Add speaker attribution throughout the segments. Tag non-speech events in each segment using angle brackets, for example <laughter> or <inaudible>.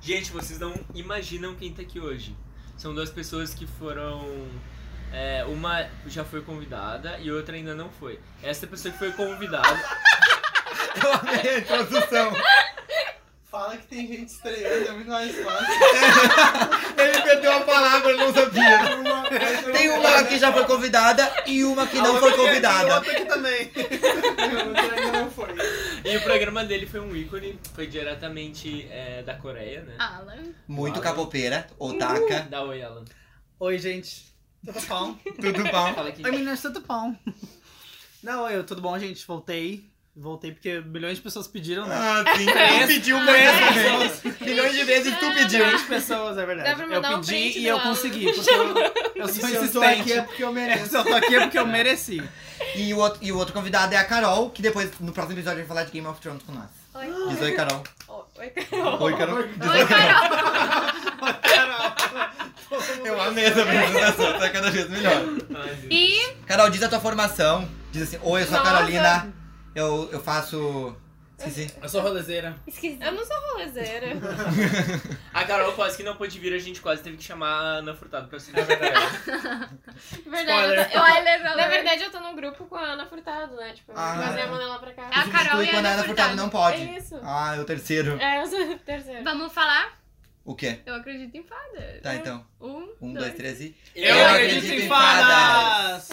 Speaker 1: Gente, vocês não imaginam quem tá aqui hoje. São duas pessoas que foram. é, uma já foi convidada e outra ainda não foi. Essa pessoa que foi convidada.
Speaker 2: Eu amei a introdução.
Speaker 3: Fala que tem gente estreando, é muito mais fácil.
Speaker 2: Ele perdeu a palavra, ele não sabia.
Speaker 4: Tem uma que já foi convidada e uma que não foi convidada.
Speaker 3: aqui <laughs> também. Outra ainda não foi.
Speaker 1: e o programa dele foi um ícone, foi diretamente é, da Coreia, né?
Speaker 5: Alan.
Speaker 4: Muito capopeira, otaka.
Speaker 1: Da Oi, Alan.
Speaker 6: Oi, gente. Tudo bom?
Speaker 2: Tudo bom.
Speaker 1: Fala aqui.
Speaker 6: Oi, meninas, tudo bom? Não, eu, tudo bom, gente? Voltei. Voltei porque milhões de pessoas pediram, né?
Speaker 2: Ah, sim. Ele pediu
Speaker 6: É.
Speaker 2: mesmo.
Speaker 4: Milhões de vezes tu pediu.
Speaker 6: Milhões de pessoas, é verdade.
Speaker 5: Dá pra mandar
Speaker 6: eu
Speaker 5: um
Speaker 6: pedi
Speaker 5: print
Speaker 6: e
Speaker 5: do
Speaker 6: eu
Speaker 5: Alan.
Speaker 6: consegui. porque eu- Eu sou
Speaker 3: Se eu tô aqui
Speaker 6: insistente.
Speaker 3: é porque eu mereço.
Speaker 6: Se eu tô aqui é porque eu mereci.
Speaker 4: E o, outro, e o outro convidado é a Carol, que depois, no próximo episódio, vai falar de Game of Thrones com nós.
Speaker 5: Oi. <gasps>
Speaker 4: Diz oi, Carol.
Speaker 5: Oh, Oi, Carol.
Speaker 2: Oi, Carol.
Speaker 5: Oi, Carol.
Speaker 4: Eu amei essa apresentação, tá cada vez melhor.
Speaker 1: Ai, Deus.
Speaker 5: E
Speaker 4: Carol, diz a tua formação. Diz assim, oi, eu sou a
Speaker 5: Nossa.
Speaker 4: Carolina. Eu, eu faço... Esqueci.
Speaker 6: Eu sou rolezeira.
Speaker 5: eu não sou rolezeira. <laughs>
Speaker 1: A Carol quase que não pôde vir, a gente quase teve que chamar a Ana Furtado pra
Speaker 6: É
Speaker 1: se <laughs>
Speaker 5: Verdade, eu tô- eu-
Speaker 7: Spoiler,
Speaker 5: na verdade, eu tô num grupo com a Ana Furtado, né? Tipo,
Speaker 4: Ah.
Speaker 5: mas eu mandei ela pra cá.
Speaker 7: É a Carol
Speaker 4: Inclui
Speaker 7: e a
Speaker 4: quando
Speaker 7: Ana
Speaker 4: Furtado não
Speaker 7: Furtado.
Speaker 4: pode.
Speaker 5: É isso.
Speaker 4: Ah, é o terceiro.
Speaker 5: É, eu sou o terceiro.
Speaker 7: Vamos falar?
Speaker 4: O quê?
Speaker 7: Eu acredito em fadas.
Speaker 4: Tá, então.
Speaker 7: Um,
Speaker 4: Um, dois,
Speaker 7: dois,
Speaker 4: três e...
Speaker 6: Eu, acredito, em fadas!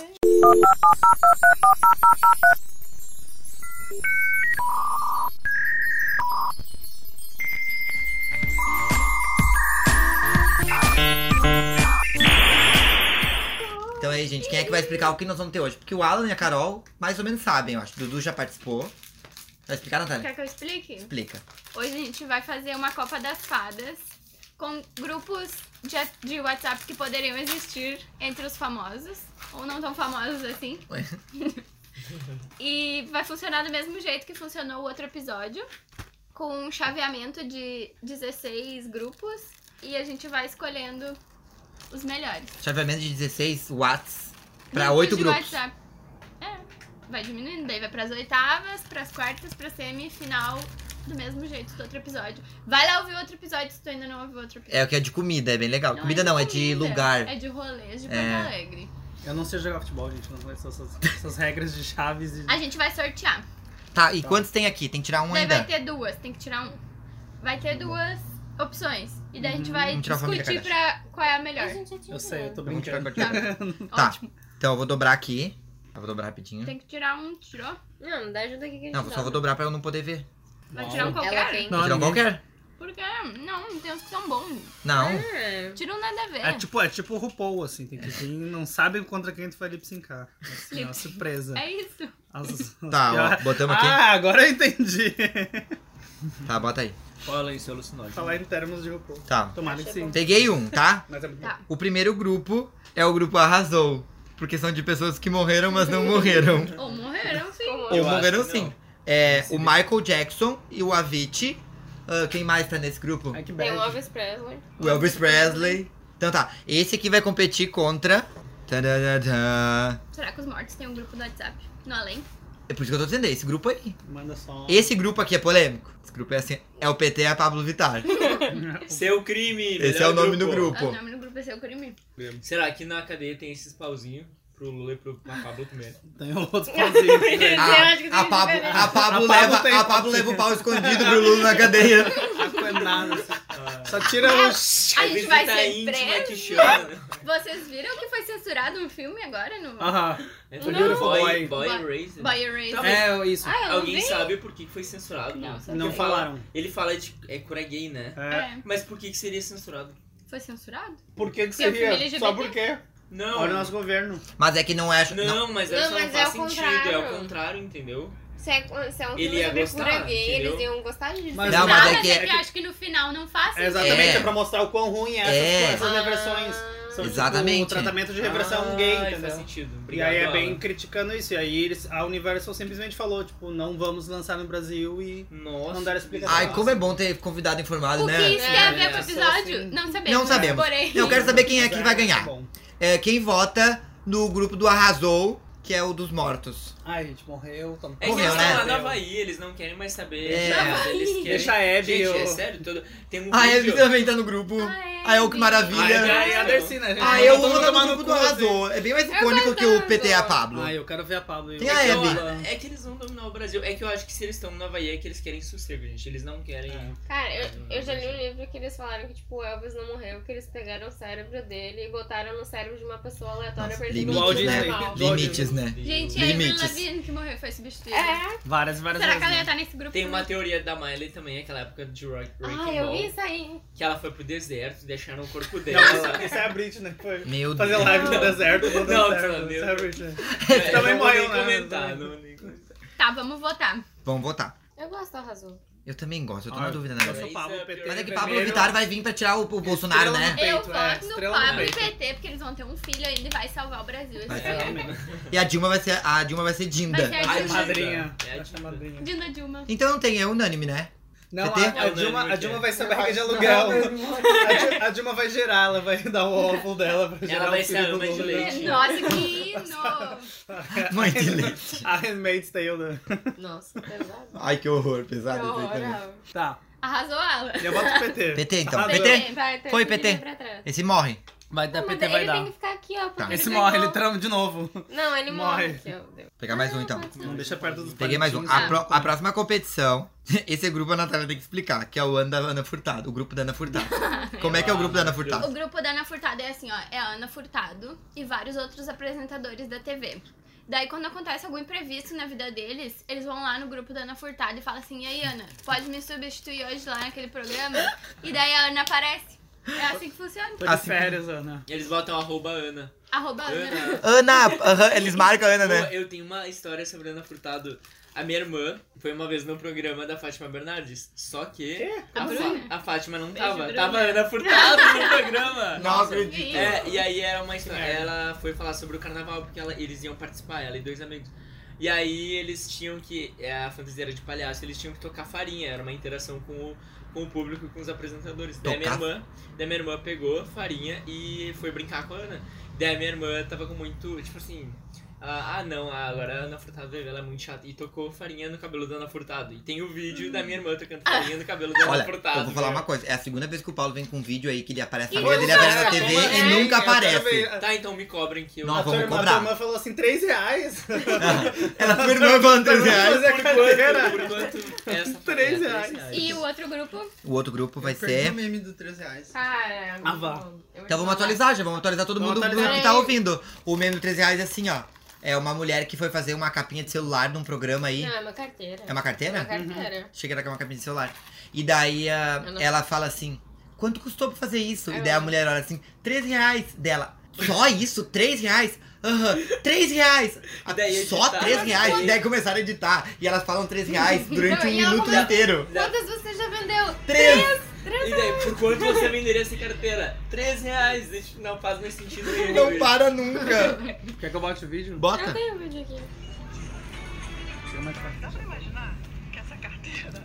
Speaker 4: Então aí, gente, quem é que vai explicar o que nós vamos ter hoje? Porque o Alan e a Carol mais ou menos sabem, eu acho. O Dudu já participou. Vai explicar, Natália?
Speaker 7: Quer que eu explique?
Speaker 4: Explica.
Speaker 7: Hoje a gente vai fazer uma Copa das Fadas com grupos de, de WhatsApp que poderiam existir entre os famosos, ou não tão famosos assim.
Speaker 4: Ué.
Speaker 7: e vai funcionar do mesmo jeito que funcionou o outro episódio, com um chaveamento de 16 grupos, e a gente vai escolhendo os melhores.
Speaker 4: Chaveamento de 16 watts pra
Speaker 7: Grupos
Speaker 4: oito
Speaker 7: de
Speaker 4: grupos.
Speaker 7: WhatsApp. É, vai diminuindo, daí vai pras oitavas, pras quartas, pra semifinal, do mesmo jeito do outro episódio. Vai lá ouvir outro episódio se tu ainda não ouviu outro episódio.
Speaker 4: É o que é de comida, é bem legal.
Speaker 7: Não
Speaker 4: comida
Speaker 7: é de
Speaker 4: não, é de
Speaker 7: comida,
Speaker 4: lugar.
Speaker 7: É de rolês de Porto
Speaker 4: É.
Speaker 7: Alegre.
Speaker 6: Eu não sei jogar futebol, gente. Não conheço essas, essas regras de chaves e.
Speaker 7: A gente vai sortear.
Speaker 4: Tá, e quantos tem aqui? Tem que tirar um
Speaker 7: daí vai
Speaker 4: ainda.
Speaker 7: ter duas, tem que tirar um. Vai ter duas opções. E daí Uhum. a gente vai
Speaker 4: Vamos tirar a família
Speaker 7: discutir
Speaker 4: Kardashian.
Speaker 7: pra qual é a melhor.
Speaker 5: A gente já tinha
Speaker 6: Eu sei, eu
Speaker 5: falado.
Speaker 6: tô
Speaker 4: Vamos
Speaker 7: um
Speaker 4: tirar
Speaker 6: brincando.
Speaker 4: cortando. Tá,
Speaker 7: Ótimo.
Speaker 4: então eu vou dobrar aqui. Eu vou dobrar rapidinho.
Speaker 7: Tem que tirar um, tirou?
Speaker 5: Não, dá ajuda aqui que a gente tá
Speaker 4: Não, eu só
Speaker 5: dá.
Speaker 4: vou dobrar pra eu não poder ver.
Speaker 7: Vai
Speaker 6: Uau.
Speaker 7: tirar um
Speaker 5: Ela
Speaker 7: qualquer?
Speaker 5: tem.
Speaker 4: Vou tirar um
Speaker 6: ninguém-
Speaker 4: qualquer?
Speaker 7: Porque, não, tem uns que são bons. <laughs>
Speaker 4: Não.
Speaker 5: Ah,
Speaker 7: Tira um nada a ver.
Speaker 6: É tipo, é tipo o RuPaul, assim, tem que vir, não sabe contra quem tu vai lipsincar. Assim, é uma surpresa.
Speaker 7: É isso.
Speaker 6: As- as
Speaker 4: Tá,
Speaker 6: pior-
Speaker 4: ó, botamos aqui.
Speaker 6: Ah, agora eu entendi. <laughs>
Speaker 4: Tá, bota aí.
Speaker 1: Fala em seu alucinógeno.
Speaker 6: Falar em termos de RuPaul.
Speaker 4: Tá.
Speaker 6: Tomara que sim.
Speaker 4: Peguei um, tá?
Speaker 6: Mas é muito
Speaker 7: Tá.
Speaker 4: O primeiro grupo é o grupo Arrasou. Porque são de pessoas que morreram, mas não morreram.
Speaker 7: Ou morreram, sim.
Speaker 5: como-
Speaker 4: Ou
Speaker 1: Eu
Speaker 4: morreram
Speaker 1: acho que
Speaker 4: sim.
Speaker 1: não.
Speaker 4: É, o Michael Jackson e o Avicii. Ah, quem mais tá nesse grupo?
Speaker 6: bom. Ai, que
Speaker 5: Tem o
Speaker 6: bad.
Speaker 5: Elvis Presley.
Speaker 4: O Elvis Presley. Então tá, esse aqui vai competir contra. Tadadadá.
Speaker 7: Será que os mortos têm um grupo no WhatsApp? No além?
Speaker 4: É por isso que eu tô dizendo, é esse grupo aí.
Speaker 6: Manda só. um.
Speaker 4: Esse grupo aqui é polêmico. Esse grupo é assim, é o PT e a Pablo Vittar.
Speaker 1: Seu crime!
Speaker 4: Esse é
Speaker 1: melhor
Speaker 4: o nome do grupo.
Speaker 7: Ah, o nome do grupo é seu crime.
Speaker 1: Será que na cadeia tem esses pauzinhos pro Lula e pro Macabro comer?
Speaker 6: Tem um outro <laughs> pauzinho.
Speaker 5: Eu acho que
Speaker 7: é
Speaker 4: A, a,
Speaker 5: tem
Speaker 4: Pablo,
Speaker 5: diferente.
Speaker 4: a Pablo
Speaker 6: A Pablo tem
Speaker 4: leva, a
Speaker 6: hipótese.
Speaker 4: Pablo leva o pau escondido pro Lula na cadeia.
Speaker 6: Acuenado, assim. Só tira o.
Speaker 7: A gente vai
Speaker 1: Visita
Speaker 7: ser
Speaker 1: tá íntima que
Speaker 7: preso.
Speaker 1: chama.
Speaker 7: Vocês viram que foi censurado um filme agora no
Speaker 6: Aham.
Speaker 1: É
Speaker 6: Não.
Speaker 1: Beautiful Boy,
Speaker 6: Boy.
Speaker 1: Boy
Speaker 7: Boy-
Speaker 1: Erased.
Speaker 7: Boy Erased.
Speaker 6: É, isso.
Speaker 7: Ah, eu não
Speaker 1: Alguém
Speaker 7: vi.
Speaker 1: sabe por que que foi censurado?
Speaker 7: Não, sabe.
Speaker 6: Não
Speaker 1: Ele
Speaker 6: falaram.
Speaker 1: fala- Ele fala de é, cura gay, né?
Speaker 6: É.
Speaker 7: É.
Speaker 1: Mas por que que seria censurado?
Speaker 7: Foi censurado?
Speaker 3: Por que que
Speaker 7: Tem
Speaker 3: seria?
Speaker 7: família LGBT?
Speaker 3: Só por quê?
Speaker 1: Não,
Speaker 6: Olha o nosso governo.
Speaker 4: Mas é que não é. Não,
Speaker 1: não, mas essa
Speaker 5: Não,
Speaker 1: não,
Speaker 5: mas é
Speaker 1: faz
Speaker 5: ao
Speaker 1: sentido,
Speaker 5: contrário.
Speaker 1: é ao contrário, entendeu?
Speaker 5: Se é, se é um
Speaker 1: Ele
Speaker 5: filme
Speaker 1: ia
Speaker 5: sobre
Speaker 1: gostar,
Speaker 5: cura gay,
Speaker 1: entendeu?
Speaker 5: eles iam gostar disso. né?
Speaker 6: Mas-
Speaker 4: Não, mas
Speaker 7: Nada,
Speaker 4: é que-
Speaker 7: sempre acho que no final não faz
Speaker 6: É,
Speaker 7: sentido.
Speaker 6: exatamente,
Speaker 4: É.
Speaker 6: é. pra mostrar o quão ruim é essas,
Speaker 4: É.
Speaker 6: coisas,
Speaker 5: Ah,
Speaker 6: essas reversões. São, tipo,
Speaker 4: Exatamente.
Speaker 6: o tratamento de reversão
Speaker 1: Ah,
Speaker 6: gay,
Speaker 1: Faz
Speaker 6: entendeu?
Speaker 1: sentido.
Speaker 6: E
Speaker 1: Obrigado,
Speaker 6: aí é
Speaker 1: Alan.
Speaker 6: bem criticando isso. E aí eles, a Universal simplesmente falou, tipo, não vamos lançar no Brasil e.
Speaker 1: Nossa.
Speaker 6: Não deram explicação.
Speaker 4: Ai, como é bom ter convidado informado,
Speaker 7: O
Speaker 4: né?
Speaker 7: que isso tem a
Speaker 1: É,
Speaker 7: ver com o
Speaker 1: só
Speaker 7: episódio?
Speaker 1: assim.
Speaker 7: Não sabemos.
Speaker 4: Não sabemos.
Speaker 7: Porém,
Speaker 6: Tá
Speaker 4: Eu quero saber quem é que vai ganhar.
Speaker 6: Bom,
Speaker 4: É, quem vota no grupo do Arrasou, que que é o dos mortos.
Speaker 6: Ai, gente, morreu. tá Tamo...
Speaker 1: É que
Speaker 4: Morreu,
Speaker 1: eles
Speaker 4: né?
Speaker 1: estão lá na Havaí, eles não querem mais saber.
Speaker 4: É.
Speaker 1: de nada, Eles querem...
Speaker 6: Deixa a Abby
Speaker 1: Gente,
Speaker 6: eu-
Speaker 1: é sério, todo... tem um
Speaker 4: A Abby
Speaker 1: vídeo...
Speaker 4: também tá no grupo.
Speaker 7: Ah,
Speaker 4: Ah, eu que maravilha.
Speaker 1: Ai,
Speaker 6: Ai, ai, é a Dercy, né, gente?
Speaker 4: Ah,
Speaker 6: Tá
Speaker 4: eu
Speaker 6: todo
Speaker 4: vou
Speaker 6: mundo
Speaker 4: lá no
Speaker 6: tomando
Speaker 4: grupo do
Speaker 6: cu, assim.
Speaker 4: Arrasou. É bem mais icônico que o PT a Pablo.
Speaker 6: Ai, eu quero ver a Pablo.
Speaker 4: Tem a
Speaker 1: É que, eu-
Speaker 4: Abby.
Speaker 1: é que eles vão dominar o Brasil. É que eu acho que se eles estão na Havaí é que eles querem sossego, gente. Eles não
Speaker 6: É.
Speaker 1: querem.
Speaker 5: Cara,
Speaker 1: Hum,
Speaker 5: eu, eu já li um livro que eles falaram que, tipo, o Elvis não morreu, que eles pegaram o cérebro dele e botaram no cérebro de uma pessoa aleatória
Speaker 4: Nossa,
Speaker 5: pra ele
Speaker 4: limites,
Speaker 5: não
Speaker 6: Walt
Speaker 4: né?
Speaker 6: Disney.
Speaker 5: normal.
Speaker 6: Walt
Speaker 4: Limites, né?
Speaker 7: Gente,
Speaker 4: é-
Speaker 7: a Avril
Speaker 4: Limites.
Speaker 7: Lavigne que morreu foi substituída.
Speaker 5: É.
Speaker 6: Várias, várias
Speaker 7: Será que ela
Speaker 6: vezes.
Speaker 7: ia estar nesse grupo?
Speaker 1: Tem uma
Speaker 7: também?
Speaker 1: teoria da Miley também, aquela época de Rock Breaking
Speaker 5: Ah, eu vi
Speaker 1: Ball,
Speaker 5: isso aí.
Speaker 1: que ela foi pro deserto, deixaram o
Speaker 7: <laughs>
Speaker 1: corpo dela.
Speaker 6: <laughs> Não, Isso é a Britney, que foi.
Speaker 4: Meu
Speaker 6: Fazer
Speaker 4: Deus.
Speaker 6: live no deserto. Não,
Speaker 1: Não,
Speaker 6: deu certo,
Speaker 1: não,
Speaker 6: isso é a Britney.
Speaker 1: É,
Speaker 6: Também
Speaker 1: eu não
Speaker 6: morreu,
Speaker 1: vou
Speaker 6: né?
Speaker 1: nem comentar, não vou nem comentar.
Speaker 7: Tá, vamos votar.
Speaker 4: Vamos votar.
Speaker 5: Eu gosto da Razul.
Speaker 4: Eu também gosto, eu tô
Speaker 6: Ah,
Speaker 4: na dúvida, né?
Speaker 6: eu
Speaker 1: Isso
Speaker 6: sou
Speaker 1: é
Speaker 6: Pablo,
Speaker 1: a
Speaker 6: PT.
Speaker 1: pior.
Speaker 4: Mas é que
Speaker 6: primeiro.
Speaker 4: Pablo Vittar vai vir pra tirar o, o Bolsonaro,
Speaker 6: Estrela
Speaker 4: né?
Speaker 6: no
Speaker 7: Eu
Speaker 6: peito, é,
Speaker 7: voto no
Speaker 6: estrela no
Speaker 7: Pablo e
Speaker 6: peito.
Speaker 7: PT, porque eles vão ter um filho ainda e vai salvar o Brasil.
Speaker 4: Vai
Speaker 7: Esse
Speaker 4: ser
Speaker 7: é
Speaker 4: ela E a Dilma vai ser. A Dilma vai ser Dinda.
Speaker 7: Vai ser a
Speaker 1: Ai,
Speaker 6: Ai,
Speaker 7: Dilma.
Speaker 6: madrinha.
Speaker 1: É a
Speaker 6: Essa
Speaker 1: Dilma.
Speaker 6: madrinha.
Speaker 7: Dina Dilma.
Speaker 4: Então não tem, é unânime,
Speaker 6: <laughs>
Speaker 4: né?
Speaker 6: Não,
Speaker 4: PT?
Speaker 6: a, a,
Speaker 1: É o
Speaker 6: Dilma,
Speaker 1: Nani
Speaker 6: a
Speaker 1: que
Speaker 6: Dilma
Speaker 1: é.
Speaker 6: vai ser a barriga de
Speaker 3: Não,
Speaker 6: aluguel.
Speaker 3: meu irmão.
Speaker 6: A Di- A Dilma vai gerar, ela vai dar o óvulo dela pra gerar
Speaker 1: Ela vai
Speaker 6: o
Speaker 1: ser
Speaker 6: filho
Speaker 1: a
Speaker 6: do
Speaker 1: ama de
Speaker 6: Lula.
Speaker 1: leite.
Speaker 7: Nossa, que novo.
Speaker 4: Mãe de leite.
Speaker 6: A Handmaid's Tale. né?
Speaker 5: Nossa, pesado.
Speaker 4: Ai, que horror, pesado. isso aí
Speaker 5: Horror,
Speaker 4: também.
Speaker 5: Elvis.
Speaker 6: Tá,
Speaker 7: Arrasou ela.
Speaker 6: eu boto o PT.
Speaker 4: PT então.
Speaker 6: Ah,
Speaker 4: PT?
Speaker 5: Vai, tá,
Speaker 4: Foi,
Speaker 5: tem que
Speaker 4: PT.
Speaker 5: vir pra trás.
Speaker 4: Esse morre.
Speaker 6: Vai dar
Speaker 5: Não, mas
Speaker 6: PT, vai
Speaker 5: ele tem
Speaker 6: dar.
Speaker 5: que ficar aqui, ó. porque
Speaker 4: Tá.
Speaker 6: Esse
Speaker 5: ganhou.
Speaker 6: morre, ele trama de novo.
Speaker 5: Não, ele morre.
Speaker 6: Morre.
Speaker 5: aqui, ó.
Speaker 4: Vou pegar mais um então.
Speaker 6: Não deixa perto dos
Speaker 4: Peguei mais um.
Speaker 6: palitinhos.
Speaker 4: A, pro- a próxima competição. <laughs> Esse grupo a Natália tem que explicar, que é o ano da Ana Furtado, o grupo da Ana Furtado. Como é que é o grupo da Ana
Speaker 7: O
Speaker 4: Furtado?
Speaker 7: grupo da Ana Furtado é assim, ó. É a Ana Furtado e vários outros apresentadores da TV. Daí, quando acontece algum imprevisto na vida deles, eles vão lá no grupo da Ana Furtado e falam assim, e aí, Ana, pode me substituir hoje lá naquele programa? E daí a Ana aparece. É assim que funciona.
Speaker 6: Tô de
Speaker 4: Assim-
Speaker 6: férias, Ana.
Speaker 1: Eles botam arroba Ana.
Speaker 7: Arroba Ana.
Speaker 1: Ana.
Speaker 4: Ana! aham, eles marcam a Ana, né?
Speaker 1: Pô, Eu tenho uma história sobre Ana Furtado. A minha irmã foi uma vez no programa da Fátima Bernardes. Só que a,
Speaker 7: Como
Speaker 1: Fa-
Speaker 7: assim?
Speaker 1: a Fátima não
Speaker 7: Beijo,
Speaker 1: tava.
Speaker 7: Bruna.
Speaker 1: Tava a Ana Furtado no programa.
Speaker 4: Não acredito.
Speaker 1: É, e aí era uma história. Ela foi falar sobre o carnaval, porque ela- eles iam participar, ela e dois amigos. E aí eles tinham que. é, A fantasia era de palhaço, eles tinham que tocar farinha. Era uma interação com o, com o público e com os apresentadores. Daí minha
Speaker 4: Tocar?
Speaker 1: irmã. Daí minha irmã pegou farinha e foi brincar com a Ana. Daí minha irmã tava com muito. Tipo assim. Ah, ah, não, ah, agora a Ana Furtado ela é muito chata. E tocou farinha no cabelo da Ana Furtado. E tem o vídeo da minha irmã tocando farinha no cabelo da Ana
Speaker 4: Olha,
Speaker 1: Furtado.
Speaker 4: eu vou falar
Speaker 1: né?
Speaker 4: uma coisa. É a segunda vez que o Paulo vem com um vídeo aí que ele aparece na
Speaker 7: E
Speaker 4: vida
Speaker 7: não
Speaker 4: dele, aparece na
Speaker 7: sabe,
Speaker 4: TV
Speaker 7: mano.
Speaker 4: e
Speaker 7: É,
Speaker 4: nunca
Speaker 6: Eu
Speaker 4: aparece.
Speaker 6: quero ver.
Speaker 1: Tá, então me cobrem que eu.
Speaker 4: Não,
Speaker 6: A tua
Speaker 4: vamos
Speaker 6: irmã-
Speaker 4: cobrar.
Speaker 6: A tua irmã falou assim, 3 reais?
Speaker 4: <laughs> Ela tua irmã falando três reais.
Speaker 6: Fazer a
Speaker 1: Por
Speaker 6: cadeira.
Speaker 1: quanto? Por quanto? Essa foi
Speaker 6: Três
Speaker 1: a três
Speaker 6: reais.
Speaker 7: E o outro grupo?
Speaker 4: O outro grupo vai
Speaker 3: Eu perdi o
Speaker 4: ser.
Speaker 3: meme do 3 reais.
Speaker 5: Cara,
Speaker 6: Ah, vá.
Speaker 4: Então vamos atualizar, já vamos atualizar todo
Speaker 6: Vamos
Speaker 4: mundo
Speaker 6: atualizar.
Speaker 4: que tá ouvindo. O meme do 3 reais é assim, ó. É uma mulher que foi fazer uma capinha de celular num programa aí.
Speaker 5: Não, é uma carteira.
Speaker 4: É uma carteira? Hum.
Speaker 5: Uma carteira.
Speaker 4: Chega era com uma capinha de celular. E daí ah,
Speaker 5: Eu não-
Speaker 4: ela fala assim: quanto custou pra fazer isso? E
Speaker 5: Eu
Speaker 4: daí a
Speaker 5: não-
Speaker 4: mulher olha assim: 3 reais dela. Só isso? 3 reais? Aham, 3 reais!
Speaker 1: E daí
Speaker 4: Só
Speaker 1: editar.
Speaker 4: 3 reais? E daí começaram a editar. E elas falam 3
Speaker 5: <laughs>
Speaker 4: reais durante
Speaker 5: Não,
Speaker 4: um
Speaker 5: e ela
Speaker 4: minuto
Speaker 5: começa-
Speaker 4: inteiro.
Speaker 5: Quantas você já vendeu?
Speaker 4: 3!
Speaker 1: E daí, por quanto você venderia essa carteira? 13 reais. Deixa- Não faz mais sentido nenhum.
Speaker 4: Não
Speaker 1: isso.
Speaker 4: para nunca!
Speaker 6: Quer que eu bote o vídeo?
Speaker 5: Eu
Speaker 4: Bota! <laughs>
Speaker 5: tenho um vídeo aqui.
Speaker 6: Chega mais perto.
Speaker 8: Dá pra imaginar que essa carteira.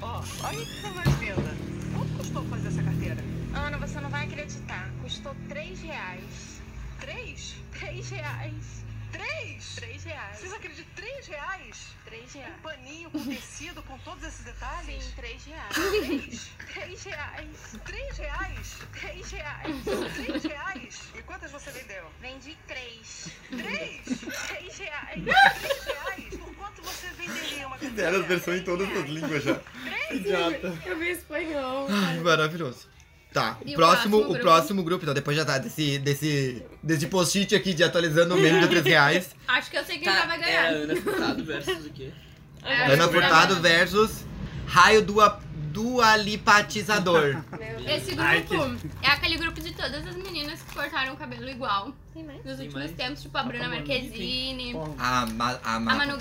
Speaker 8: Ó, olha o que foi mais linda. Quanto custou fazer essa carteira?
Speaker 9: Ana, você não vai acreditar. Custou 3 reais.
Speaker 8: Três?
Speaker 9: 3 reais.
Speaker 8: Três?
Speaker 9: 3 reais.
Speaker 8: Vocês acreditam? Três reais?
Speaker 9: 3
Speaker 8: Um
Speaker 9: reais.
Speaker 8: paninho com tecido, com todos esses detalhes?
Speaker 9: Sim, 3 reais.
Speaker 8: Três?
Speaker 9: 3 reais.
Speaker 8: Três reais?
Speaker 9: 3 reais.
Speaker 8: Três reais? E quantas você vendeu?
Speaker 9: Vendi 3.
Speaker 8: Três?
Speaker 9: 3 reais.
Speaker 8: Três reais? Por quanto você venderia uma carteira?
Speaker 4: Fizeram as versões em todas as línguas já. Idiota.
Speaker 5: <laughs> Eu vi espanhol.
Speaker 4: Ai, maravilhoso. Tá, o
Speaker 7: E o
Speaker 4: próximo,
Speaker 7: próximo
Speaker 4: o
Speaker 7: grupo?
Speaker 4: próximo grupo, então depois já tá desse, desse, desse post-it aqui de atualizando o meme do 3 reais.
Speaker 7: Acho que eu sei quem
Speaker 1: Tá,
Speaker 7: já vai
Speaker 1: é a
Speaker 7: ganhar.
Speaker 1: Ana Furtado versus o quê?
Speaker 5: É,
Speaker 4: Ana
Speaker 5: eu-
Speaker 4: Furtado versus Raio dua, Dualipatizador. <laughs>
Speaker 5: Meu Deus.
Speaker 7: Esse grupo
Speaker 6: Ai,
Speaker 7: é aquele grupo de todas as meninas que cortaram o cabelo igual
Speaker 5: Tem mais?
Speaker 7: nos
Speaker 1: Tem
Speaker 7: últimos
Speaker 1: mais?
Speaker 7: tempos, tipo a Bruna
Speaker 6: Manu.
Speaker 7: Marquezine,
Speaker 6: Porra.
Speaker 4: A, ma, a, ma,
Speaker 7: a Manu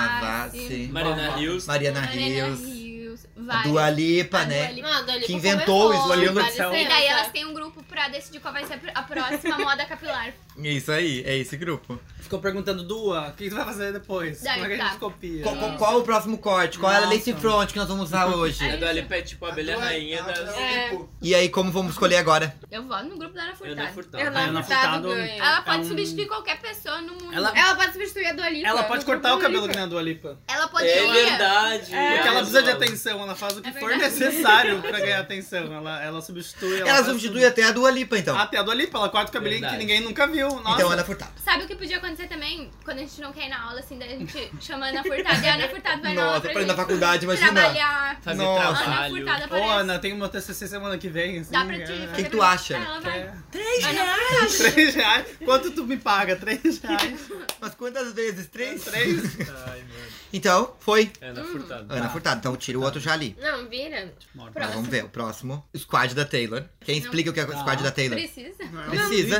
Speaker 7: Gavassi,
Speaker 4: Mavassi,
Speaker 1: Mariana Rios.
Speaker 4: Mariana
Speaker 7: Mariana
Speaker 4: Rios,
Speaker 7: Rios,
Speaker 4: a
Speaker 7: várias.
Speaker 4: Dua Lipa,
Speaker 7: A Dua
Speaker 4: né?
Speaker 7: Lipa.
Speaker 5: Não, a Dua Lipa
Speaker 4: Que inventou o
Speaker 5: começou,
Speaker 4: Slowly
Speaker 5: vale tá?
Speaker 6: Lord Cell.
Speaker 5: licença.
Speaker 7: E daí elas têm um grupo pra decidir qual vai ser a próxima moda capilar.
Speaker 4: Isso aí, é esse grupo.
Speaker 6: Ficou perguntando, Dua, o que tu vai fazer depois?
Speaker 7: Daí,
Speaker 6: Como é que a
Speaker 7: tá.
Speaker 6: gente copia?
Speaker 4: Qual, qual- qual o próximo corte? Qual é a
Speaker 6: Nossa.
Speaker 4: lace front que nós vamos <laughs> usar hoje?
Speaker 7: Ai.
Speaker 1: A do Alip é tipo a abelha
Speaker 3: tua-
Speaker 1: rainha
Speaker 3: a
Speaker 1: das.
Speaker 3: tua-
Speaker 5: É.
Speaker 3: tipo,
Speaker 4: E aí, como vamos escolher agora?
Speaker 7: Eu voto no grupo da Ana
Speaker 1: Ana
Speaker 7: Furtado.
Speaker 1: Furtado.
Speaker 6: Ana
Speaker 5: Ana
Speaker 6: Furtado
Speaker 5: Furtado ganha.
Speaker 7: Ela pode
Speaker 6: É um-
Speaker 7: substituir qualquer pessoa no mundo.
Speaker 6: Ela-
Speaker 5: Ela pode substituir a Dua Lipa.
Speaker 7: é
Speaker 6: Ela pode
Speaker 5: no grupo
Speaker 6: cortar o
Speaker 5: do
Speaker 6: cabelo que
Speaker 5: Lipa.
Speaker 6: nem a Dua Lipa.
Speaker 7: Ela poderia.
Speaker 1: É verdade!
Speaker 6: Porque ela
Speaker 1: Ai,
Speaker 6: precisa de
Speaker 1: mano.
Speaker 6: atenção, ela faz o que
Speaker 7: É
Speaker 6: for
Speaker 7: verdade.
Speaker 6: necessário
Speaker 7: <laughs>
Speaker 6: pra ganhar atenção. Ela, ela substitui.
Speaker 4: Ela
Speaker 6: faz
Speaker 4: substitui
Speaker 6: tudo.
Speaker 4: até a Dua Lipa, então.
Speaker 6: Até a Dua Lipa, ela corta o cabelinho
Speaker 1: Verdade.
Speaker 6: que ninguém nunca viu. Nossa.
Speaker 4: Então, Ana Furtado.
Speaker 7: Sabe o que podia acontecer também? Quando a gente não quer ir na aula, assim, daí a gente chama a Ana Furtado e a Ana Furtado vai na aula
Speaker 4: Nossa,
Speaker 7: pra
Speaker 4: pra ir na
Speaker 7: gente
Speaker 4: faculdade, imagina.
Speaker 7: trabalhar.
Speaker 1: Fazer
Speaker 4: Nossa.
Speaker 7: A Ana
Speaker 1: trabalho.
Speaker 7: Furtado
Speaker 6: Ô,
Speaker 7: aparece.
Speaker 6: Ana, tem o meu TCC semana que vem, assim.
Speaker 7: Dá pra te
Speaker 6: é-
Speaker 7: fazer
Speaker 4: que tu
Speaker 7: pergunta.
Speaker 4: acha?
Speaker 7: Ah, ela vai.
Speaker 6: É.
Speaker 7: Ana Furtado.
Speaker 6: 3 reais? Quanto tu me paga? 3 reais?
Speaker 4: Mas quantas vezes? Três?
Speaker 6: 3?
Speaker 1: Ai, mano.
Speaker 4: Então, foi.
Speaker 1: Ana Furtado.
Speaker 6: Hum.
Speaker 4: Ana Furtado. Então, tira o outro já ali.
Speaker 5: Não, vira.
Speaker 4: Mas vamos ver, o próximo. Squad da Taylor. Quem explica o que é o
Speaker 6: Tá.
Speaker 4: squad da Taylor?
Speaker 7: Precisa.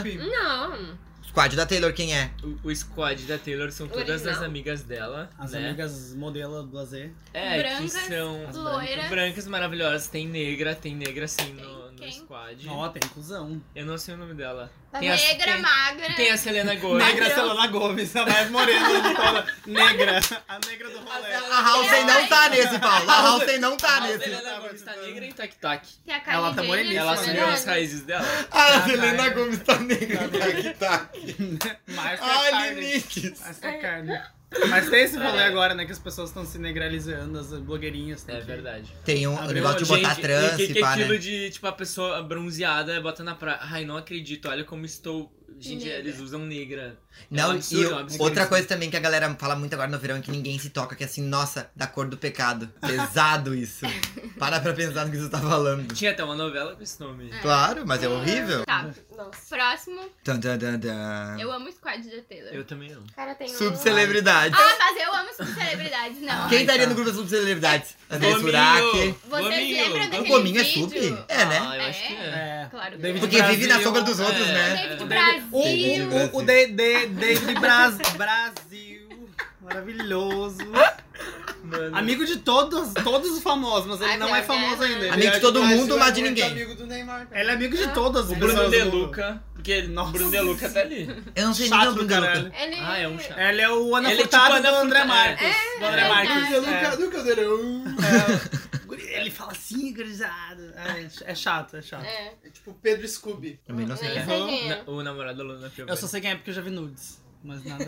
Speaker 4: Precisa.
Speaker 5: Não.
Speaker 4: Squad da Taylor, quem é?
Speaker 1: O, o squad da Taylor são todas
Speaker 5: Original.
Speaker 1: as amigas dela,
Speaker 6: As
Speaker 1: né?
Speaker 6: amigas modelo do Azer.
Speaker 1: é,
Speaker 7: Brancas.
Speaker 1: que são
Speaker 6: As
Speaker 7: Loira.
Speaker 1: brancas maravilhosas. Tem negra, tem negra assim no, no
Speaker 7: Quem?
Speaker 1: squad.
Speaker 6: Ó, tem inclusão.
Speaker 1: Eu não sei o nome dela.
Speaker 7: Tá
Speaker 1: Tem as-
Speaker 7: Negra,
Speaker 1: tem-
Speaker 7: magra.
Speaker 1: Tem a Selena
Speaker 4: É
Speaker 1: Gomez.
Speaker 6: Negra Selena é Gomes, a mais morena de
Speaker 7: <laughs>
Speaker 6: toda. Negra. A negra do rolê.
Speaker 4: A Halsey
Speaker 1: é
Speaker 4: não tá nesse, Paulo. A Halsey não tá
Speaker 1: A
Speaker 4: nesse.
Speaker 1: Selena Gomez tá negra em tac-tac.
Speaker 7: Tem a Kylie
Speaker 6: Ela tá
Speaker 7: Jenner,
Speaker 6: moreníssima,
Speaker 1: Ela
Speaker 6: né?
Speaker 1: assumiu as raízes dela.
Speaker 4: A
Speaker 1: Selena
Speaker 4: Gomes tá
Speaker 1: é
Speaker 4: negra. Tá, tá.
Speaker 6: Márcia
Speaker 4: Ai,
Speaker 6: Carne.
Speaker 4: Liniques.
Speaker 6: Márcia Carne. Mas tem esse rolê agora, né? Que as pessoas estão se negralizando, as blogueirinhas. têm
Speaker 1: É
Speaker 6: que-
Speaker 1: verdade.
Speaker 4: Tem um
Speaker 6: Abriu
Speaker 4: negócio de
Speaker 1: é Gente,
Speaker 4: botar trans
Speaker 1: que,
Speaker 4: e
Speaker 1: que
Speaker 4: pá,
Speaker 1: aquilo
Speaker 4: né?
Speaker 1: de, tipo, a pessoa bronzeada bota na praia. Ai, não acredito, olha como estou. Gente,
Speaker 7: Negra.
Speaker 1: eles usam negra. É
Speaker 4: Não,
Speaker 1: um absurdo,
Speaker 4: e
Speaker 1: é um
Speaker 4: o-
Speaker 1: absurdo.
Speaker 4: outra coisa também que a galera fala muito agora no verão é que ninguém se toca, que é assim, nossa, da cor do pecado. Pesado isso. Para pra pensar no que você tá falando.
Speaker 1: Tinha até uma novela com esse nome.
Speaker 4: Claro, mas é horrível.
Speaker 7: Tá.
Speaker 5: Nossa.
Speaker 7: Próximo,
Speaker 4: Tan, tan, tan, tan.
Speaker 7: eu amo o squad da Taylor.
Speaker 1: Eu também não.
Speaker 5: Cara, tem um...
Speaker 4: Subcelebridades.
Speaker 7: Ah, mas eu amo subcelebridades, não.
Speaker 4: Quem
Speaker 6: Ai,
Speaker 4: estaria
Speaker 6: tá.
Speaker 4: no grupo das subcelebridades? André
Speaker 1: Gominho!
Speaker 4: Suraki.
Speaker 7: Vocês
Speaker 1: Gominho!
Speaker 7: lembram daquele
Speaker 4: O Gominho é
Speaker 7: vídeo?
Speaker 4: sub? É, né?
Speaker 1: Ah, eu acho que é.
Speaker 6: É.
Speaker 7: Claro que
Speaker 6: David
Speaker 5: né?
Speaker 4: Porque vive na
Speaker 6: Brasil,
Speaker 4: sombra dos outros,
Speaker 1: é.
Speaker 4: né?
Speaker 7: David
Speaker 6: O
Speaker 7: Brasil.
Speaker 6: O, o, o de, de, David Bras, Brasil. Maravilhoso.
Speaker 7: um
Speaker 1: Mano.
Speaker 6: Amigo de todos, todos os famosos, mas ele
Speaker 5: Ai,
Speaker 6: não
Speaker 5: meu
Speaker 6: é famoso
Speaker 5: Deus.
Speaker 6: ainda. Ele
Speaker 4: Amigo
Speaker 6: é-
Speaker 4: de todo
Speaker 3: mas
Speaker 4: mundo,
Speaker 3: o
Speaker 4: mas de
Speaker 3: Edward é
Speaker 4: ninguém.
Speaker 3: amigo do Neymar.
Speaker 6: Ele é amigo
Speaker 7: Ah.
Speaker 6: de todas.
Speaker 1: O
Speaker 6: as
Speaker 1: Bruno
Speaker 6: pessoas
Speaker 1: De
Speaker 6: do mundo.
Speaker 1: Luca. Porque ele- o
Speaker 6: Nossa.
Speaker 1: Bruno De Luca tá ali.
Speaker 4: Eu não sei nem
Speaker 6: Chato
Speaker 4: o
Speaker 6: do
Speaker 4: Bruno Deluca.
Speaker 6: caralho.
Speaker 5: Ele...
Speaker 1: Ah, é um chato.
Speaker 6: Ele é o Ana
Speaker 1: Ele é
Speaker 6: Furtado
Speaker 1: tipo Ana
Speaker 6: do André
Speaker 1: Furtado.
Speaker 6: Marques. do André
Speaker 7: é
Speaker 6: Marques.
Speaker 7: verdade.
Speaker 6: É.
Speaker 3: Do Caldeirão.
Speaker 6: É. Ele fala assim, grisado. É, é chato, é chato.
Speaker 5: É.
Speaker 3: É tipo Pedro Scooby.
Speaker 4: Também não sei quem é.
Speaker 5: Não sei quem é.
Speaker 1: Na- o namorado da Luna Piovani.
Speaker 6: Eu só sei quem é porque eu já vi nudes. Mas nada.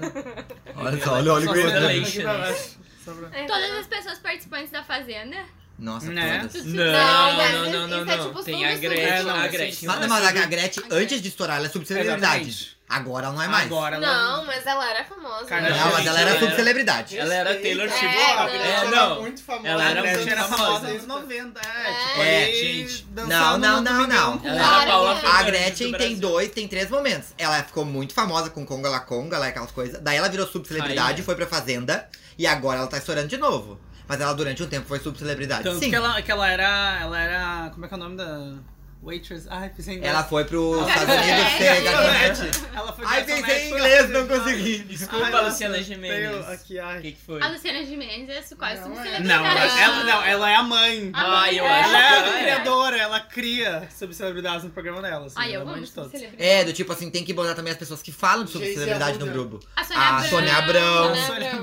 Speaker 4: Olha só, olha, olha o
Speaker 6: Só
Speaker 4: Grey's
Speaker 6: sei daqui
Speaker 4: Anatomy.
Speaker 1: Relations.
Speaker 6: pra baixo. Só pra-
Speaker 5: É.
Speaker 7: Todas as pessoas participantes da Fazenda.
Speaker 4: Nossa,
Speaker 6: Né?
Speaker 4: todas.
Speaker 5: Não, mas
Speaker 1: Não, não, não, não,
Speaker 5: isso é
Speaker 1: não.
Speaker 5: tipo
Speaker 1: Tem a
Speaker 5: sub, sub,
Speaker 1: Gretchen.
Speaker 6: sub,
Speaker 1: a
Speaker 6: sub.
Speaker 1: Gretchen.
Speaker 4: Mas, mas a Gretchen, antes de estourar, ela é subcelebridade.
Speaker 6: Exatamente.
Speaker 4: Agora ela não é mais.
Speaker 6: Agora
Speaker 5: Não, mas ela era famosa.
Speaker 6: Cara,
Speaker 4: Não, mas ela era
Speaker 1: Ela-
Speaker 4: subcelebridade.
Speaker 1: Ela era Taylor
Speaker 5: É,
Speaker 1: Swift.
Speaker 5: não.
Speaker 1: É,
Speaker 3: ela era
Speaker 1: não.
Speaker 3: muito famosa.
Speaker 1: Ela
Speaker 6: Ela
Speaker 1: era
Speaker 6: era,
Speaker 1: muito
Speaker 6: era famosa
Speaker 1: famosa.
Speaker 6: nos 90. É,
Speaker 5: É.
Speaker 6: tipo,
Speaker 1: É,
Speaker 6: ali
Speaker 1: gente.
Speaker 6: dançando
Speaker 4: Não, não,
Speaker 6: no
Speaker 4: não,
Speaker 6: domingão
Speaker 4: não.
Speaker 6: com-
Speaker 1: Ela era a
Speaker 5: Claro
Speaker 1: Paula
Speaker 5: que é.
Speaker 4: A
Speaker 1: Fernandes
Speaker 4: Gretchen
Speaker 1: do
Speaker 4: tem
Speaker 1: Brasil.
Speaker 4: dois, tem três momentos. Ela ficou muito famosa com Conga La Conga, lá aquelas coisas. Daí ela virou subcelebridade,
Speaker 1: Aí,
Speaker 4: foi pra Fazenda. E agora ela tá estourando de novo. Mas ela durante um tempo foi subcelebridade.
Speaker 6: Tanto
Speaker 4: Sim.
Speaker 6: que
Speaker 4: Ela...
Speaker 6: ela, que ela era. Ela era. Como é que é o nome da. Waitress? Ai, pensei em inglês.
Speaker 4: foi pro
Speaker 6: Ah, Ela-
Speaker 4: Estados
Speaker 6: <laughs>
Speaker 4: Unidos
Speaker 7: É,
Speaker 4: ser garçonete.
Speaker 6: garçonete. Ela foi
Speaker 4: Ai,
Speaker 6: garçonete,
Speaker 4: pensei em
Speaker 6: foi
Speaker 4: inglês, não
Speaker 6: garçonete.
Speaker 4: consegui.
Speaker 6: Ai,
Speaker 1: Desculpa,
Speaker 6: nossa,
Speaker 1: Luciana
Speaker 6: veio
Speaker 1: Jimenez.
Speaker 6: Aqui,
Speaker 1: O
Speaker 6: ai.
Speaker 1: que que foi?
Speaker 7: A Luciana Gimenez é quase
Speaker 3: Não é.
Speaker 7: subcelebridade.
Speaker 6: Não, ela, ela- não, ela é a mãe.
Speaker 1: Ai, Ah, eu acho
Speaker 6: Ela é a
Speaker 1: que ela é.
Speaker 6: criadora, ela cria subcelebridades no programa dela. Assim, ela
Speaker 7: Ai, eu
Speaker 6: é a mãe
Speaker 7: amo
Speaker 6: de todos.
Speaker 7: subcelebridade.
Speaker 4: É, do tipo assim, tem que botar também as pessoas que falam de
Speaker 3: Gente,
Speaker 4: subcelebridade
Speaker 3: é
Speaker 4: no
Speaker 3: bunda.
Speaker 4: grubo.
Speaker 7: A Sônia
Speaker 4: A
Speaker 7: Abrão.
Speaker 4: Sônia Abrão.
Speaker 5: Sônia
Speaker 6: é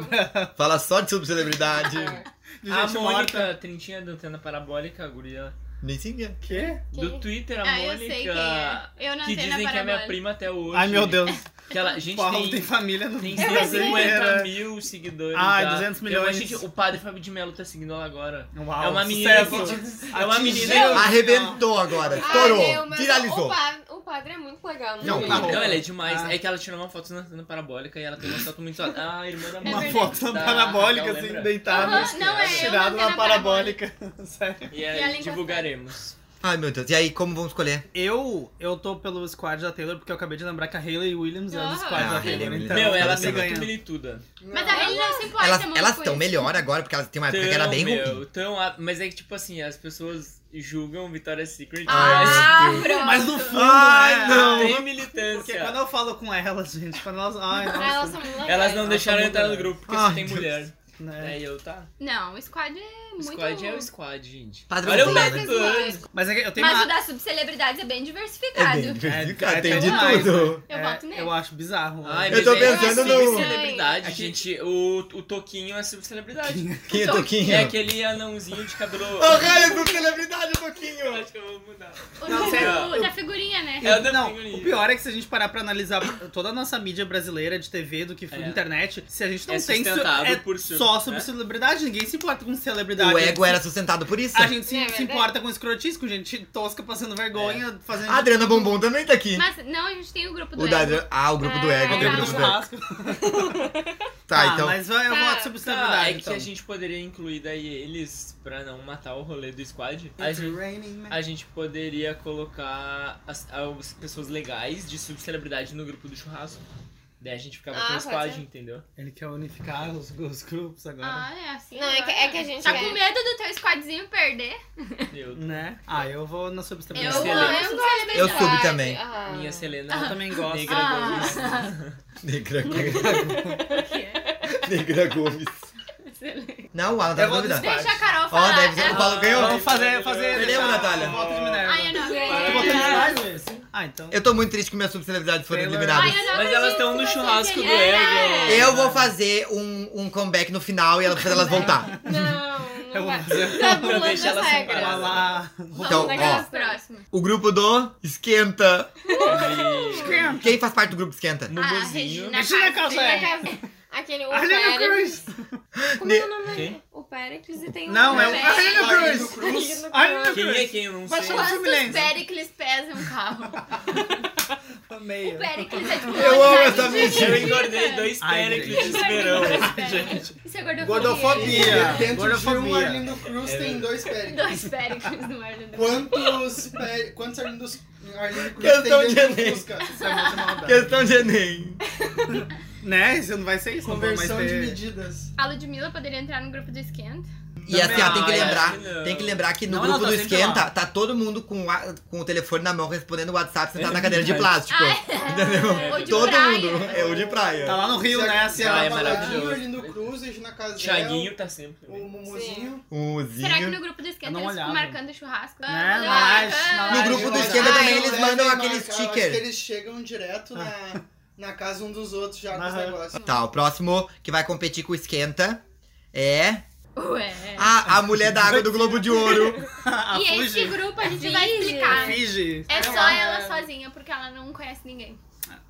Speaker 4: Fala só de subcelebridade.
Speaker 6: De
Speaker 1: A
Speaker 6: gente morta.
Speaker 1: Mônica, trintinha da antena parabólica, a guria
Speaker 4: Nem sei quem é.
Speaker 6: Quê?
Speaker 1: do Twitter, a
Speaker 7: Ah, eu sei quem
Speaker 1: Mônica,
Speaker 7: é. Eu não
Speaker 1: que
Speaker 7: sei
Speaker 1: dizem que
Speaker 7: na
Speaker 1: é minha
Speaker 7: parabólica.
Speaker 1: prima até hoje.
Speaker 6: Ai, meu Deus.
Speaker 1: Que ela, gente,
Speaker 6: Paulo tem,
Speaker 1: tem,
Speaker 6: família no
Speaker 1: tem
Speaker 6: Brasil
Speaker 1: 50
Speaker 6: inteira.
Speaker 1: mil seguidores.
Speaker 6: Ai,
Speaker 1: já.
Speaker 6: 200
Speaker 1: Eu-
Speaker 6: milhões.
Speaker 1: gente, o padre Fábio de Mello tá seguindo ela agora.
Speaker 6: Uau,
Speaker 1: é uma menina que-
Speaker 6: sucesso.
Speaker 1: é uma
Speaker 6: Atingiu-
Speaker 1: menina-
Speaker 4: Arrebentou agora, estourou, viralizou.
Speaker 5: O, pa- o padre é muito legal.
Speaker 4: Não,
Speaker 5: né?
Speaker 4: tá bom.
Speaker 1: Não, ela é demais.
Speaker 6: Ah.
Speaker 1: É que ela tirou uma foto na antena parabólica e ela tem uma foto muito. Ah, a irmã da
Speaker 7: É
Speaker 6: Uma
Speaker 1: Mônica.
Speaker 6: foto
Speaker 1: da-
Speaker 6: parabólica,
Speaker 1: Raquel,
Speaker 6: assim,
Speaker 1: lembra?
Speaker 6: deitada.
Speaker 7: Aham, não, é, eu
Speaker 6: tirado
Speaker 7: não sei
Speaker 6: na
Speaker 7: na
Speaker 6: parabólica. <laughs> Sério.
Speaker 1: E
Speaker 7: E ela
Speaker 1: aí,
Speaker 7: encostou.
Speaker 1: divulgaremos.
Speaker 4: Ai, meu Deus. E aí, como vamos escolher?
Speaker 6: Eu, eu tô pelo squad da Taylor, porque eu acabei de lembrar que a Hayley Williams é
Speaker 7: Ah,
Speaker 6: do squad
Speaker 4: a
Speaker 6: da
Speaker 4: Hayley
Speaker 6: Taylor.
Speaker 4: Williams.
Speaker 6: Então,
Speaker 1: Meu, ela
Speaker 4: ela
Speaker 1: sempre
Speaker 4: sempre
Speaker 1: muito
Speaker 6: ganha.
Speaker 1: milituda.
Speaker 7: Mas a Hailey não se importa
Speaker 4: Elas
Speaker 7: muito
Speaker 4: elas
Speaker 7: com
Speaker 4: estão
Speaker 7: isso.
Speaker 4: melhor agora, porque elas têm
Speaker 6: Ah,
Speaker 4: uma época que
Speaker 6: é
Speaker 4: era
Speaker 1: Tão,
Speaker 4: bem ruim.
Speaker 1: meu, tão a- Mas é que, tipo assim, as pessoas julgam Vitória Secret.
Speaker 7: Ah,
Speaker 4: Ai,
Speaker 7: pronto.
Speaker 6: Mas no fundo,
Speaker 4: Ai,
Speaker 6: né?
Speaker 1: mas
Speaker 4: não.
Speaker 1: tem
Speaker 6: Porque quando
Speaker 1: militância.
Speaker 6: eu falo com elas, gente, quando elas. Ai, nossa.
Speaker 5: Ah, Elas são muito legais.
Speaker 1: Elas não
Speaker 6: Elas
Speaker 1: deixaram
Speaker 6: são
Speaker 1: entrar no
Speaker 6: mulheres.
Speaker 1: grupo porque
Speaker 4: Ai,
Speaker 1: só tem
Speaker 4: Deus.
Speaker 1: mulher.
Speaker 6: né?
Speaker 1: Daí eu, tá.
Speaker 7: Não, o squad é
Speaker 1: O
Speaker 7: muito.
Speaker 1: squad é o squad, gente. Olha
Speaker 4: Padrãozinho.
Speaker 1: o
Speaker 7: Mas
Speaker 1: método
Speaker 7: é
Speaker 1: antes.
Speaker 6: Mas é que eu tenho
Speaker 7: Mas o
Speaker 6: uma...
Speaker 7: das subcelebridades é bem
Speaker 4: É
Speaker 7: diversificado.
Speaker 4: bem diversificado,
Speaker 6: É,
Speaker 4: tem
Speaker 6: é
Speaker 4: de
Speaker 6: demais,
Speaker 4: tudo.
Speaker 7: Eu
Speaker 6: é,
Speaker 7: voto nele.
Speaker 6: Eu acho bizarro.
Speaker 1: Ai,
Speaker 4: Eu tô
Speaker 1: mas é
Speaker 4: pensando no-
Speaker 1: Subcelebridade,
Speaker 4: É que-
Speaker 1: gente. O, o Toquinho é subcelebridade.
Speaker 4: Quem é
Speaker 7: Então,
Speaker 4: Toquinho?
Speaker 1: É aquele anãozinho de cabelo.
Speaker 4: Ô, cara, é celebridade, Toquinho!
Speaker 1: Eu acho que eu vou mudar.
Speaker 7: O
Speaker 6: Não,
Speaker 7: do-
Speaker 1: sério,
Speaker 7: o da figurinha, né?
Speaker 1: É o da
Speaker 6: não,
Speaker 1: figurinha.
Speaker 6: o pior é que se a gente parar pra analisar toda a nossa mídia brasileira de TV, do que foi
Speaker 1: É.
Speaker 6: internet, se a gente não
Speaker 1: É
Speaker 6: tem su-
Speaker 1: sustentável
Speaker 6: é
Speaker 1: por su-
Speaker 6: só
Speaker 1: né?
Speaker 6: sobre celebridade, ninguém se importa com celebridade.
Speaker 4: O ego era sustentado por isso.
Speaker 6: A gente se,
Speaker 5: É
Speaker 6: se
Speaker 5: verdade.
Speaker 6: importa com escrotice, com gente tosca passando vergonha,
Speaker 4: É.
Speaker 6: fazendo.
Speaker 4: A Adriana Bombom também tá aqui.
Speaker 7: Mas não, a gente tem o grupo do
Speaker 4: O da
Speaker 7: Ego.
Speaker 4: Adriana... Ah, o grupo do
Speaker 7: Ah,
Speaker 4: ego.
Speaker 7: é
Speaker 4: o
Speaker 6: Comprei
Speaker 4: grupo
Speaker 7: não.
Speaker 6: um
Speaker 4: do ego.
Speaker 6: churrasco. Ah,
Speaker 4: Tá, então.
Speaker 6: Mas eu, eu
Speaker 7: Tá.
Speaker 6: voto sobre
Speaker 1: Tá,
Speaker 6: celebridade.
Speaker 1: é que
Speaker 6: então.
Speaker 1: a gente poderia incluir daí eles pra não matar o rolê do squad. A
Speaker 6: It's
Speaker 1: gente,
Speaker 6: raining men.
Speaker 1: a gente poderia colocar as, as pessoas legais de subcelebridade no grupo do churrasco. Daí a gente ficava
Speaker 5: Ah,
Speaker 1: com o
Speaker 5: pode
Speaker 1: squad,
Speaker 5: ser.
Speaker 1: entendeu?
Speaker 6: Ele quer unificar os, os grupos agora.
Speaker 7: Ah, é assim.
Speaker 5: Não, é que- é que a gente
Speaker 7: Tá
Speaker 5: quer.
Speaker 7: com medo do teu squadzinho perder?
Speaker 1: Eu,
Speaker 6: Né? Ah, eu vou na
Speaker 7: Eu
Speaker 1: Excelente.
Speaker 7: vou,
Speaker 6: subcelebridade.
Speaker 7: eu sou celebridade.
Speaker 4: Eu subi também.
Speaker 5: Ah.
Speaker 1: minha Selena
Speaker 6: Eu também gosto.
Speaker 1: Negra
Speaker 7: Ah.
Speaker 1: Gomes.
Speaker 4: Negra Gomes. <laughs>
Speaker 7: Excelente.
Speaker 4: Negra Gomes. Não, o Alan tá
Speaker 6: Eu
Speaker 4: com
Speaker 6: vou
Speaker 4: dúvida.
Speaker 6: descartar.
Speaker 7: Deixa a Carol
Speaker 4: Ó,
Speaker 7: falar.
Speaker 4: deve ser. O
Speaker 7: Ela-
Speaker 1: um
Speaker 4: Paulo ganhou.
Speaker 6: Vamos fazer, fazer.
Speaker 4: Perdeu,
Speaker 6: deixar
Speaker 4: Natália?
Speaker 6: o voto de Minerva.
Speaker 7: Ai, eu não
Speaker 6: Tu votou em
Speaker 7: acredito.
Speaker 6: Minerva, Luiz? Ah, então.
Speaker 4: Eu tô muito triste que minhas subcelebridades foram
Speaker 6: Taylor.
Speaker 4: eliminadas.
Speaker 7: Ai, eu não
Speaker 1: Mas
Speaker 7: acredito
Speaker 1: elas estão
Speaker 7: que
Speaker 1: no
Speaker 7: você
Speaker 1: churrasco do
Speaker 7: ganhou. É.
Speaker 1: Ego.
Speaker 4: Eu vou fazer um, um comeback no final e ela- pra elas voltar.
Speaker 6: <laughs>
Speaker 5: Não, não
Speaker 6: Eu vou
Speaker 5: vai.
Speaker 6: fazer.
Speaker 5: Tá
Speaker 1: Eu
Speaker 5: burlando
Speaker 1: deixo ela
Speaker 5: as
Speaker 1: sem
Speaker 5: regras.
Speaker 6: Vai lá.
Speaker 4: Então,
Speaker 5: naquela
Speaker 4: ó,
Speaker 7: Próximo.
Speaker 4: o grupo do Esquenta.
Speaker 1: E
Speaker 4: Quem faz parte do grupo Esquenta?
Speaker 7: A é.
Speaker 1: Mumuzinho.
Speaker 7: Regina
Speaker 6: Regina
Speaker 7: Castro.
Speaker 5: Vai
Speaker 6: Calzé.
Speaker 5: casa- Aquele, o
Speaker 6: Arliana
Speaker 5: Péricles.
Speaker 6: Cruz.
Speaker 5: Como é o nome dele?
Speaker 1: Quem?
Speaker 5: O Péricles e tem um...
Speaker 6: Não, é o
Speaker 7: Cruz.
Speaker 6: Arliana
Speaker 3: Arliana
Speaker 6: Cruz.
Speaker 3: Cruz.
Speaker 6: Arliana
Speaker 1: Quem é
Speaker 6: Cruz.
Speaker 1: quem? Eu não
Speaker 6: Mas
Speaker 1: sei.
Speaker 6: chama-
Speaker 7: Quantos
Speaker 6: Fluminense.
Speaker 7: Pericles pesa um carro?
Speaker 6: Amei.
Speaker 7: O <laughs> Pericles é tipo uma
Speaker 4: Eu amo
Speaker 7: unidade
Speaker 4: essa
Speaker 7: de-
Speaker 1: Eu
Speaker 4: mentira.
Speaker 1: engordei dois
Speaker 6: Ai,
Speaker 1: Péricles de
Speaker 7: gente.
Speaker 1: verão. <laughs>
Speaker 7: Isso é gordofobia.
Speaker 6: Gordofobia.
Speaker 3: Dentro de um
Speaker 6: Gordofobia.
Speaker 3: Arlindo Cruz
Speaker 1: É.
Speaker 3: tem
Speaker 1: <laughs>
Speaker 3: dois pés.
Speaker 7: Dois Pericles no ar do
Speaker 3: Quantos pé- Quantos Arlindos... Arlindo Cruz
Speaker 4: Questão
Speaker 3: tem
Speaker 4: de
Speaker 3: dentro
Speaker 4: Enem.
Speaker 3: do Fusca?
Speaker 6: Isso é muito maldade.
Speaker 4: Questão de Enem.
Speaker 6: Né? Isso não vai ser isso. não vai mais
Speaker 3: Conversão de
Speaker 6: ter-
Speaker 3: medidas.
Speaker 7: A Ludmilla poderia entrar no grupo do Esquenta.
Speaker 4: E assim, ó, tem que
Speaker 1: Também, ah,
Speaker 4: lembrar.
Speaker 1: acho que não.
Speaker 4: Tem que lembrar que no
Speaker 6: Não,
Speaker 4: grupo
Speaker 6: não, tá
Speaker 4: do
Speaker 6: sempre
Speaker 4: Esquenta
Speaker 6: lá.
Speaker 4: tá todo mundo com, a- com o telefone na mão respondendo o WhatsApp sentado na cadeira de plástico. <laughs> Entendeu?
Speaker 7: Ou de
Speaker 4: todo
Speaker 7: praia.
Speaker 4: mundo. É o de praia.
Speaker 6: Tá lá no Rio,
Speaker 3: Se a-
Speaker 6: né?
Speaker 3: Se
Speaker 6: Assim,
Speaker 1: Ah,
Speaker 3: a
Speaker 1: é
Speaker 3: Paladinho,
Speaker 1: maravilhoso.
Speaker 3: Arlindo Cruz, Regina Casel,
Speaker 1: Thiaguinho tá sempre.
Speaker 3: o Mumuzinho...
Speaker 4: Um Uzinho.
Speaker 7: Será que no grupo do Esquenta
Speaker 6: Eu não
Speaker 7: eles ficam
Speaker 6: olhava.
Speaker 7: marcando churrasco?
Speaker 6: Né?
Speaker 7: Não,
Speaker 6: Na laje,
Speaker 7: ah,
Speaker 6: na
Speaker 4: No
Speaker 6: laje.
Speaker 4: grupo do
Speaker 3: Ah,
Speaker 4: esquerda
Speaker 3: eu
Speaker 4: também
Speaker 3: acho
Speaker 4: eles
Speaker 3: que
Speaker 4: mandam
Speaker 3: devem
Speaker 4: aquele
Speaker 3: marcar, eu Acho que
Speaker 4: sticker.
Speaker 3: eles chegam direto na, na casa um dos outros já com os
Speaker 6: Aham.
Speaker 3: negócios.
Speaker 4: Tá, o próximo que vai competir com o Esquenta é
Speaker 7: Ué.
Speaker 4: a, a mulher da água do Globo de
Speaker 5: <laughs>
Speaker 4: Ouro.
Speaker 6: <laughs> A
Speaker 7: e esse
Speaker 6: Fuji.
Speaker 7: grupo a gente vai
Speaker 5: Finge.
Speaker 7: explicar.
Speaker 6: Finge.
Speaker 7: É
Speaker 3: Sei
Speaker 7: só
Speaker 3: lá.
Speaker 7: ela sozinha, porque ela não conhece ninguém.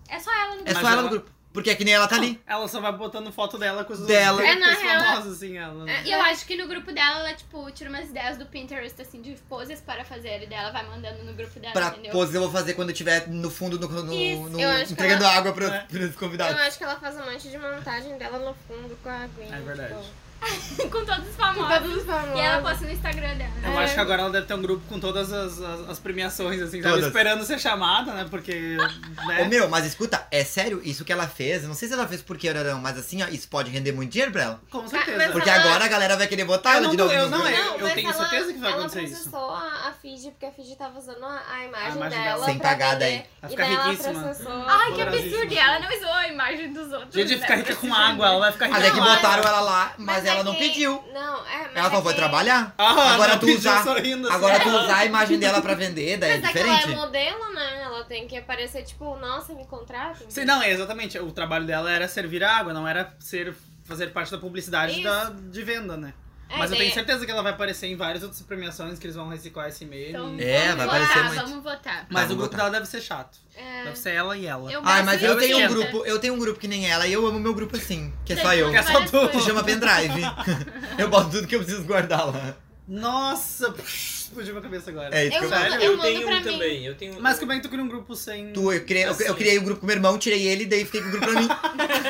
Speaker 7: É só ela no
Speaker 4: É
Speaker 7: grupo.
Speaker 6: Mas
Speaker 4: só ela
Speaker 6: ela-
Speaker 4: no grupo. Porque é que nem ela tá ali.
Speaker 6: Ela só vai botando foto dela com os
Speaker 4: Dela.
Speaker 5: É, na
Speaker 6: os
Speaker 5: real,
Speaker 6: famosos, assim, ela.
Speaker 7: E eu acho que no grupo dela, ela, tipo, tira umas ideias do Pinterest, assim, de poses para fazer. E dela vai mandando no grupo dela,
Speaker 4: Pra
Speaker 7: entendeu?
Speaker 4: pose que eu vou fazer quando eu estiver no fundo, no, no-
Speaker 5: É, Isso,
Speaker 4: no-
Speaker 5: eu acho que
Speaker 4: entregando água pros,
Speaker 6: É.
Speaker 4: pros
Speaker 5: Eu
Speaker 4: convidados.
Speaker 5: acho que ela faz um monte de montagem dela no fundo com a aguinha.
Speaker 6: É verdade.
Speaker 5: tipo,
Speaker 7: <laughs> Com todos os
Speaker 5: Com
Speaker 7: famosos.
Speaker 5: todos os famosos.
Speaker 7: E ela posta no Instagram dela.
Speaker 6: Eu
Speaker 5: É.
Speaker 6: acho que agora ela deve ter um grupo com todas as, as, as premiações, assim, sabe?
Speaker 4: Todas.
Speaker 6: Esperando ser chamada, né? Porque.
Speaker 4: Ô,
Speaker 6: Né?
Speaker 4: meu, mas escuta, é sério isso que ela fez? eu Não sei se ela fez porque era não, mas assim, ó, isso pode render muito dinheiro pra ela.
Speaker 6: Com
Speaker 5: mas-
Speaker 6: certeza.
Speaker 4: Porque
Speaker 5: Ela-
Speaker 4: agora a galera vai querer botar
Speaker 6: Eu
Speaker 4: ela de
Speaker 6: não-
Speaker 4: novo.
Speaker 6: eu
Speaker 4: no
Speaker 6: não- é.
Speaker 4: grupo.
Speaker 6: eu- eu
Speaker 5: mas
Speaker 6: tenho
Speaker 5: ela-
Speaker 6: certeza que vai acontecer
Speaker 5: Ela processou a, a Fiji porque a Fiji tava usando a, a imagem,
Speaker 6: imagem dela.
Speaker 5: dela.
Speaker 4: Sem
Speaker 5: pra
Speaker 4: pagar
Speaker 5: vender.
Speaker 4: daí.
Speaker 6: Vai
Speaker 5: E
Speaker 6: ficar
Speaker 5: daí ela
Speaker 6: riquíssima.
Speaker 5: processou.
Speaker 7: Ai, que
Speaker 6: Poderosíssima.
Speaker 7: absurdo! E ela não usou a imagem dos outros.
Speaker 6: Gente, ficar
Speaker 7: né?
Speaker 6: rica com água, ela vai ficar rica
Speaker 4: Mas é que
Speaker 6: com água.
Speaker 4: botaram ela lá, mas,
Speaker 5: é
Speaker 4: ela não
Speaker 5: que-
Speaker 4: pediu.
Speaker 5: Não, é, mas
Speaker 4: Ela só
Speaker 5: é
Speaker 4: foi
Speaker 5: que-
Speaker 4: trabalhar.
Speaker 6: Ah,
Speaker 4: Agora
Speaker 6: ela
Speaker 4: tu
Speaker 6: pediu
Speaker 4: usar-
Speaker 6: sorrindo, assim.
Speaker 4: Agora tu usar a imagem dela pra vender, daí é
Speaker 5: Mas é que ela é
Speaker 4: diferente.
Speaker 5: modelo, né? Ela tem que aparecer, tipo, nossa, me contrata.
Speaker 6: Sim, não, é exatamente. O trabalho dela era servir a água, não era ser, fazer parte da publicidade
Speaker 5: Isso.
Speaker 6: da, de venda, né?
Speaker 5: É,
Speaker 6: Mas eu
Speaker 5: daí-
Speaker 6: tenho certeza que ela vai aparecer em várias outras premiações que eles vão reciclar esse meme.
Speaker 7: Então,
Speaker 4: É, vai
Speaker 7: vamos votar,
Speaker 4: aparecer muito.
Speaker 7: Vamos votar.
Speaker 6: Mas
Speaker 4: Tá, vou
Speaker 6: o grupo
Speaker 4: botar.
Speaker 6: dela deve ser chato.
Speaker 5: É.
Speaker 6: Deve ser ela e ela.
Speaker 7: Eu
Speaker 4: Ai,
Speaker 7: boto
Speaker 4: mas eu
Speaker 7: no
Speaker 4: tenho um
Speaker 7: esquenta.
Speaker 4: grupo, eu tenho um grupo que nem ela e eu amo meu grupo assim, que é só
Speaker 7: Daí
Speaker 4: eu.
Speaker 7: vão
Speaker 6: Que é só
Speaker 7: várias
Speaker 6: tu.
Speaker 7: coisas.
Speaker 4: Se chama pendrive. <laughs> eu boto tudo que eu preciso guardar lá.
Speaker 6: Nossa, <laughs> explodiu minha cabeça agora.
Speaker 4: É isso
Speaker 5: Eu
Speaker 4: que eu
Speaker 5: mando-
Speaker 4: faço.
Speaker 1: Sério?
Speaker 5: eu
Speaker 1: Eu
Speaker 5: mando
Speaker 1: tenho
Speaker 5: pra
Speaker 1: um
Speaker 5: mim.
Speaker 1: também. Eu tenho um.
Speaker 6: Mas como é que tu cria um grupo sem.
Speaker 4: Tu, eu criei, eu, eu
Speaker 1: Assim.
Speaker 4: criei o grupo com meu irmão, tirei ele, daí fiquei com o grupo pra mim.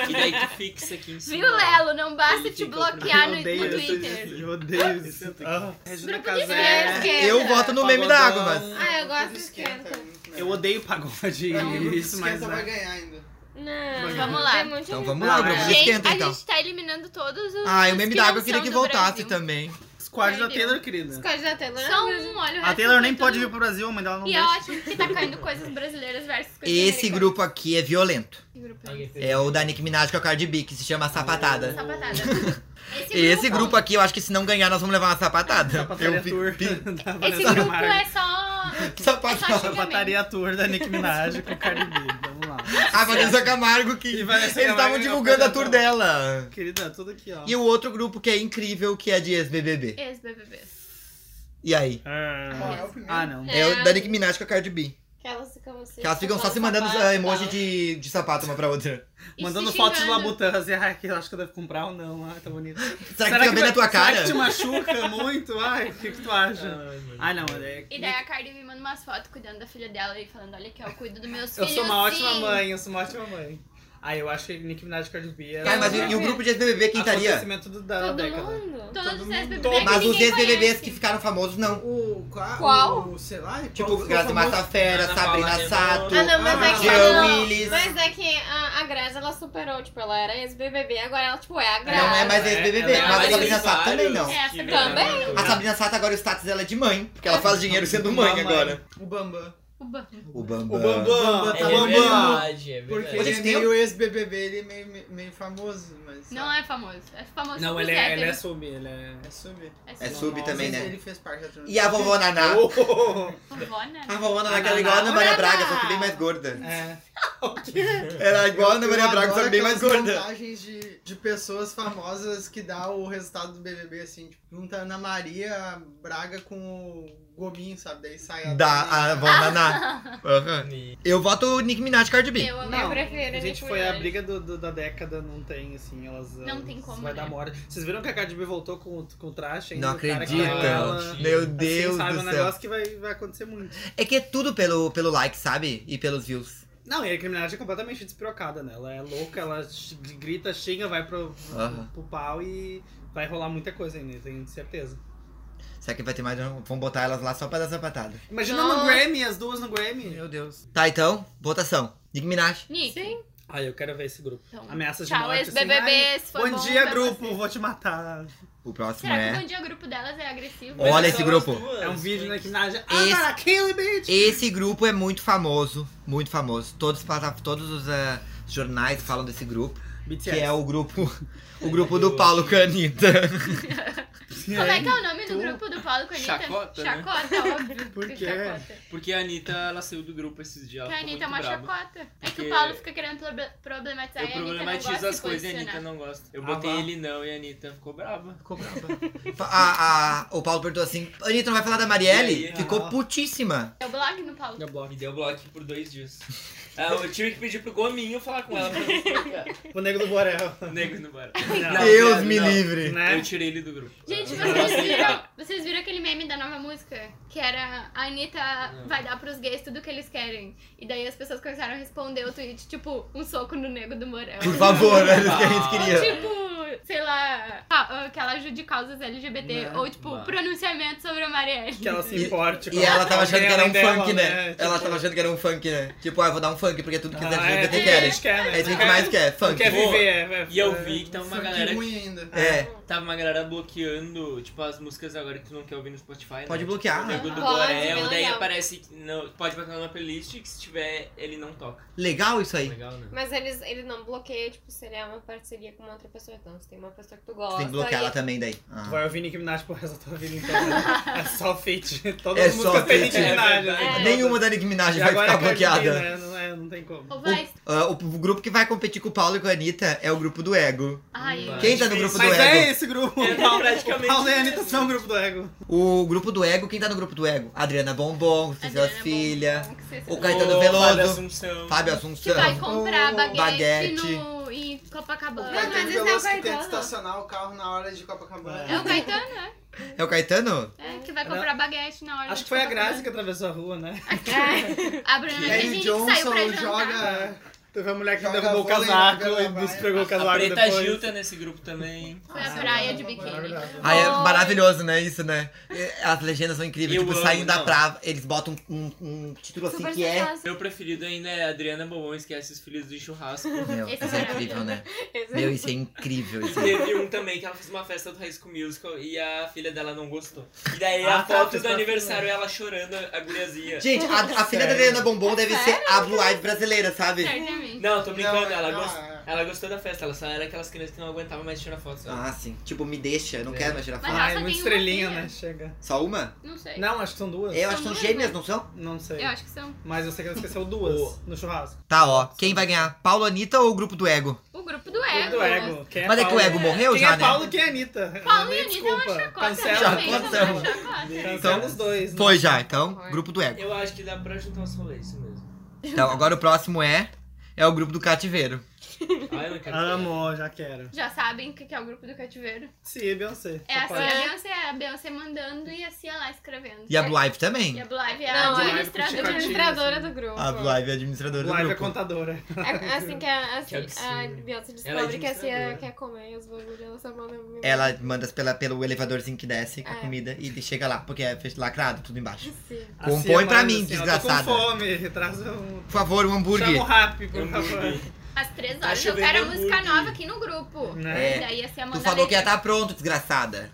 Speaker 1: E daí tu fixa aqui em cima.
Speaker 7: Viu, Lelo? Não basta
Speaker 1: Ele
Speaker 7: te
Speaker 1: ficou pra-
Speaker 7: bloquear no, no
Speaker 6: odeio essa
Speaker 7: Twitter.
Speaker 6: Eu odeio isso. Ah, Regina
Speaker 7: Grupo de
Speaker 6: Casé.
Speaker 5: esquerda.
Speaker 4: É, Eu voto no meme da água,
Speaker 6: Pagodão.
Speaker 4: mas.
Speaker 5: é Ah, eu gosto de
Speaker 3: Esquenta,
Speaker 5: esquenta.
Speaker 3: é muito melhor.
Speaker 6: Eu odeio pagode
Speaker 3: Pra mim, o
Speaker 6: e
Speaker 3: grupo
Speaker 6: isso, mas.
Speaker 3: Esquenta vai
Speaker 6: Né?
Speaker 3: ganhar ainda.
Speaker 5: Não,
Speaker 7: Vamos lá.
Speaker 5: tem muito
Speaker 4: Então
Speaker 5: gente-
Speaker 4: vamos lá, o grupo
Speaker 6: Não,
Speaker 4: do
Speaker 7: Gente,
Speaker 4: esquenta
Speaker 7: a
Speaker 4: então.
Speaker 7: gente tá eliminando todos os.
Speaker 4: Ah, e o
Speaker 7: os
Speaker 4: meme
Speaker 7: que
Speaker 4: da
Speaker 7: não
Speaker 4: água eu queria
Speaker 7: são
Speaker 4: que
Speaker 7: do
Speaker 4: voltasse
Speaker 7: Brasil.
Speaker 4: também.
Speaker 6: squad da
Speaker 7: Perdeu.
Speaker 6: Taylor, querida.
Speaker 5: Squad da Taylor.
Speaker 7: São um olho
Speaker 6: A Taylor nem pode vir pro Brasil, a mãe dela não
Speaker 7: E
Speaker 6: deixa.
Speaker 7: é ótimo que tá caindo coisas brasileiras versus coisas
Speaker 4: Esse
Speaker 7: americanas.
Speaker 4: grupo aqui é violento.
Speaker 7: Esse grupo.
Speaker 1: Alguém fez
Speaker 4: É o da Nick Minaj com a Cardi B, que se chama Sapatada.
Speaker 7: Sapatada. né?
Speaker 6: <laughs>
Speaker 7: Esse, é
Speaker 4: Esse grupo aqui, eu acho que se não ganhar, nós vamos levar uma sapatada.
Speaker 6: Sapataria
Speaker 4: Eu fi- <laughs>
Speaker 6: Tour.
Speaker 4: fi-
Speaker 6: da
Speaker 7: Esse
Speaker 6: Vanessa
Speaker 7: grupo
Speaker 6: Camargo.
Speaker 7: é só.
Speaker 4: Sapatada.
Speaker 6: Sapataria Tour da
Speaker 7: <laughs>
Speaker 6: Nick Minaj com Cardi B. Vamos lá.
Speaker 4: A Vanessa Camargo, que
Speaker 6: E Vanessa
Speaker 4: eles estavam
Speaker 6: Camargo e
Speaker 4: divulgando a tour
Speaker 6: Alfredo
Speaker 4: dela.
Speaker 6: Querida, tudo aqui, ó.
Speaker 4: E o outro grupo que é incrível, que é de ex-BBB.
Speaker 7: Ex-BBB.
Speaker 4: E aí?
Speaker 6: Ah,
Speaker 3: é o primeiro.
Speaker 6: ah, não.
Speaker 4: É o da Nicki Minaj com a Cardi B.
Speaker 5: Que elas ficam assim.
Speaker 4: Que elas ficam só se
Speaker 5: soltando
Speaker 4: mandando
Speaker 5: sapato, tá.
Speaker 4: ah, emoji
Speaker 5: tal.
Speaker 4: de, de sapato uma pra outra.
Speaker 7: E
Speaker 6: Mandando
Speaker 7: se
Speaker 6: fotos de
Speaker 7: xingando.
Speaker 6: labutãs assim, ai, que eu acho que eu devo comprar ou não, ai, tá bonito.
Speaker 4: Será que fica bem
Speaker 6: vai-
Speaker 4: na tua cara?
Speaker 6: Será que te machuca muito? Ai, o que, que tu acha? Ah, não, é...
Speaker 7: E daí a Cardi me manda umas fotos cuidando da filha dela e falando: Olha aqui, eu cuido dos meus
Speaker 6: Eu
Speaker 7: filhos.
Speaker 6: sou uma ótima
Speaker 7: sim."
Speaker 6: mãe, eu sou uma ótima mãe. Ai, eu acho que Nick Minaj e Cardi B é
Speaker 4: Cara, mas e, e o grupo de ex-BBB quem estaria?
Speaker 6: acontecimento do- da
Speaker 5: Todo
Speaker 6: década.
Speaker 5: mundo.
Speaker 7: Todos os
Speaker 6: Todo mundo-
Speaker 4: Mas
Speaker 7: ex-BBB. É que
Speaker 4: os
Speaker 7: ninguém
Speaker 4: ex-BBBs
Speaker 7: conhece.
Speaker 4: que ficaram famosos, não.
Speaker 3: O, ca-
Speaker 5: Qual?
Speaker 3: O, sei lá,
Speaker 4: Tipo,
Speaker 3: qual foi o
Speaker 4: Grazi
Speaker 3: famoso-
Speaker 4: Massafera,
Speaker 1: Ana
Speaker 4: Sabrina
Speaker 1: Paula
Speaker 4: Sato,
Speaker 1: Renault.
Speaker 5: Ah, não, mas é que.
Speaker 4: Jean
Speaker 5: não.
Speaker 4: Willis.
Speaker 5: Mas é que a, a Grazi, ela superou, tipo, ela era ex-BBB, agora ela, tipo, é a Grazi.
Speaker 4: Não é mais
Speaker 6: Ela é-
Speaker 4: ex-BBB,
Speaker 6: ela é
Speaker 4: mas a
Speaker 6: mais
Speaker 4: Sabrina Sato também não.
Speaker 7: É, essa
Speaker 5: também.
Speaker 4: A Sabrina Sato agora o status dela é de mãe, porque ela faz dinheiro sendo mãe
Speaker 6: Mamãe.
Speaker 4: agora.
Speaker 3: O Bambam.
Speaker 7: O Ban-
Speaker 4: O Bambam.
Speaker 2: O Bambam,
Speaker 1: É
Speaker 2: tá bombando.
Speaker 1: verdade, é
Speaker 3: Porque
Speaker 1: verdade.
Speaker 3: ele
Speaker 4: Vocês
Speaker 3: é
Speaker 4: têm-
Speaker 3: meio ex-BBB, ele é meio, meio- meio famoso, mas... ah,
Speaker 7: Não é famoso. É famoso
Speaker 6: Não,
Speaker 7: pros
Speaker 6: ele é, ele é
Speaker 7: héteros.
Speaker 6: sub, ele é...
Speaker 3: É sub.
Speaker 4: É
Speaker 7: só-
Speaker 4: sub também,
Speaker 3: Mas
Speaker 4: né?
Speaker 3: Ele fez parte da turma.
Speaker 4: E a vovó Naná.
Speaker 6: Oh, oh, oh.
Speaker 7: Vovó, né?
Speaker 4: A vovó Naná que era igual a Ana Maria Braga, só que bem mais gorda.
Speaker 6: É.
Speaker 4: Era igual a Ana
Speaker 3: Eu
Speaker 4: Maria Braga, só
Speaker 3: adoro
Speaker 4: que bem mais
Speaker 3: aquelas
Speaker 4: gorda.
Speaker 3: montagens de, de pessoas famosas que dá o resultado do BBB, assim. Tipo, junta a Ana Maria Braga com o Gominho, sabe? Daí sai a...
Speaker 4: Da a vovó Naná. Aham. Eu voto Nick Minaj e Cardi B.
Speaker 5: É Eu, eu
Speaker 6: Não,
Speaker 5: prefiro
Speaker 6: a gente
Speaker 5: Nicki
Speaker 6: foi a
Speaker 5: Minaj.
Speaker 6: briga do- do- da década, não tem, assim, elas...
Speaker 7: Não tem como,
Speaker 6: Vai
Speaker 7: né?
Speaker 6: dar morte. Vocês viram que a Cardi B voltou com, com o traje ainda?
Speaker 4: Não
Speaker 6: o um cara que
Speaker 4: acredito.
Speaker 6: era ela,
Speaker 4: Meu
Speaker 6: assim,
Speaker 4: Deus
Speaker 6: sabe,
Speaker 4: do
Speaker 6: um
Speaker 4: céu.
Speaker 6: negócio que vai, vai acontecer muito.
Speaker 4: É que é tudo pelo, pelo like, sabe? E pelos views.
Speaker 6: Não, e a criminalidade é completamente despirocada, né? Ela é louca, ela ch- grita, xinga, vai pro, pro-
Speaker 4: Aham.
Speaker 6: pro pau e vai rolar muita coisa ainda, tenho certeza.
Speaker 4: Será que vai ter mais um? Vão botar elas lá só pra dar sapatada.
Speaker 6: Imagina
Speaker 5: Não.
Speaker 6: no Grammy, as duas no Grammy.
Speaker 4: Meu Deus. Tá, então, votação. Nick Minaj.
Speaker 7: Nick.
Speaker 6: Ai, eu quero ver esse grupo.
Speaker 7: Então,
Speaker 6: Ameaças de
Speaker 7: Tchau,
Speaker 6: morte. assim, ai,
Speaker 7: ex-BBBs. foi
Speaker 6: bom
Speaker 7: bom
Speaker 6: dia,
Speaker 7: pra
Speaker 6: grupo, Né?
Speaker 7: vocês.
Speaker 6: vou te matar.
Speaker 4: O próximo
Speaker 7: Será que o
Speaker 4: é.
Speaker 7: bom dia grupo delas é agressivo?
Speaker 4: Olha esse grupo.
Speaker 6: É um vídeo na criminalidade.
Speaker 4: Esse-
Speaker 6: Ah, kill me, bitch!
Speaker 4: Esse grupo é muito famoso. Muito famoso. Todos, os plata- todos os eh, jornais falam desse grupo. Que
Speaker 6: BTS.
Speaker 4: é o grupo. O grupo do Paulo Canita.
Speaker 7: Como é que é o nome do
Speaker 6: Tu-
Speaker 7: grupo do Paulo com a Anitta?
Speaker 1: Chacota, né?
Speaker 7: Chacota, óbvio.
Speaker 6: Por
Speaker 7: que
Speaker 6: quê?
Speaker 7: Chacota.
Speaker 1: Porque a Anitta, ela saiu do grupo esses dias.
Speaker 7: Porque a
Speaker 1: ela ficou
Speaker 7: Anitta é uma
Speaker 1: muito brava.
Speaker 7: chacota. É que
Speaker 1: Porque-
Speaker 7: o Paulo fica querendo proble- problematizar
Speaker 1: Eu
Speaker 7: e a Anitta não gosta
Speaker 1: problematizo
Speaker 7: de
Speaker 1: as
Speaker 7: se
Speaker 1: coisas e a
Speaker 7: posicionar.
Speaker 1: Anitta não gosta. Eu
Speaker 6: Ah,
Speaker 1: botei
Speaker 6: vá.
Speaker 1: ele não e a Anitta ficou brava.
Speaker 6: Ficou brava.
Speaker 4: A- a- o Paulo perguntou assim: Anitta, não vai falar da Marielle?
Speaker 1: E aí?
Speaker 4: Ficou
Speaker 6: Ah.
Speaker 4: putíssima.
Speaker 7: Eu bloco no Paulo.
Speaker 6: Meu bloco.
Speaker 1: Me deu bloco por dois <laughs> dias. Ah, eu tive que pedir pro Gominho falar com ela pra não ficar
Speaker 6: O nego do Borel.
Speaker 1: negro no bar.
Speaker 6: Não,
Speaker 4: Deus
Speaker 1: não,
Speaker 4: me
Speaker 1: não.
Speaker 4: livre.
Speaker 6: né?
Speaker 1: Eu tirei ele do grupo.
Speaker 7: Gente,
Speaker 1: Eu não <laughs>
Speaker 7: vocês viram,
Speaker 1: aceitava.
Speaker 7: vocês viram aquele meme da nova música? Que era a Anitta vai dar pros gays tudo que eles querem. E daí as pessoas começaram a responder o tweet, tipo, um soco no nego do Morel.
Speaker 4: Por favor, era isso que a gente queria.
Speaker 7: Tipo, sei lá, ah, ah, que ela ajude causas LGBT.
Speaker 6: Né?
Speaker 7: Ou, tipo,
Speaker 1: Bah.
Speaker 7: pronunciamento sobre a Marielle.
Speaker 6: Que ela se
Speaker 4: E-
Speaker 6: importe. com
Speaker 4: E ela tava achando que era um
Speaker 6: alguém além
Speaker 4: funk,
Speaker 6: dela,
Speaker 4: né?
Speaker 6: Tipo,
Speaker 4: Ela tava achando que era um funk, né? Tipo, ah, eu vou dar um funk, porque é tudo que os
Speaker 6: ah,
Speaker 4: LGBT
Speaker 6: tudo que
Speaker 4: querem.
Speaker 6: eles querem, né?
Speaker 4: É isso que
Speaker 6: Não
Speaker 4: mais quer,
Speaker 6: não
Speaker 4: funk.
Speaker 6: quer
Speaker 1: Boa.
Speaker 6: viver. é- é-
Speaker 1: E eu vi que tava Então, uma
Speaker 3: Funk
Speaker 1: galera.
Speaker 3: ruim ainda.
Speaker 4: É,
Speaker 1: Tava uma galera bloqueando, tipo, as músicas agora que tu não quer ouvir no Spotify.
Speaker 4: Pode
Speaker 1: né?
Speaker 4: bloquear,
Speaker 1: Tipo, o nego
Speaker 5: né?
Speaker 1: do
Speaker 5: Pode,
Speaker 1: Borel,
Speaker 5: bem
Speaker 1: daí
Speaker 5: legal.
Speaker 1: aparece. que Não, pode botar na playlist que se tiver, ele não toca. tá
Speaker 4: legal isso aí.
Speaker 1: Legal, né?
Speaker 5: Mas eles, eles não bloqueiam, tipo, seria uma parceria com uma outra pessoa. Então, se tem uma pessoa que tu
Speaker 4: Tu
Speaker 5: gosta.
Speaker 4: tem que bloquear
Speaker 5: <laughs> e-
Speaker 4: ela também daí.
Speaker 6: Tu
Speaker 4: Ah.
Speaker 6: vai ouvir Nicki Minaj pro resto da tua vida,
Speaker 7: <laughs>
Speaker 6: então. né? É só feat. Todas
Speaker 4: É
Speaker 6: as
Speaker 4: só
Speaker 6: músicas tem
Speaker 4: feat.
Speaker 6: Nicki Minaj.
Speaker 1: É
Speaker 6: né?
Speaker 5: verdade.
Speaker 4: Nenhuma da Nicki Minaj
Speaker 6: E
Speaker 4: vai
Speaker 6: agora
Speaker 4: ficar
Speaker 6: é Cardi B,
Speaker 4: bloqueada.
Speaker 6: né? Não, é, não tem como.
Speaker 7: Ou vai...
Speaker 4: Ah, o, o grupo que vai competir com o Paulo e com a Anitta é o grupo do Ego.
Speaker 7: Ai,
Speaker 1: Vai.
Speaker 4: Quem tá no grupo do
Speaker 6: Mas é
Speaker 4: Ego?
Speaker 6: esse grupo.
Speaker 1: É,
Speaker 7: tá
Speaker 1: não, praticamente
Speaker 6: O Paulo e a Anitta
Speaker 1: mesmo.
Speaker 6: são o grupo do Ego.
Speaker 4: O grupo do Ego, quem tá no grupo do Ego? Adriana Bombom, Cecília
Speaker 7: Adriana
Speaker 4: Filha,
Speaker 7: Bombom, é que você
Speaker 4: o
Speaker 7: sabe.
Speaker 4: Caetano
Speaker 1: Ô, Fábio
Speaker 4: Veloso,
Speaker 1: Assunção.
Speaker 4: Fábio
Speaker 7: Que
Speaker 4: Assunção.
Speaker 7: vai comprar
Speaker 3: Oh,
Speaker 7: baguete,
Speaker 4: baguete.
Speaker 7: No, em Copacabana.
Speaker 5: Não, mas esse é o
Speaker 3: Veloso que
Speaker 5: Caetano.
Speaker 3: tenta estacionar o carro na hora de Copacabana.
Speaker 7: É o Caetano, né?
Speaker 4: É o Caetano?
Speaker 7: É, que vai comprar baguete na hora.
Speaker 6: Acho
Speaker 7: de
Speaker 6: que foi a
Speaker 7: Copacabana. <laughs>
Speaker 6: Grazi que atravessou a rua, né?
Speaker 7: A Bruna
Speaker 3: Carrie
Speaker 7: Virginia que saiu pra
Speaker 3: Johnson
Speaker 7: jantar.
Speaker 3: joga
Speaker 6: Teve a mulher que
Speaker 3: Joga
Speaker 6: derrubou o
Speaker 3: vôlei na
Speaker 6: casaco
Speaker 3: grama,
Speaker 6: e
Speaker 3: vai.
Speaker 6: despegou o
Speaker 1: A
Speaker 6: casaco
Speaker 1: Preta
Speaker 6: depois.
Speaker 1: Gil tá nesse grupo também.
Speaker 7: Foi a praia de biquíni.
Speaker 6: Maravilhoso.
Speaker 4: Aí é
Speaker 7: Oi.
Speaker 4: maravilhoso, né? Isso, né? E As legendas são incríveis.
Speaker 1: Eu
Speaker 4: tipo,
Speaker 1: amo,
Speaker 4: saindo da
Speaker 1: não.
Speaker 4: praia, eles botam um, um título assim
Speaker 7: Super
Speaker 4: que é.
Speaker 7: sensacional.
Speaker 1: Meu preferido ainda é Adriana Bobon Esquece os Filhos do Churrasco.
Speaker 4: Meu,
Speaker 7: Esse
Speaker 4: isso é
Speaker 7: é
Speaker 4: incrível, né?
Speaker 5: Esse-
Speaker 4: Meu, isso é incrível.
Speaker 1: <laughs>
Speaker 4: Isso é...
Speaker 1: <laughs> Teve um também que ela fez uma festa do High School Musical e a filha dela não gostou. E daí
Speaker 6: Ah,
Speaker 1: a
Speaker 6: tá,
Speaker 1: foto
Speaker 6: fez
Speaker 1: do
Speaker 6: uma
Speaker 1: aniversário ela chorando, a guriazinha.
Speaker 4: Gente, a, a filha da Adriana Bombom deve ser a Blue Eyes brasileira, sabe?
Speaker 7: Certamente.
Speaker 1: Não, tô brincando,
Speaker 3: Não,
Speaker 1: ela,
Speaker 3: não,
Speaker 1: gost-
Speaker 3: é.
Speaker 1: ela gostou da festa, ela só era aquelas crianças que não aguentavam mais tirar foto. sabe?
Speaker 4: Ah, sim. Tipo, me deixa, eu não
Speaker 1: É.
Speaker 4: quero mais tirar
Speaker 7: Mas
Speaker 4: foto.
Speaker 7: ela
Speaker 6: Ai,
Speaker 7: só
Speaker 6: muito
Speaker 7: tem uma
Speaker 6: estrelinha,
Speaker 7: filha.
Speaker 6: né? Chega.
Speaker 4: Só uma?
Speaker 7: Não sei.
Speaker 6: Não, acho que são duas.
Speaker 4: Eu acho que
Speaker 7: São
Speaker 4: são
Speaker 7: duas,
Speaker 4: gêmeas,
Speaker 7: né?
Speaker 4: não são?
Speaker 6: Não sei.
Speaker 7: Eu acho que são
Speaker 6: Mas eu sei que ela esqueceu duas no churrasco.
Speaker 4: Tá, ó. Quem vai ganhar? Paulo Anitta ou o grupo do Ego?
Speaker 7: o grupo do
Speaker 6: Quem é
Speaker 7: ego.
Speaker 6: do ego. Quem é
Speaker 4: Mas é que
Speaker 6: Paulo?
Speaker 4: o Ego morreu
Speaker 6: Quem
Speaker 4: já,
Speaker 6: é
Speaker 4: né?
Speaker 6: Paulo e quem é Anitta?
Speaker 7: Paulo e Anitta é uma
Speaker 6: Desculpa.
Speaker 7: chacota.
Speaker 6: Cancela.
Speaker 7: realmente, é uma
Speaker 4: cancela.
Speaker 7: chacota.
Speaker 6: Cancela os dois. né?
Speaker 4: Então, Foi já, então.
Speaker 5: Foi.
Speaker 4: Grupo do Ego.
Speaker 1: Então, Eu acho que dá pra juntar os rolês, isso mesmo.
Speaker 4: Então, agora o próximo é. É o grupo do cativeiro.
Speaker 1: Ai, eu não quero.
Speaker 6: Amo, já quero.
Speaker 7: Já sabem o que que é o grupo do cativeiro?
Speaker 6: Sim, Beyoncé.
Speaker 7: É a
Speaker 6: Só pode.
Speaker 7: Cia, a Beyoncé, a Beyoncé mandando e a Cia lá escrevendo.
Speaker 4: E a Blue Ivy
Speaker 7: É. E
Speaker 4: também.
Speaker 7: a Blue Ivy é a
Speaker 5: Não, é
Speaker 6: Ivy com
Speaker 7: administradora.
Speaker 6: chicotinho.
Speaker 5: administradora do grupo.
Speaker 4: A Blue Ivy é administradora do
Speaker 6: Live é
Speaker 4: grupo.
Speaker 6: contadora.
Speaker 5: É, assim que a, assim,
Speaker 1: Que absurdo.
Speaker 5: a Beyoncé
Speaker 1: Ela é
Speaker 5: descobre que a Cia
Speaker 1: administradora.
Speaker 5: quer comer os bagulhos, ela só manda um
Speaker 4: Ela manda pela, pelo elevadorzinho que desce com a
Speaker 5: É.
Speaker 4: comida e chega lá, porque é fech- lacrado, tudo embaixo.
Speaker 5: Sim.
Speaker 6: A
Speaker 4: Compõe
Speaker 6: Cia
Speaker 4: pra
Speaker 6: manda
Speaker 4: mim,
Speaker 6: assim, ó,
Speaker 4: desgraçada.
Speaker 6: Tô com fome, traz um...
Speaker 4: Por favor, um
Speaker 6: Chama o
Speaker 4: hambúrguer.
Speaker 6: rap, por
Speaker 1: Eu não
Speaker 6: favor.
Speaker 1: vi.
Speaker 7: Às três
Speaker 1: Tá
Speaker 7: horas eu
Speaker 1: chovendo
Speaker 7: quero música
Speaker 1: hambúrguer.
Speaker 7: nova aqui no grupo.
Speaker 4: Né?
Speaker 7: E daí a Cia manda
Speaker 4: Tu falou que ia
Speaker 7: letra.
Speaker 4: estar pronto, desgraçada.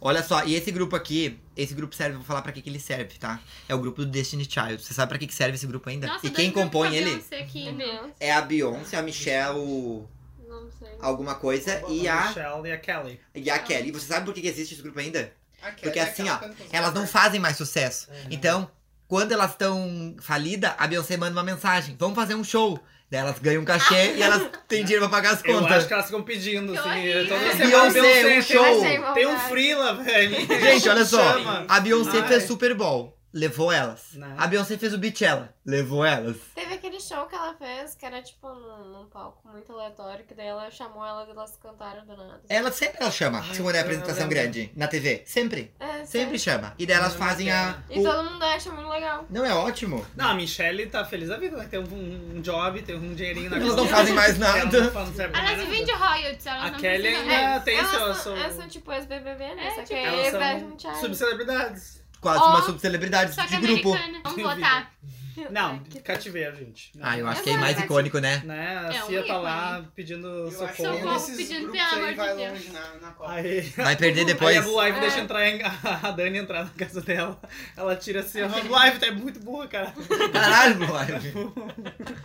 Speaker 4: Olha só, e esse grupo aqui, esse grupo serve, vou falar pra que, que ele serve, tá? É o grupo do Destiny Child. Você sabe pra que, que serve esse grupo ainda?
Speaker 7: Nossa,
Speaker 4: e
Speaker 7: dois
Speaker 4: quem
Speaker 7: grupos
Speaker 4: compõe
Speaker 7: da
Speaker 4: ele
Speaker 7: Beyoncé que-
Speaker 6: Uhum.
Speaker 5: Não,
Speaker 4: é a Beyoncé, a Michelle,
Speaker 5: não sei.
Speaker 4: alguma coisa, e a,
Speaker 6: Michelle e a Kelly.
Speaker 4: e a Kelly. Você sabe por que, que existe esse grupo ainda?
Speaker 3: A Kelly
Speaker 4: Porque
Speaker 3: é
Speaker 4: assim,
Speaker 3: aquela
Speaker 4: ó,
Speaker 3: cantora.
Speaker 4: elas não fazem mais sucesso.
Speaker 6: Uhum. É.
Speaker 4: Então, quando elas estão falidas, a Beyoncé manda uma mensagem: vamos fazer um show. Daí elas ganham um cachê e
Speaker 6: <laughs>
Speaker 4: elas têm dinheiro pra pagar as
Speaker 6: Eu acho
Speaker 4: contas.
Speaker 6: que elas ficam pedindo,
Speaker 7: Que
Speaker 6: assim.
Speaker 7: horrível.
Speaker 6: Toda semana
Speaker 4: Beyoncé, um
Speaker 6: Beyoncé,
Speaker 4: show.
Speaker 5: Achei uma
Speaker 6: tem um
Speaker 5: vontade.
Speaker 6: frila, velho.
Speaker 4: Gente, olha só.
Speaker 6: Chama.
Speaker 4: A Beyoncé
Speaker 6: Ai.
Speaker 4: fez Super Bowl, levou elas.
Speaker 6: Não.
Speaker 4: A Beyoncé fez o Beachella, levou elas.
Speaker 5: Teve aquele show que ela fez, que era tipo num, num palco muito aleatório, que daí ela chamou elas e elas cantaram do nada.
Speaker 4: Ela sempre ela chama,
Speaker 6: Ai,
Speaker 4: se quando é
Speaker 6: eu
Speaker 4: apresentação
Speaker 6: lembro.
Speaker 4: grande na TV. Sempre.
Speaker 5: É,
Speaker 4: Sempre chama. E daí elas
Speaker 6: Eu
Speaker 4: fazem a.
Speaker 5: E
Speaker 4: o-
Speaker 5: todo mundo acha muito legal.
Speaker 4: Não é ótimo?
Speaker 6: Não, a Michelle tá feliz da vida, né? Tem um, um job, tem um dinheirinho na
Speaker 4: Elas
Speaker 6: conta.
Speaker 4: não fazem mais
Speaker 6: Ela tá
Speaker 4: nada.
Speaker 6: não faz- não serve pra
Speaker 7: Elas
Speaker 6: nada.
Speaker 7: vivem de royalties, elas
Speaker 6: A
Speaker 7: não
Speaker 6: Kelly
Speaker 7: precisam.
Speaker 6: ainda- Ah, tem
Speaker 5: elas,
Speaker 6: seu-
Speaker 5: são,
Speaker 6: seu-
Speaker 5: elas só tipo ex-BBB, né?
Speaker 7: É,
Speaker 5: Só que
Speaker 7: tipo-
Speaker 5: é
Speaker 6: Elas
Speaker 5: Evelyn
Speaker 6: são
Speaker 5: Charles.
Speaker 6: subcelebridades.
Speaker 4: Quase
Speaker 7: Ó.
Speaker 4: uma subcelebridade
Speaker 7: Só que é
Speaker 4: de grupo.
Speaker 7: americana. Vamos votar. é
Speaker 6: Não, cativeiro, gente. Não.
Speaker 4: Ah, eu acho que é
Speaker 5: Essa é
Speaker 4: mais
Speaker 5: a-
Speaker 4: icônico, né?
Speaker 6: Né? A
Speaker 7: É um
Speaker 6: Cia tá
Speaker 7: ícone.
Speaker 6: lá pedindo
Speaker 3: Eu acho que
Speaker 7: Socorro,
Speaker 6: socorro.
Speaker 3: nesses
Speaker 7: pedindo,
Speaker 3: grupos
Speaker 7: pelo
Speaker 3: aí
Speaker 7: amor de
Speaker 3: vai
Speaker 7: Deus.
Speaker 3: longe na, na Copa.
Speaker 6: Aí,
Speaker 4: Vai perder depois.
Speaker 6: Aí a Blue Ivy
Speaker 5: É.
Speaker 6: deixa entrar em- <laughs> a Dani entrar na casa dela. Ela tira assim, a Blue Ivy tá muito burra, cara.
Speaker 4: Caralho, Blue Ivy.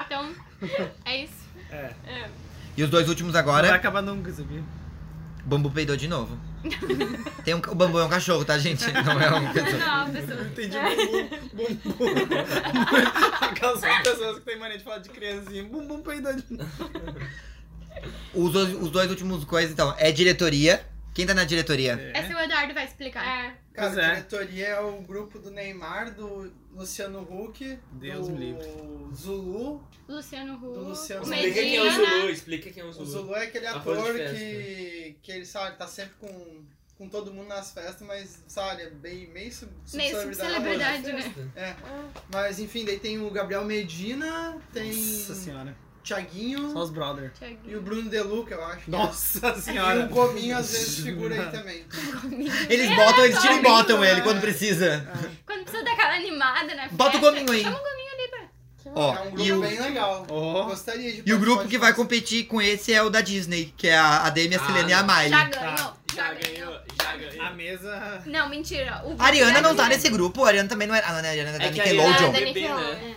Speaker 7: Então, é
Speaker 6: <laughs>
Speaker 7: isso.
Speaker 6: É.
Speaker 4: E os dois últimos
Speaker 6: Não vai
Speaker 4: agora,
Speaker 6: acabar nunca isso aqui.
Speaker 4: Bambu peidou de novo. Tem um, o Bambu é um cachorro, tá, gente? Não é um pessoa.
Speaker 7: Não, pessoa.
Speaker 6: Entendi bumbum, bumbum. Aquelas pessoas que têm mania de falar de criancinha. Bumbum peidando.
Speaker 4: Os, dois- os dois últimos coisas, então, é diretoria. Quem tá na diretoria?
Speaker 7: Essa o Eduardo vai explicar.
Speaker 5: É.
Speaker 3: Cara,
Speaker 6: Pois é.
Speaker 3: a diretoria é o grupo do Neymar, do Luciano Huck,
Speaker 6: Deus
Speaker 3: do
Speaker 6: me livre.
Speaker 3: Zulu.
Speaker 7: Luciano Huck.
Speaker 3: Do Luciano
Speaker 7: o
Speaker 3: Huck.
Speaker 1: Explica quem é o Zulu,
Speaker 7: Medina.
Speaker 1: explica quem é o
Speaker 3: O
Speaker 1: Zulu.
Speaker 3: Zulu é aquele
Speaker 1: Arroz de
Speaker 3: ator
Speaker 1: festa.
Speaker 3: que, que ele, sabe, tá sempre com, com todo mundo nas festas, mas, sabe, é bem, meio sub-
Speaker 7: Meio
Speaker 3: subcelebridade.
Speaker 7: subcelebridade, né?
Speaker 3: É. Mas, enfim, daí tem o Gabriel Medina, tem
Speaker 6: Nossa senhora. Só
Speaker 3: Thiaguinho
Speaker 6: os brother.
Speaker 3: e o Bruno Deluca, eu acho.
Speaker 6: Nossa
Speaker 3: E o
Speaker 6: senhora.
Speaker 3: Gominho, às
Speaker 4: <laughs>
Speaker 3: vezes, figura aí também.
Speaker 4: Eles botam, eles tiram e botam
Speaker 6: né?
Speaker 4: ele quando precisa.
Speaker 7: Quando precisa daquela animada, né?
Speaker 4: Bota o
Speaker 7: Festa,
Speaker 4: gominho aí.
Speaker 7: chama o
Speaker 3: É um
Speaker 4: Ó,
Speaker 3: grupo
Speaker 4: e o,
Speaker 3: bem legal. Eu
Speaker 6: Oh.
Speaker 3: Gostaria de
Speaker 4: e o grupo
Speaker 3: participar
Speaker 4: que vai
Speaker 3: disso.
Speaker 4: competir com esse é o da Disney, que é a, a Demi, a
Speaker 1: Ah,
Speaker 4: Selena e a
Speaker 1: não.
Speaker 7: Já
Speaker 4: Miley.
Speaker 7: ganhou.
Speaker 1: Já ganhou, já
Speaker 6: A
Speaker 1: ganhou.
Speaker 6: mesa.
Speaker 7: Não, mentira. O
Speaker 4: A Ariana não tá
Speaker 7: Gabriel-
Speaker 4: nesse grupo, a Ariana também não era. Ah, não, a Ariana era da
Speaker 1: É que a
Speaker 4: Nickelodeon.
Speaker 1: Ariana é bebê, né?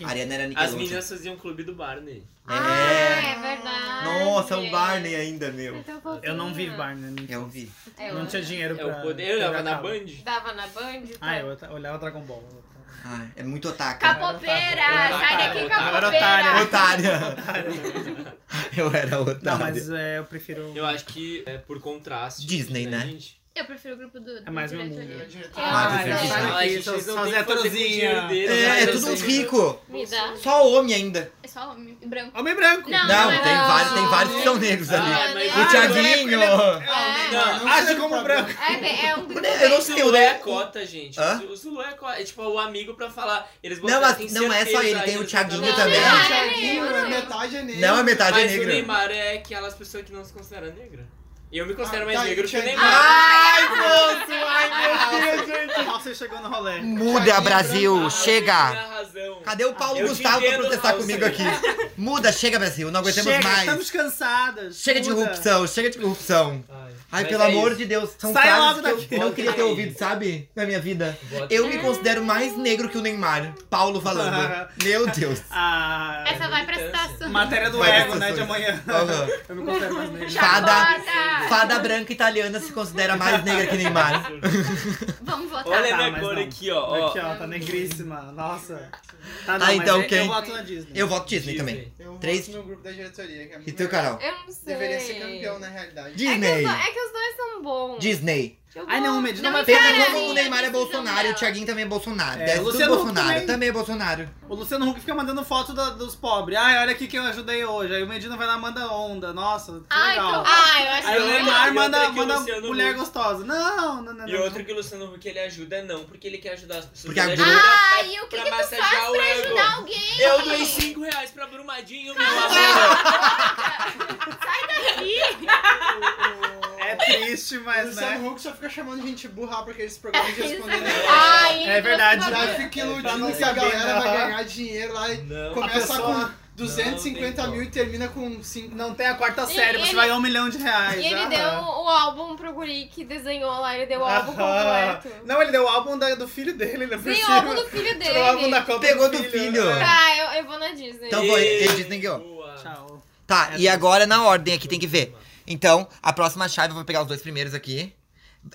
Speaker 4: É, a Ariana era
Speaker 1: As
Speaker 4: Nickelodeon.
Speaker 1: meninas faziam clube do Barney.
Speaker 5: Ah,
Speaker 4: É.
Speaker 5: é verdade.
Speaker 4: Nossa, o Barney ainda, meu.
Speaker 6: é um
Speaker 7: um
Speaker 4: É um
Speaker 6: Eu não vi Barney.
Speaker 4: Eu vi.
Speaker 5: Eu
Speaker 6: Não tinha dinheiro
Speaker 1: É
Speaker 6: pra.
Speaker 1: o poder, eu
Speaker 6: pra
Speaker 1: tava na
Speaker 6: cabo.
Speaker 1: Band.
Speaker 5: Dava na Band?
Speaker 7: então.
Speaker 5: tá?
Speaker 6: Ah, eu ta- olhava Dragon Ball.
Speaker 4: Ai, é muito otaca.
Speaker 7: Capoeira.
Speaker 1: Otário,
Speaker 7: Sai daqui,
Speaker 1: otário,
Speaker 7: capoeira.
Speaker 4: Otária. Eu era otária.
Speaker 6: Não, mas é, eu prefiro.
Speaker 1: Eu acho que é por contraste.
Speaker 4: Disney, né?
Speaker 1: gente?
Speaker 7: Eu prefiro o grupo do.
Speaker 6: É mais
Speaker 7: do
Speaker 6: meu
Speaker 7: diretoria.
Speaker 6: mundo.
Speaker 4: Ah,
Speaker 6: Ah,
Speaker 4: prefiro
Speaker 6: é,
Speaker 4: Disney.
Speaker 6: sai
Speaker 1: Ah,
Speaker 6: daqui,
Speaker 1: gente,
Speaker 6: seus-
Speaker 1: vocês não
Speaker 6: seus
Speaker 1: têm que fazer com o dinheiro né?
Speaker 6: heterozinha.
Speaker 1: deles,
Speaker 4: É,
Speaker 1: mas
Speaker 4: é
Speaker 1: eu
Speaker 4: tudo
Speaker 1: sei
Speaker 4: uns
Speaker 1: que-
Speaker 4: ricos.
Speaker 5: Me dá.
Speaker 4: Só homem ainda.
Speaker 7: É só homem branco.
Speaker 6: Homem branco.
Speaker 7: Não,
Speaker 4: Não,
Speaker 7: é
Speaker 4: tem
Speaker 7: branco.
Speaker 4: vários, tem vários que são negros
Speaker 1: Ah,
Speaker 4: ali.
Speaker 1: mas-
Speaker 4: O Thiaguinho.
Speaker 7: É,
Speaker 1: Não,
Speaker 3: Não
Speaker 6: Age
Speaker 3: sei
Speaker 6: como
Speaker 3: pra-
Speaker 6: branco.
Speaker 7: é, bem-
Speaker 1: <laughs>
Speaker 7: é um grupo.
Speaker 4: Eu não
Speaker 1: O
Speaker 4: sei, o
Speaker 1: Zulu é a
Speaker 4: né?
Speaker 1: cota, gente.
Speaker 4: Hã?
Speaker 1: O Zulu é a cota. É tipo o amigo pra falar. Eles
Speaker 4: Não, mas
Speaker 1: tem
Speaker 4: não é só
Speaker 1: certeza
Speaker 4: ele,
Speaker 1: aí,
Speaker 4: tem o
Speaker 1: eles
Speaker 4: Thiaguinho
Speaker 1: botaram-
Speaker 7: também.
Speaker 3: Não,
Speaker 7: Ah,
Speaker 3: o Thiaguinho,
Speaker 7: é negro.
Speaker 3: metade é negro.
Speaker 4: Não, a metade é
Speaker 1: Mas o
Speaker 4: negra.
Speaker 1: Neymar é aquelas pessoas que não se consideram negra. E eu me considero
Speaker 3: Ah,
Speaker 1: mais
Speaker 3: tá,
Speaker 1: negro que o
Speaker 3: Thiaguinho.
Speaker 1: Neymar. Ah,
Speaker 4: Ai,
Speaker 7: Ah!
Speaker 4: moço, ai, Hum, meu Deus.
Speaker 6: Você chegou no rolê.
Speaker 4: Muda, Brasil,
Speaker 1: Ah, você tem
Speaker 4: chega.
Speaker 1: a razão.
Speaker 4: Cadê o Paulo
Speaker 1: Eu te
Speaker 4: Gustavo pra
Speaker 1: entendo,
Speaker 4: protestar
Speaker 1: Raul,
Speaker 4: comigo
Speaker 1: sim.
Speaker 4: aqui? Muda, chega, Brasil, não aguentamos
Speaker 6: Chega,
Speaker 4: mais.
Speaker 6: estamos cansadas.
Speaker 4: Chega de
Speaker 6: Muda.
Speaker 4: corrupção, chega de corrupção.
Speaker 1: Ai,
Speaker 4: Ai,
Speaker 1: mas
Speaker 4: pelo
Speaker 1: é
Speaker 4: amor
Speaker 1: isso.
Speaker 4: de Deus, são
Speaker 6: Sai
Speaker 4: frases
Speaker 6: logo
Speaker 4: que eu
Speaker 6: daqui.
Speaker 4: não queria ter
Speaker 1: Volta aí.
Speaker 4: ouvido, sabe? Na minha vida.
Speaker 1: Bota-
Speaker 4: Eu
Speaker 6: É.
Speaker 4: me considero mais negro que o Neymar. Paulo
Speaker 6: <laughs>
Speaker 4: falando. Meu Deus.
Speaker 6: Ah,
Speaker 7: Essa é vai pra
Speaker 1: militância.
Speaker 7: citação.
Speaker 6: matéria do
Speaker 4: Vai pra
Speaker 6: ego, né?
Speaker 4: sessões.
Speaker 6: De amanhã.
Speaker 4: Aham.
Speaker 6: Eu me confero mais nele.
Speaker 4: Fada.
Speaker 7: Chacota!
Speaker 4: Fada branca italiana se considera mais negra que Neymar.
Speaker 7: Vamos votar.
Speaker 1: Olha a
Speaker 6: Tá,
Speaker 1: minha
Speaker 6: mas
Speaker 1: cor
Speaker 6: não.
Speaker 1: aqui, ó. ó.
Speaker 6: Aqui, ó, tá negríssima. Nossa. Tá,
Speaker 4: Ah,
Speaker 6: mas
Speaker 4: então
Speaker 6: eu-
Speaker 4: quem?
Speaker 6: Eu voto na Disney.
Speaker 4: Eu voto Disney
Speaker 1: Disney.
Speaker 4: também.
Speaker 3: Eu
Speaker 4: Três-
Speaker 3: Três... voto no grupo da diretoria, que é
Speaker 4: E
Speaker 3: muito
Speaker 4: teu
Speaker 3: melhor.
Speaker 4: canal?
Speaker 7: Eu não sei.
Speaker 3: Deveria ser campeão, né? na realidade.
Speaker 7: É que, os
Speaker 4: Disney.
Speaker 7: dois, é que os dois são bons.
Speaker 4: Disney.
Speaker 7: Eu
Speaker 6: Ai, não,
Speaker 7: gosto.
Speaker 6: Medina vai
Speaker 7: e
Speaker 4: Pensa como
Speaker 7: cara, a
Speaker 4: o Neymar é
Speaker 7: decisão
Speaker 4: Bolsonaro, o
Speaker 7: dela.
Speaker 4: Thiaguinho também é Bolsonaro.
Speaker 6: É,
Speaker 4: Deve tudo
Speaker 6: Luciano Huck
Speaker 4: Bolsonaro.
Speaker 6: também.
Speaker 4: Também. é Bolsonaro.
Speaker 6: O Luciano Huck fica mandando foto da- dos pobres. Ai, olha aqui quem eu ajudei hoje. Aí o Medina vai lá e manda onda. Nossa, que
Speaker 7: Ai,
Speaker 6: legal.
Speaker 7: que horror.
Speaker 5: eu acho
Speaker 6: Aí o
Speaker 1: E
Speaker 6: Neymar
Speaker 1: outra
Speaker 6: manda,
Speaker 1: que o
Speaker 6: manda
Speaker 1: Luciano
Speaker 6: mulher
Speaker 1: Huck-
Speaker 6: gostosa. Não, não, não.
Speaker 1: E
Speaker 6: não.
Speaker 1: outro que o Luciano Huck ele ajuda não, porque ele quer ajudar as pessoas.
Speaker 4: Porque
Speaker 1: ele
Speaker 4: a
Speaker 1: ajuda
Speaker 4: Bruna-
Speaker 1: pra-
Speaker 7: Ai, o
Speaker 1: pra
Speaker 7: que que tu faz
Speaker 1: massagear o
Speaker 7: pra
Speaker 1: ego.
Speaker 7: ajudar alguém?
Speaker 1: Eu dei 5 reais pra Brumadinho, meu amor.
Speaker 6: É triste,
Speaker 3: O
Speaker 6: mas né.
Speaker 3: Luciano Huck só fica chamando gente burra pra aqueles programas
Speaker 7: <laughs>
Speaker 3: de responder.
Speaker 7: Ai,
Speaker 6: É verdade.
Speaker 3: Já fica
Speaker 6: Pra não
Speaker 3: iludindo que a
Speaker 6: saber,
Speaker 3: galera
Speaker 6: né?
Speaker 3: vai ganhar dinheiro lá e
Speaker 1: Não.
Speaker 6: Como-
Speaker 3: começa
Speaker 6: pessoa-
Speaker 3: com 250
Speaker 1: Não, tem
Speaker 3: mil e termina com 5.
Speaker 6: Não tem a quarta
Speaker 7: E
Speaker 6: série, você
Speaker 7: ele-
Speaker 6: vai ganhar um milhão de reais.
Speaker 7: E ele
Speaker 6: Aham.
Speaker 7: deu o álbum pro guri que desenhou lá, ele deu o álbum
Speaker 6: Aham.
Speaker 7: completo.
Speaker 6: Não, ele deu o álbum da- do filho dele, ele é
Speaker 7: Sim, o álbum do filho dele.
Speaker 6: Tirou o álbum da Copa
Speaker 4: Pegou
Speaker 6: do
Speaker 4: do
Speaker 6: filho.
Speaker 4: filho.
Speaker 6: É.
Speaker 7: Tá, eu, eu vou na Disney.
Speaker 4: Então foi,
Speaker 1: Ei,
Speaker 4: ele Disney ganhou.
Speaker 1: boa.
Speaker 6: Tchau.
Speaker 4: Tá,
Speaker 6: É
Speaker 4: e
Speaker 6: do-
Speaker 4: agora na ordem aqui, tem que ver. Então, a próxima chave, eu vou pegar os dois primeiros aqui.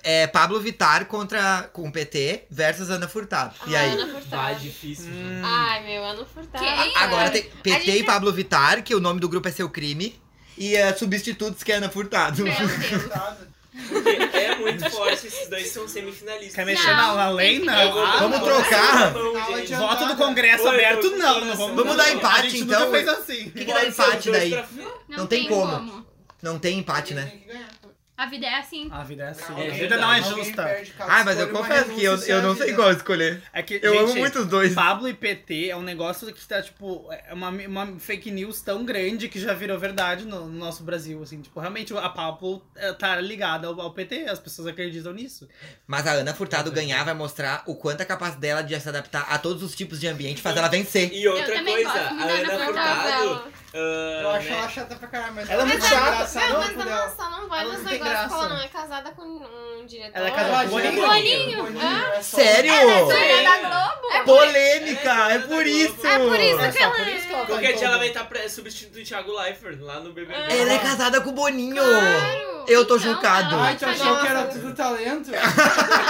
Speaker 4: É Pablo Vittar contra com o PT versus Ana Furtado. E
Speaker 7: Ai,
Speaker 4: aí?
Speaker 7: Ah, Ana
Speaker 1: Tá
Speaker 7: Furtado.
Speaker 1: difícil.
Speaker 6: Hum.
Speaker 7: Ai, meu, Ana Furtado. Quem?
Speaker 4: Agora tem PT
Speaker 7: gente-
Speaker 4: e Pablo Vittar, que o nome do grupo é Seu Crime. E é, substitutos que é Ana Furtado.
Speaker 7: Meu Deus.
Speaker 4: <laughs>
Speaker 1: Porque é muito forte, esses dois são semifinalistas.
Speaker 6: Quer mexer na, na lei?
Speaker 7: tem que
Speaker 6: Não.
Speaker 7: ver.
Speaker 6: Ah,
Speaker 4: Vamos
Speaker 6: não.
Speaker 4: trocar? Tá
Speaker 1: Não, gente.
Speaker 3: Adianta.
Speaker 6: Voto do Congresso
Speaker 1: Oi,
Speaker 6: aberto,
Speaker 1: eu tô
Speaker 6: não.
Speaker 1: com
Speaker 6: não vamos,
Speaker 4: Vamos dar empate,
Speaker 6: a gente
Speaker 4: então?
Speaker 6: Nunca fez assim.
Speaker 4: O que, que dá
Speaker 1: Pode ser os
Speaker 4: empate
Speaker 1: dois
Speaker 4: daí?
Speaker 1: pra frente.
Speaker 7: Não,
Speaker 4: Não tem
Speaker 7: tem
Speaker 4: como. Não tem empate, né?
Speaker 3: tá
Speaker 7: A vida é assim.
Speaker 6: A vida é assim.
Speaker 1: É
Speaker 6: a vida não é
Speaker 1: verdade.
Speaker 6: justa.
Speaker 4: Ah, mas eu confesso que eu, eu não sei qual escolher.
Speaker 6: É que,
Speaker 4: Eu
Speaker 6: gente,
Speaker 4: amo muito os dois.
Speaker 6: Pablo e PT é um negócio que tá, tipo, é uma, uma fake news tão grande que já virou verdade no, no nosso Brasil, assim. Tipo, realmente a Pablo eh, tá ligada ao, ao PT, as pessoas acreditam nisso.
Speaker 4: Mas a Ana Furtado ganhar vai mostrar o quanto é capaz dela de se adaptar a todos os tipos de ambiente, faz ela vencer.
Speaker 1: E
Speaker 7: eu
Speaker 1: outra
Speaker 7: também
Speaker 1: coisa,
Speaker 7: gosto
Speaker 1: a
Speaker 7: muito da
Speaker 6: é
Speaker 7: Ana
Speaker 1: Ana
Speaker 7: Furtado.
Speaker 1: Furtado.
Speaker 7: dela.
Speaker 1: ah,
Speaker 3: Eu acho
Speaker 1: né,
Speaker 3: ela chata pra caralho, mas
Speaker 6: Ela é muito
Speaker 7: Mas ela-
Speaker 3: engraçada,
Speaker 7: Não,
Speaker 3: eu
Speaker 7: mas
Speaker 3: amo
Speaker 7: ela
Speaker 3: dela.
Speaker 7: só não vai
Speaker 6: Ela
Speaker 7: nos
Speaker 6: não tem
Speaker 7: negócios porque ela
Speaker 6: graça.
Speaker 7: não é casada com um diretor.
Speaker 6: Ela é
Speaker 3: Ela
Speaker 6: casada com o
Speaker 3: ajuda
Speaker 6: Boninho.
Speaker 7: Boninho.
Speaker 3: é só-
Speaker 4: Sério?
Speaker 7: É da Globo.
Speaker 4: Polêmica! É por isso!
Speaker 1: É
Speaker 7: por isso
Speaker 6: É
Speaker 7: que
Speaker 6: só
Speaker 7: ela
Speaker 6: por isso que ela tá
Speaker 1: Qualquer
Speaker 6: em
Speaker 1: dia
Speaker 6: todo.
Speaker 1: ela vai estar pre- substituindo o Thiago Leifert lá no BBB.
Speaker 4: Ela é casada com o Boninho!
Speaker 7: Claro.
Speaker 4: Eu tô
Speaker 7: Então,
Speaker 4: chocado.
Speaker 7: ela
Speaker 3: Ai, tá
Speaker 7: vai
Speaker 3: tu
Speaker 7: fazer
Speaker 3: achou que
Speaker 7: uma-
Speaker 3: era tudo talento?
Speaker 6: É,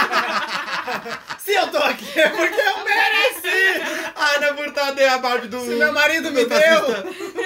Speaker 6: <laughs> Se eu tô aqui é porque eu mereci!
Speaker 4: A Ana Furtado é a Barbie do
Speaker 6: Se meu marido me
Speaker 4: do fascista.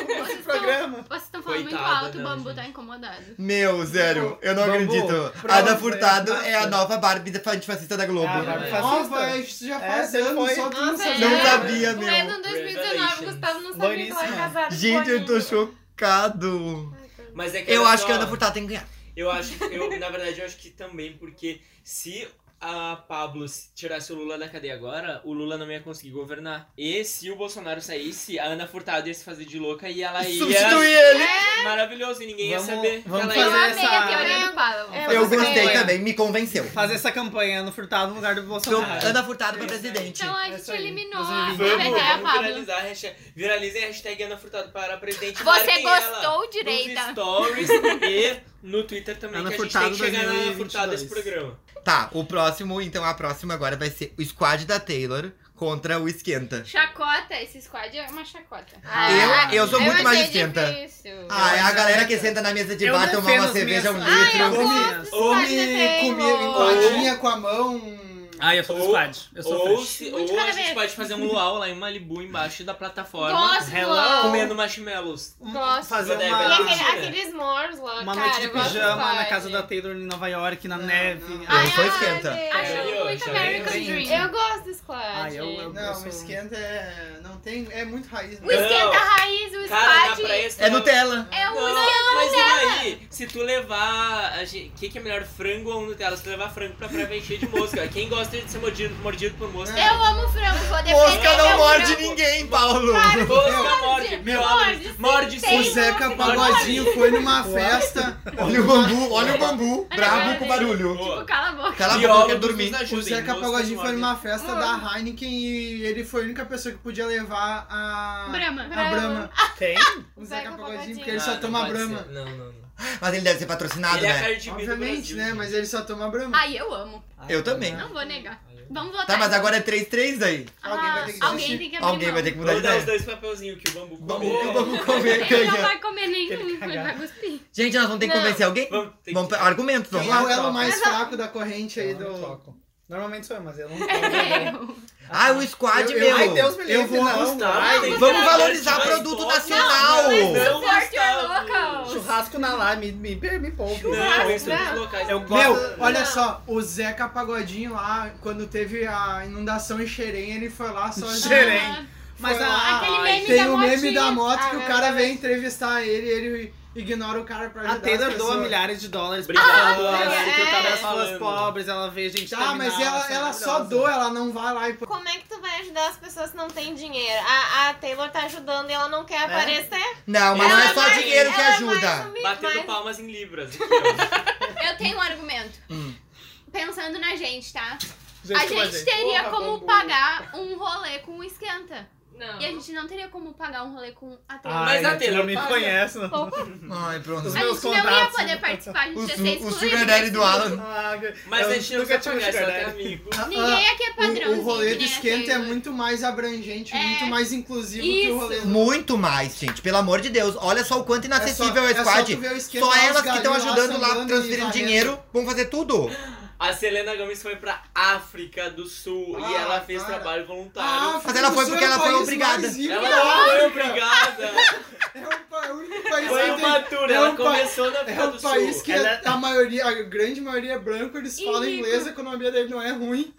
Speaker 6: deu esse programa.
Speaker 7: um- Vocês estão falando muito
Speaker 1: Coitada,
Speaker 7: alto, o
Speaker 1: não,
Speaker 7: bambu
Speaker 1: gente.
Speaker 7: tá incomodado.
Speaker 4: Meu, sério, eu não
Speaker 6: Bambu,
Speaker 4: acredito.
Speaker 6: pronto,
Speaker 4: A Ana Furtado
Speaker 6: é.
Speaker 4: é a nova Barbie da- antifascista da Globo.
Speaker 6: É a
Speaker 7: Ah,
Speaker 6: Barbie
Speaker 1: Fascista.
Speaker 3: Nova, isso já faz
Speaker 6: Essa
Speaker 3: anos,
Speaker 6: foi-
Speaker 3: só tu não
Speaker 7: Nossa,
Speaker 3: sabia.
Speaker 4: não
Speaker 7: É.
Speaker 4: sabia,
Speaker 7: O
Speaker 4: meu.
Speaker 7: Eden 2019,
Speaker 1: Revelations.
Speaker 7: Gustavo não sabia que ela é
Speaker 6: Boníssima.
Speaker 7: casada com
Speaker 4: Gente, eu tô
Speaker 7: Boninho.
Speaker 4: chocado.
Speaker 1: Mas é que
Speaker 4: Eu
Speaker 1: olha
Speaker 4: acho que a
Speaker 1: só,
Speaker 4: Ana Furtado tem que ganhar.
Speaker 1: Eu acho, eu, na verdade, eu acho que também, porque se a Pablo tirasse o Lula da cadeia agora, o Lula não ia conseguir governar. E se o Bolsonaro saísse, a Ana Furtado ia se fazer de louca e ela ia.
Speaker 4: Substituir ele.
Speaker 1: Maravilhoso, e ninguém
Speaker 6: Vamos-
Speaker 1: ia saber. que
Speaker 6: vamos
Speaker 1: ela
Speaker 7: Eu
Speaker 6: fazer
Speaker 1: ia...
Speaker 7: amei
Speaker 6: essa-
Speaker 7: a teoria do Pablo.
Speaker 3: É,
Speaker 4: Eu
Speaker 3: Fazer
Speaker 4: gostei tá?
Speaker 6: campanha.
Speaker 4: também, me convenceu.
Speaker 6: Fazer essa campanha no furtado no lugar do
Speaker 4: Sou
Speaker 6: Bolsonaro.
Speaker 4: Ana Furtado pra presidente.
Speaker 7: Então a
Speaker 6: É
Speaker 7: gente
Speaker 6: isso aí.
Speaker 7: eliminou a
Speaker 6: Vamos-
Speaker 1: Vamos,
Speaker 7: PT a
Speaker 1: vamos
Speaker 7: Pablo.
Speaker 1: viralizar a hashtag. Viralizem a hashtag Ana Furtado para presidente.
Speaker 7: Você
Speaker 1: marquem
Speaker 7: gostou,
Speaker 1: ela
Speaker 7: direita?
Speaker 1: Nos stories e no Twitter também,
Speaker 6: Ana
Speaker 1: que a
Speaker 6: Furtado
Speaker 1: gente tem que chegar na Ana Furtado
Speaker 6: 2022.
Speaker 1: desse programa.
Speaker 4: Tá, o próximo, então a próxima agora vai ser o squad da Taylor contra o Esquenta.
Speaker 7: Chacota, esse squad é uma chacota.
Speaker 4: Ah, eu- eu sou muito mais
Speaker 7: achei
Speaker 4: esquenta.
Speaker 7: difícil.
Speaker 4: Ah, é a
Speaker 6: acho
Speaker 4: galera
Speaker 6: que-
Speaker 4: que senta na mesa de
Speaker 6: Eu
Speaker 4: bar tomar
Speaker 6: defendo
Speaker 4: uma
Speaker 6: as
Speaker 4: cerveja, um
Speaker 6: minhas-
Speaker 7: Ai, eu
Speaker 4: litro.
Speaker 7: gosto desse
Speaker 1: Ou
Speaker 7: squad
Speaker 3: Come,
Speaker 7: da
Speaker 3: comi
Speaker 7: Taylor.
Speaker 3: empadinha com a mão.
Speaker 6: Ah, eu sou do
Speaker 1: Ou-
Speaker 6: squad. Eu sou
Speaker 1: Ou,
Speaker 6: fresh.
Speaker 1: se-
Speaker 5: Muito
Speaker 1: ou a
Speaker 5: cada
Speaker 1: gente
Speaker 5: vez.
Speaker 1: pode fazer um luau lá em Malibu, embaixo da plataforma,
Speaker 7: Gosto do luau.
Speaker 1: comendo marshmallows.
Speaker 5: Gosto.
Speaker 6: Um, Fazer
Speaker 1: Deve,
Speaker 5: E
Speaker 1: Ah,
Speaker 6: uma,
Speaker 5: aquele,
Speaker 1: mentira.
Speaker 5: aqueles mores lá,
Speaker 6: uma
Speaker 5: cara.
Speaker 6: noite de
Speaker 5: eu gosto
Speaker 6: pijama na
Speaker 5: bastante.
Speaker 6: casa da Taylor em Nova York, na
Speaker 3: Não,
Speaker 6: neve.
Speaker 3: não.
Speaker 4: Ah,
Speaker 6: Ai,
Speaker 4: eu sou esquenta.
Speaker 7: Acho
Speaker 1: É, eu
Speaker 7: muito
Speaker 1: também,
Speaker 7: American
Speaker 6: sim.
Speaker 7: Dream.
Speaker 5: Eu gosto do squad.
Speaker 6: Ah, eu- eu-
Speaker 3: Não, o
Speaker 6: sou-
Speaker 3: esquenta é. Não tem. É muito raiz.
Speaker 7: O
Speaker 1: Não.
Speaker 3: né?
Speaker 7: esquenta raiz, o
Speaker 1: Cara, na
Speaker 7: squad.
Speaker 1: praia você
Speaker 4: É
Speaker 1: tava-
Speaker 4: Nutella.
Speaker 7: É
Speaker 1: Não,
Speaker 7: o
Speaker 1: mas e daí? Se tu levar. a gente- O que, que é melhor, frango ou Nutella? Se tu levar frango pra praia vai encher de mosca. Quem gosta de ser mordido, mordido por mosca?
Speaker 7: Eu amo frango, vou defender
Speaker 4: Mosca não
Speaker 7: meu
Speaker 4: morde
Speaker 7: frango.
Speaker 4: ninguém, Paulo.
Speaker 1: Mosca morde,
Speaker 7: Meu,
Speaker 1: morde,
Speaker 7: morde,
Speaker 1: morde
Speaker 7: tem
Speaker 3: O
Speaker 1: sim.
Speaker 3: Zeca Pagodinho foi numa festa.
Speaker 4: Olha o bambu, olha o bambu. Brabo com barulho.
Speaker 1: Boa.
Speaker 7: Tipo, cala a boca.
Speaker 4: Cala a boca, eu quero
Speaker 1: Biólogos
Speaker 4: dormir.
Speaker 1: nos
Speaker 3: O
Speaker 1: ajudem,
Speaker 3: Zeca
Speaker 1: moscas
Speaker 3: Pagodinho foi
Speaker 1: mordem.
Speaker 3: numa festa
Speaker 7: Hum.
Speaker 3: da Heineken e ele foi a única pessoa que podia levar a.
Speaker 7: Brahma.
Speaker 3: A Brahma.
Speaker 6: Tem?
Speaker 3: O
Speaker 5: um
Speaker 3: Zeca Pagodinho, porque
Speaker 1: Ah,
Speaker 3: ele só
Speaker 1: não
Speaker 3: toma
Speaker 1: pode
Speaker 3: Brahma.
Speaker 1: ser. Não, não, não.
Speaker 4: Mas ele deve ser patrocinado,
Speaker 1: Ele é a
Speaker 4: né?
Speaker 1: carne de milho do
Speaker 3: Obviamente,
Speaker 1: Brasil,
Speaker 3: né?
Speaker 1: gente.
Speaker 3: Mas ele só toma Brahma.
Speaker 7: Ai, eu amo.
Speaker 4: Eu também.
Speaker 7: Não vou negar.
Speaker 1: Aí eu-
Speaker 7: Vamos votar.
Speaker 4: Tá, mas agora é 3-3 daí.
Speaker 7: Ah,
Speaker 3: Alguém vai ter que
Speaker 7: Alguém
Speaker 3: desistir.
Speaker 7: tem que abrir
Speaker 4: Alguém
Speaker 7: mão.
Speaker 4: vai ter que mudar de
Speaker 1: Vou dar um os
Speaker 4: ideia.
Speaker 1: dois papelzinhos que o bambu
Speaker 4: Vamos,
Speaker 1: comeu.
Speaker 4: vamos comer,
Speaker 7: Ele não
Speaker 4: ganha.
Speaker 7: vai comer nenhum,
Speaker 6: Aquele
Speaker 7: ele
Speaker 6: cagado.
Speaker 7: vai cuspir.
Speaker 4: Gente, nós vamos ter que
Speaker 7: Não.
Speaker 4: convencer alguém?
Speaker 1: Vamos, tem
Speaker 4: Vamos,
Speaker 1: que-
Speaker 4: argumentos, vamos
Speaker 3: Quem é o
Speaker 4: lá.
Speaker 3: elo mais
Speaker 7: Mas a-
Speaker 3: fraco da corrente aí
Speaker 6: Eu não
Speaker 3: do.
Speaker 6: toco. Normalmente sou eu, mas eu
Speaker 7: <laughs>
Speaker 6: não
Speaker 7: Eu.
Speaker 4: Ah, o squad,
Speaker 3: Eu-
Speaker 4: meu.
Speaker 3: eu-
Speaker 6: Ai, Deus me livre,
Speaker 3: Eu vou
Speaker 6: não.
Speaker 3: apostar.
Speaker 6: Ai,
Speaker 1: tem que-
Speaker 4: Vamos valorizar
Speaker 1: Mas
Speaker 4: produto
Speaker 1: pode-
Speaker 4: nacional.
Speaker 1: Não,
Speaker 4: Mas
Speaker 1: não,
Speaker 7: Support your
Speaker 1: Gustavo.
Speaker 7: locals.
Speaker 6: Churrasco na lá, me, me, me poupe.
Speaker 1: Não, isso é dos locais.
Speaker 6: Eu gosto.
Speaker 3: Meu, olha só, o Zeca Pagodinho lá, quando teve a inundação em Xerém, ele foi lá só.
Speaker 6: Xerém.
Speaker 7: Ah,
Speaker 6: Mas
Speaker 3: Mas
Speaker 6: a,
Speaker 7: Aquele meme
Speaker 3: Tem
Speaker 7: da
Speaker 3: o meme
Speaker 7: motinha.
Speaker 3: da moto que
Speaker 5: Ah,
Speaker 3: o cara
Speaker 5: verdade.
Speaker 3: vem entrevistar ele, ele ignora o cara pra ajudar
Speaker 6: a Taylor
Speaker 3: as
Speaker 6: doa
Speaker 3: pessoas.
Speaker 6: milhares de dólares pra assim,
Speaker 1: Obrigado,
Speaker 6: pessoas,
Speaker 1: Ana, é o que eu
Speaker 6: pra
Speaker 1: tava
Speaker 6: pessoas
Speaker 1: falando.
Speaker 6: tá pobres, ela vê gente
Speaker 3: Tá, mas
Speaker 6: terminal,
Speaker 3: ela,
Speaker 6: assim,
Speaker 3: ela só
Speaker 6: maravilhosa.
Speaker 3: doa, ela não vai lá e...
Speaker 5: Como é que tu vai ajudar as pessoas que não têm dinheiro? A, a Taylor tá ajudando e ela não
Speaker 3: É?
Speaker 5: quer aparecer?
Speaker 4: Não, mas não
Speaker 5: Ela
Speaker 4: é só
Speaker 5: vai-
Speaker 4: dinheiro que
Speaker 5: ela vai
Speaker 4: ajuda.
Speaker 5: sumir,
Speaker 1: Batendo
Speaker 5: mas-
Speaker 1: palmas em libras. aqui, ó.
Speaker 7: Eu tenho um argumento.
Speaker 4: Hum.
Speaker 7: Pensando na gente, tá?
Speaker 6: Gente,
Speaker 7: a gente teria como pagar um rolê com o esquenta.
Speaker 5: Não.
Speaker 7: E a gente não teria como pagar um rolê com a Taylor.
Speaker 1: Mas
Speaker 6: Mas
Speaker 1: a
Speaker 6: a Taylor
Speaker 1: Taylor
Speaker 6: me
Speaker 1: paga.
Speaker 6: conhece.
Speaker 7: um Pouco.
Speaker 4: Ai, pronto.
Speaker 7: A gente não ia
Speaker 6: contratos.
Speaker 7: poder participar, a gente
Speaker 4: O,
Speaker 7: ia ser
Speaker 4: su- o
Speaker 7: excluído.
Speaker 4: Sugar Daddy do Alan.
Speaker 6: Ah,
Speaker 1: Mas
Speaker 6: eu
Speaker 1: a gente não quer
Speaker 6: nunca tive um
Speaker 1: pagar, só
Speaker 6: sugar
Speaker 1: até
Speaker 6: daddy.
Speaker 1: amigo.
Speaker 7: Ninguém aqui é
Speaker 3: Ah, O,
Speaker 7: padrãozinho.
Speaker 3: o rolê
Speaker 7: que
Speaker 3: do
Speaker 7: nem a
Speaker 3: esquenta é
Speaker 7: Taylor.
Speaker 3: muito mais abrangente,
Speaker 7: É.
Speaker 3: muito mais inclusivo que o rolê...
Speaker 4: Muito mais, gente. Pelo amor de Deus. Olha só o quanto inacessível é o squad.
Speaker 3: tu ver o esquenta
Speaker 4: Só
Speaker 3: lá, os
Speaker 4: elas que estão
Speaker 3: galinhos
Speaker 4: ajudando lá,
Speaker 3: sambando e
Speaker 4: transferindo
Speaker 3: varrendo.
Speaker 4: dinheiro, vão fazer tudo.
Speaker 1: A Selena Gomes foi pra África do Sul e
Speaker 3: Ah,
Speaker 1: ela fez
Speaker 3: cara.
Speaker 1: trabalho voluntário.
Speaker 3: Ah,
Speaker 4: Mas ela foi
Speaker 3: Sul
Speaker 4: porque
Speaker 3: é o
Speaker 4: ela foi
Speaker 3: país
Speaker 4: obrigada.
Speaker 3: mais rico
Speaker 1: Tá. ela não
Speaker 3: da
Speaker 1: foi
Speaker 3: África.
Speaker 1: obrigada.
Speaker 3: É o pa- o único país
Speaker 1: Foi
Speaker 3: que tem...
Speaker 1: uma tour,
Speaker 3: é
Speaker 1: ela
Speaker 3: um pa-
Speaker 1: começou na
Speaker 3: É
Speaker 1: África do
Speaker 3: o país
Speaker 1: Sul.
Speaker 3: que
Speaker 6: Ela-
Speaker 3: a maioria, a grande maioria é branco, eles
Speaker 7: E
Speaker 3: falam
Speaker 7: rico.
Speaker 3: inglês, a economia dele não é ruim.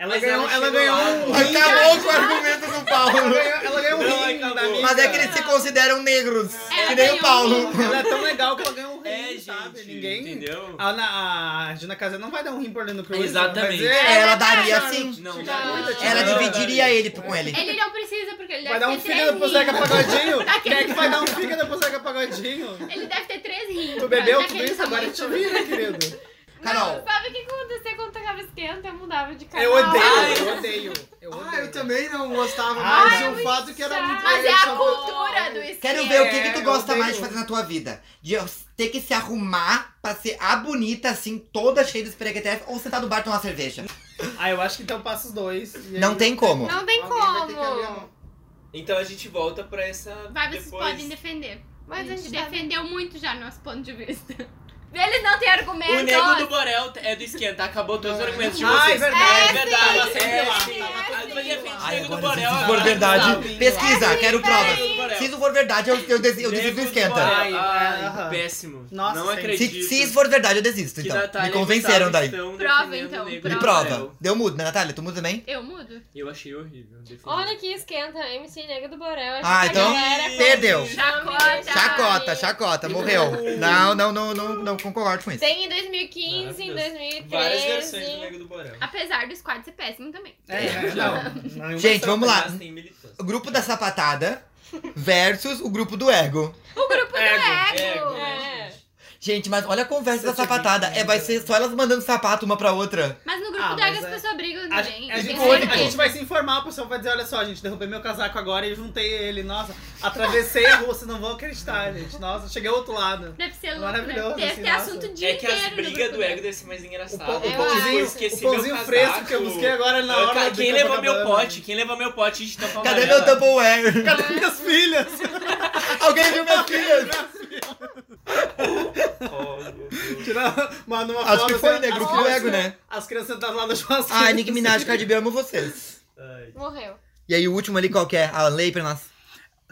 Speaker 6: Ela
Speaker 1: Mas
Speaker 6: ganhou,
Speaker 1: ela
Speaker 6: ela
Speaker 1: chegou
Speaker 6: ganhou
Speaker 1: lá.
Speaker 6: um ring.
Speaker 4: Acabou com o argumento do
Speaker 6: Ela <laughs>
Speaker 4: Paulo.
Speaker 6: ganhou- Ela ganhou
Speaker 1: Não,
Speaker 6: um ring
Speaker 1: acabou.
Speaker 6: da amiga.
Speaker 4: Mas é que eles se consideram negros.
Speaker 7: Ela
Speaker 4: que nem
Speaker 7: ganhou
Speaker 4: o Paulo.
Speaker 7: um
Speaker 6: Ela é tão legal que ela ganhou um rim,
Speaker 1: É,
Speaker 6: sabe?
Speaker 1: gente.
Speaker 6: Ninguém...
Speaker 1: Entendeu?
Speaker 6: A, Ana, a Gina Casé não vai dar um rim por dentro do Cruz. é,
Speaker 1: Exatamente.
Speaker 6: Vai, dizer,
Speaker 4: É, Ela daria sim.
Speaker 1: Não,
Speaker 7: Não.
Speaker 4: Ela
Speaker 1: Não,
Speaker 4: dividiria
Speaker 1: daria.
Speaker 4: ele com ele.
Speaker 7: Ele não precisa, porque ele é
Speaker 6: vai
Speaker 7: deve
Speaker 6: dar um
Speaker 7: ter três
Speaker 6: fígado pro
Speaker 7: rins.
Speaker 6: Zeca
Speaker 7: <laughs>
Speaker 6: Pagodinho. Quem
Speaker 7: Aquele-
Speaker 6: é que vai dar um fígado pro Zeca Pagodinho?
Speaker 7: Ele deve ter três rins.
Speaker 6: Tu bebeu
Speaker 7: Daquele
Speaker 6: tudo isso, agora eu
Speaker 7: tamanho.
Speaker 6: te vira, querido.
Speaker 4: Carol.
Speaker 5: Não, sabe o que acontecia quando tocava esquenta? Eu mudava de
Speaker 7: Tá
Speaker 5: canal.
Speaker 6: Eu odeio, eu odeio. Eu
Speaker 3: Ah,
Speaker 6: odeio.
Speaker 3: eu também não gostava,
Speaker 6: Ah,
Speaker 3: mas
Speaker 6: é
Speaker 3: o fato que era muito
Speaker 7: Mas é a
Speaker 3: só-
Speaker 7: cultura do esquenta.
Speaker 4: Quero ver o que, que tu
Speaker 6: eu
Speaker 4: gosta
Speaker 6: odeio.
Speaker 4: mais de fazer na tua vida. De ter que se arrumar pra ser a bonita, assim, toda cheia de espreguetefe, ou sentar no bar e tomar uma cerveja.
Speaker 6: Ah, eu acho que então passa os dois. e
Speaker 4: Não
Speaker 6: aí-
Speaker 4: tem como.
Speaker 5: Não tem
Speaker 3: Alguém vai ter que abrir a
Speaker 5: como.
Speaker 3: mão.
Speaker 1: Então a gente volta pra essa.
Speaker 7: Vai, vocês
Speaker 1: depois.
Speaker 7: podem defender.
Speaker 5: Mas a gente tá-
Speaker 7: defendeu muito já nosso ponto de vista. <laughs> Eles não têm argumento.
Speaker 1: O nego do Borel é do esquenta, acabou todos os argumentos de
Speaker 6: Ah, é
Speaker 1: vocês.
Speaker 6: verdade.
Speaker 1: É verdade,
Speaker 6: É
Speaker 1: é
Speaker 6: sim,
Speaker 1: sim.
Speaker 7: é
Speaker 1: Mas
Speaker 7: sim.
Speaker 1: de repente,
Speaker 4: Ai,
Speaker 1: nego do
Speaker 4: agora,
Speaker 1: Borel. é
Speaker 4: se isso for
Speaker 1: agora
Speaker 4: verdade,
Speaker 1: sabe.
Speaker 4: pesquisa, quero provas.
Speaker 1: Nego do Borel.
Speaker 4: Se isso for verdade, eu, eu, desi- eu
Speaker 1: Nego
Speaker 4: desisto do
Speaker 1: do
Speaker 4: esquenta.
Speaker 1: Borel.
Speaker 6: Ai,
Speaker 1: Ai,
Speaker 6: aham.
Speaker 1: péssimo.
Speaker 6: Nossa,
Speaker 1: não
Speaker 6: gente.
Speaker 1: acredito.
Speaker 4: Se, se isso for verdade, eu desisto,
Speaker 1: que
Speaker 4: então.
Speaker 1: Natália tá
Speaker 4: Me convenceram
Speaker 1: e Gustavo
Speaker 4: daí.
Speaker 1: estão
Speaker 7: Prova,
Speaker 1: defendendo
Speaker 7: então,
Speaker 1: o nego
Speaker 4: Me
Speaker 1: do
Speaker 7: prova.
Speaker 1: Borel.
Speaker 4: prova. Deu mudo, né, Natália? Tu muda também?
Speaker 7: Eu mudo.
Speaker 1: Eu achei horrível. defender.
Speaker 5: Olha que esquenta, MC Nega do Borel. acho
Speaker 4: Ah,
Speaker 5: que a
Speaker 4: então,
Speaker 5: galera-
Speaker 4: perdeu.
Speaker 7: Chacota.
Speaker 4: Chacota, chacota, morreu. Não, não, não, não, não concordo com isso.
Speaker 5: Tem em 2015, em
Speaker 1: Maravilhoso.
Speaker 5: 2013.
Speaker 1: Várias versões do nego do Borel.
Speaker 7: Apesar do squad ser péssimo também.
Speaker 6: É, é, não. não
Speaker 4: Gente, vamos lá.
Speaker 1: Mas tem militância.
Speaker 4: O grupo da sapatada versus o grupo do ego.
Speaker 7: O grupo do
Speaker 1: É,
Speaker 7: ego.
Speaker 1: é, gente.
Speaker 4: Gente, mas olha a conversa
Speaker 6: Seu
Speaker 4: da sapatada. É, vai ser só elas mandando sapato uma pra outra.
Speaker 7: Mas no grupo
Speaker 6: Ah,
Speaker 7: do ego
Speaker 6: mas
Speaker 7: as
Speaker 6: é-
Speaker 7: pessoas brigam
Speaker 6: A,
Speaker 7: também.
Speaker 6: a
Speaker 7: Tem
Speaker 6: gente,
Speaker 7: que
Speaker 4: foi-
Speaker 6: a
Speaker 7: ser-
Speaker 6: gente vai se informar, o pessoal vai dizer, olha só, gente, derrubei meu casaco agora e juntei ele, nossa, atravessei a rua, vocês não vão acreditar, gente. Nossa, cheguei ao outro lado.
Speaker 7: Deve ser louco, né?
Speaker 6: Maravilhoso,
Speaker 7: Deve
Speaker 6: assim,
Speaker 7: ter
Speaker 6: nossa.
Speaker 7: assunto o dia
Speaker 1: É que as
Speaker 7: inteiro no
Speaker 1: brigas
Speaker 7: grupo
Speaker 1: do ego devem ser mais
Speaker 6: O,
Speaker 1: engraçadas.
Speaker 6: pão, o
Speaker 5: Eu
Speaker 6: pãozinho,
Speaker 1: acho.
Speaker 6: o pãozinho
Speaker 1: Esqueci meu
Speaker 6: fresco que eu
Speaker 1: casaco.
Speaker 6: busquei agora é na
Speaker 1: Ah,
Speaker 6: hora
Speaker 1: ca-
Speaker 6: do
Speaker 1: Quem levou meu
Speaker 6: Copacabana.
Speaker 1: pote? Quem levou meu pote de tampa
Speaker 4: Cadê meu
Speaker 1: amarela?
Speaker 4: Tupperware?
Speaker 1: <laughs>
Speaker 6: Cadê minhas filhas?
Speaker 4: Alguém viu minhas filhas?
Speaker 1: Oh, meu Deus.
Speaker 6: Tirando uma, numa
Speaker 4: Acho
Speaker 6: foto,
Speaker 4: que foi,
Speaker 6: assim,
Speaker 4: né?
Speaker 6: as
Speaker 4: Grupo
Speaker 6: crianças-
Speaker 4: Ego, né?
Speaker 6: As crianças sentadas lá no churrasco.
Speaker 4: Ah, Nick Minaj, Cardi B, amo vocês.
Speaker 1: Ai.
Speaker 5: Morreu.
Speaker 4: E aí o último ali, qual que é? Alan Lay pra nós.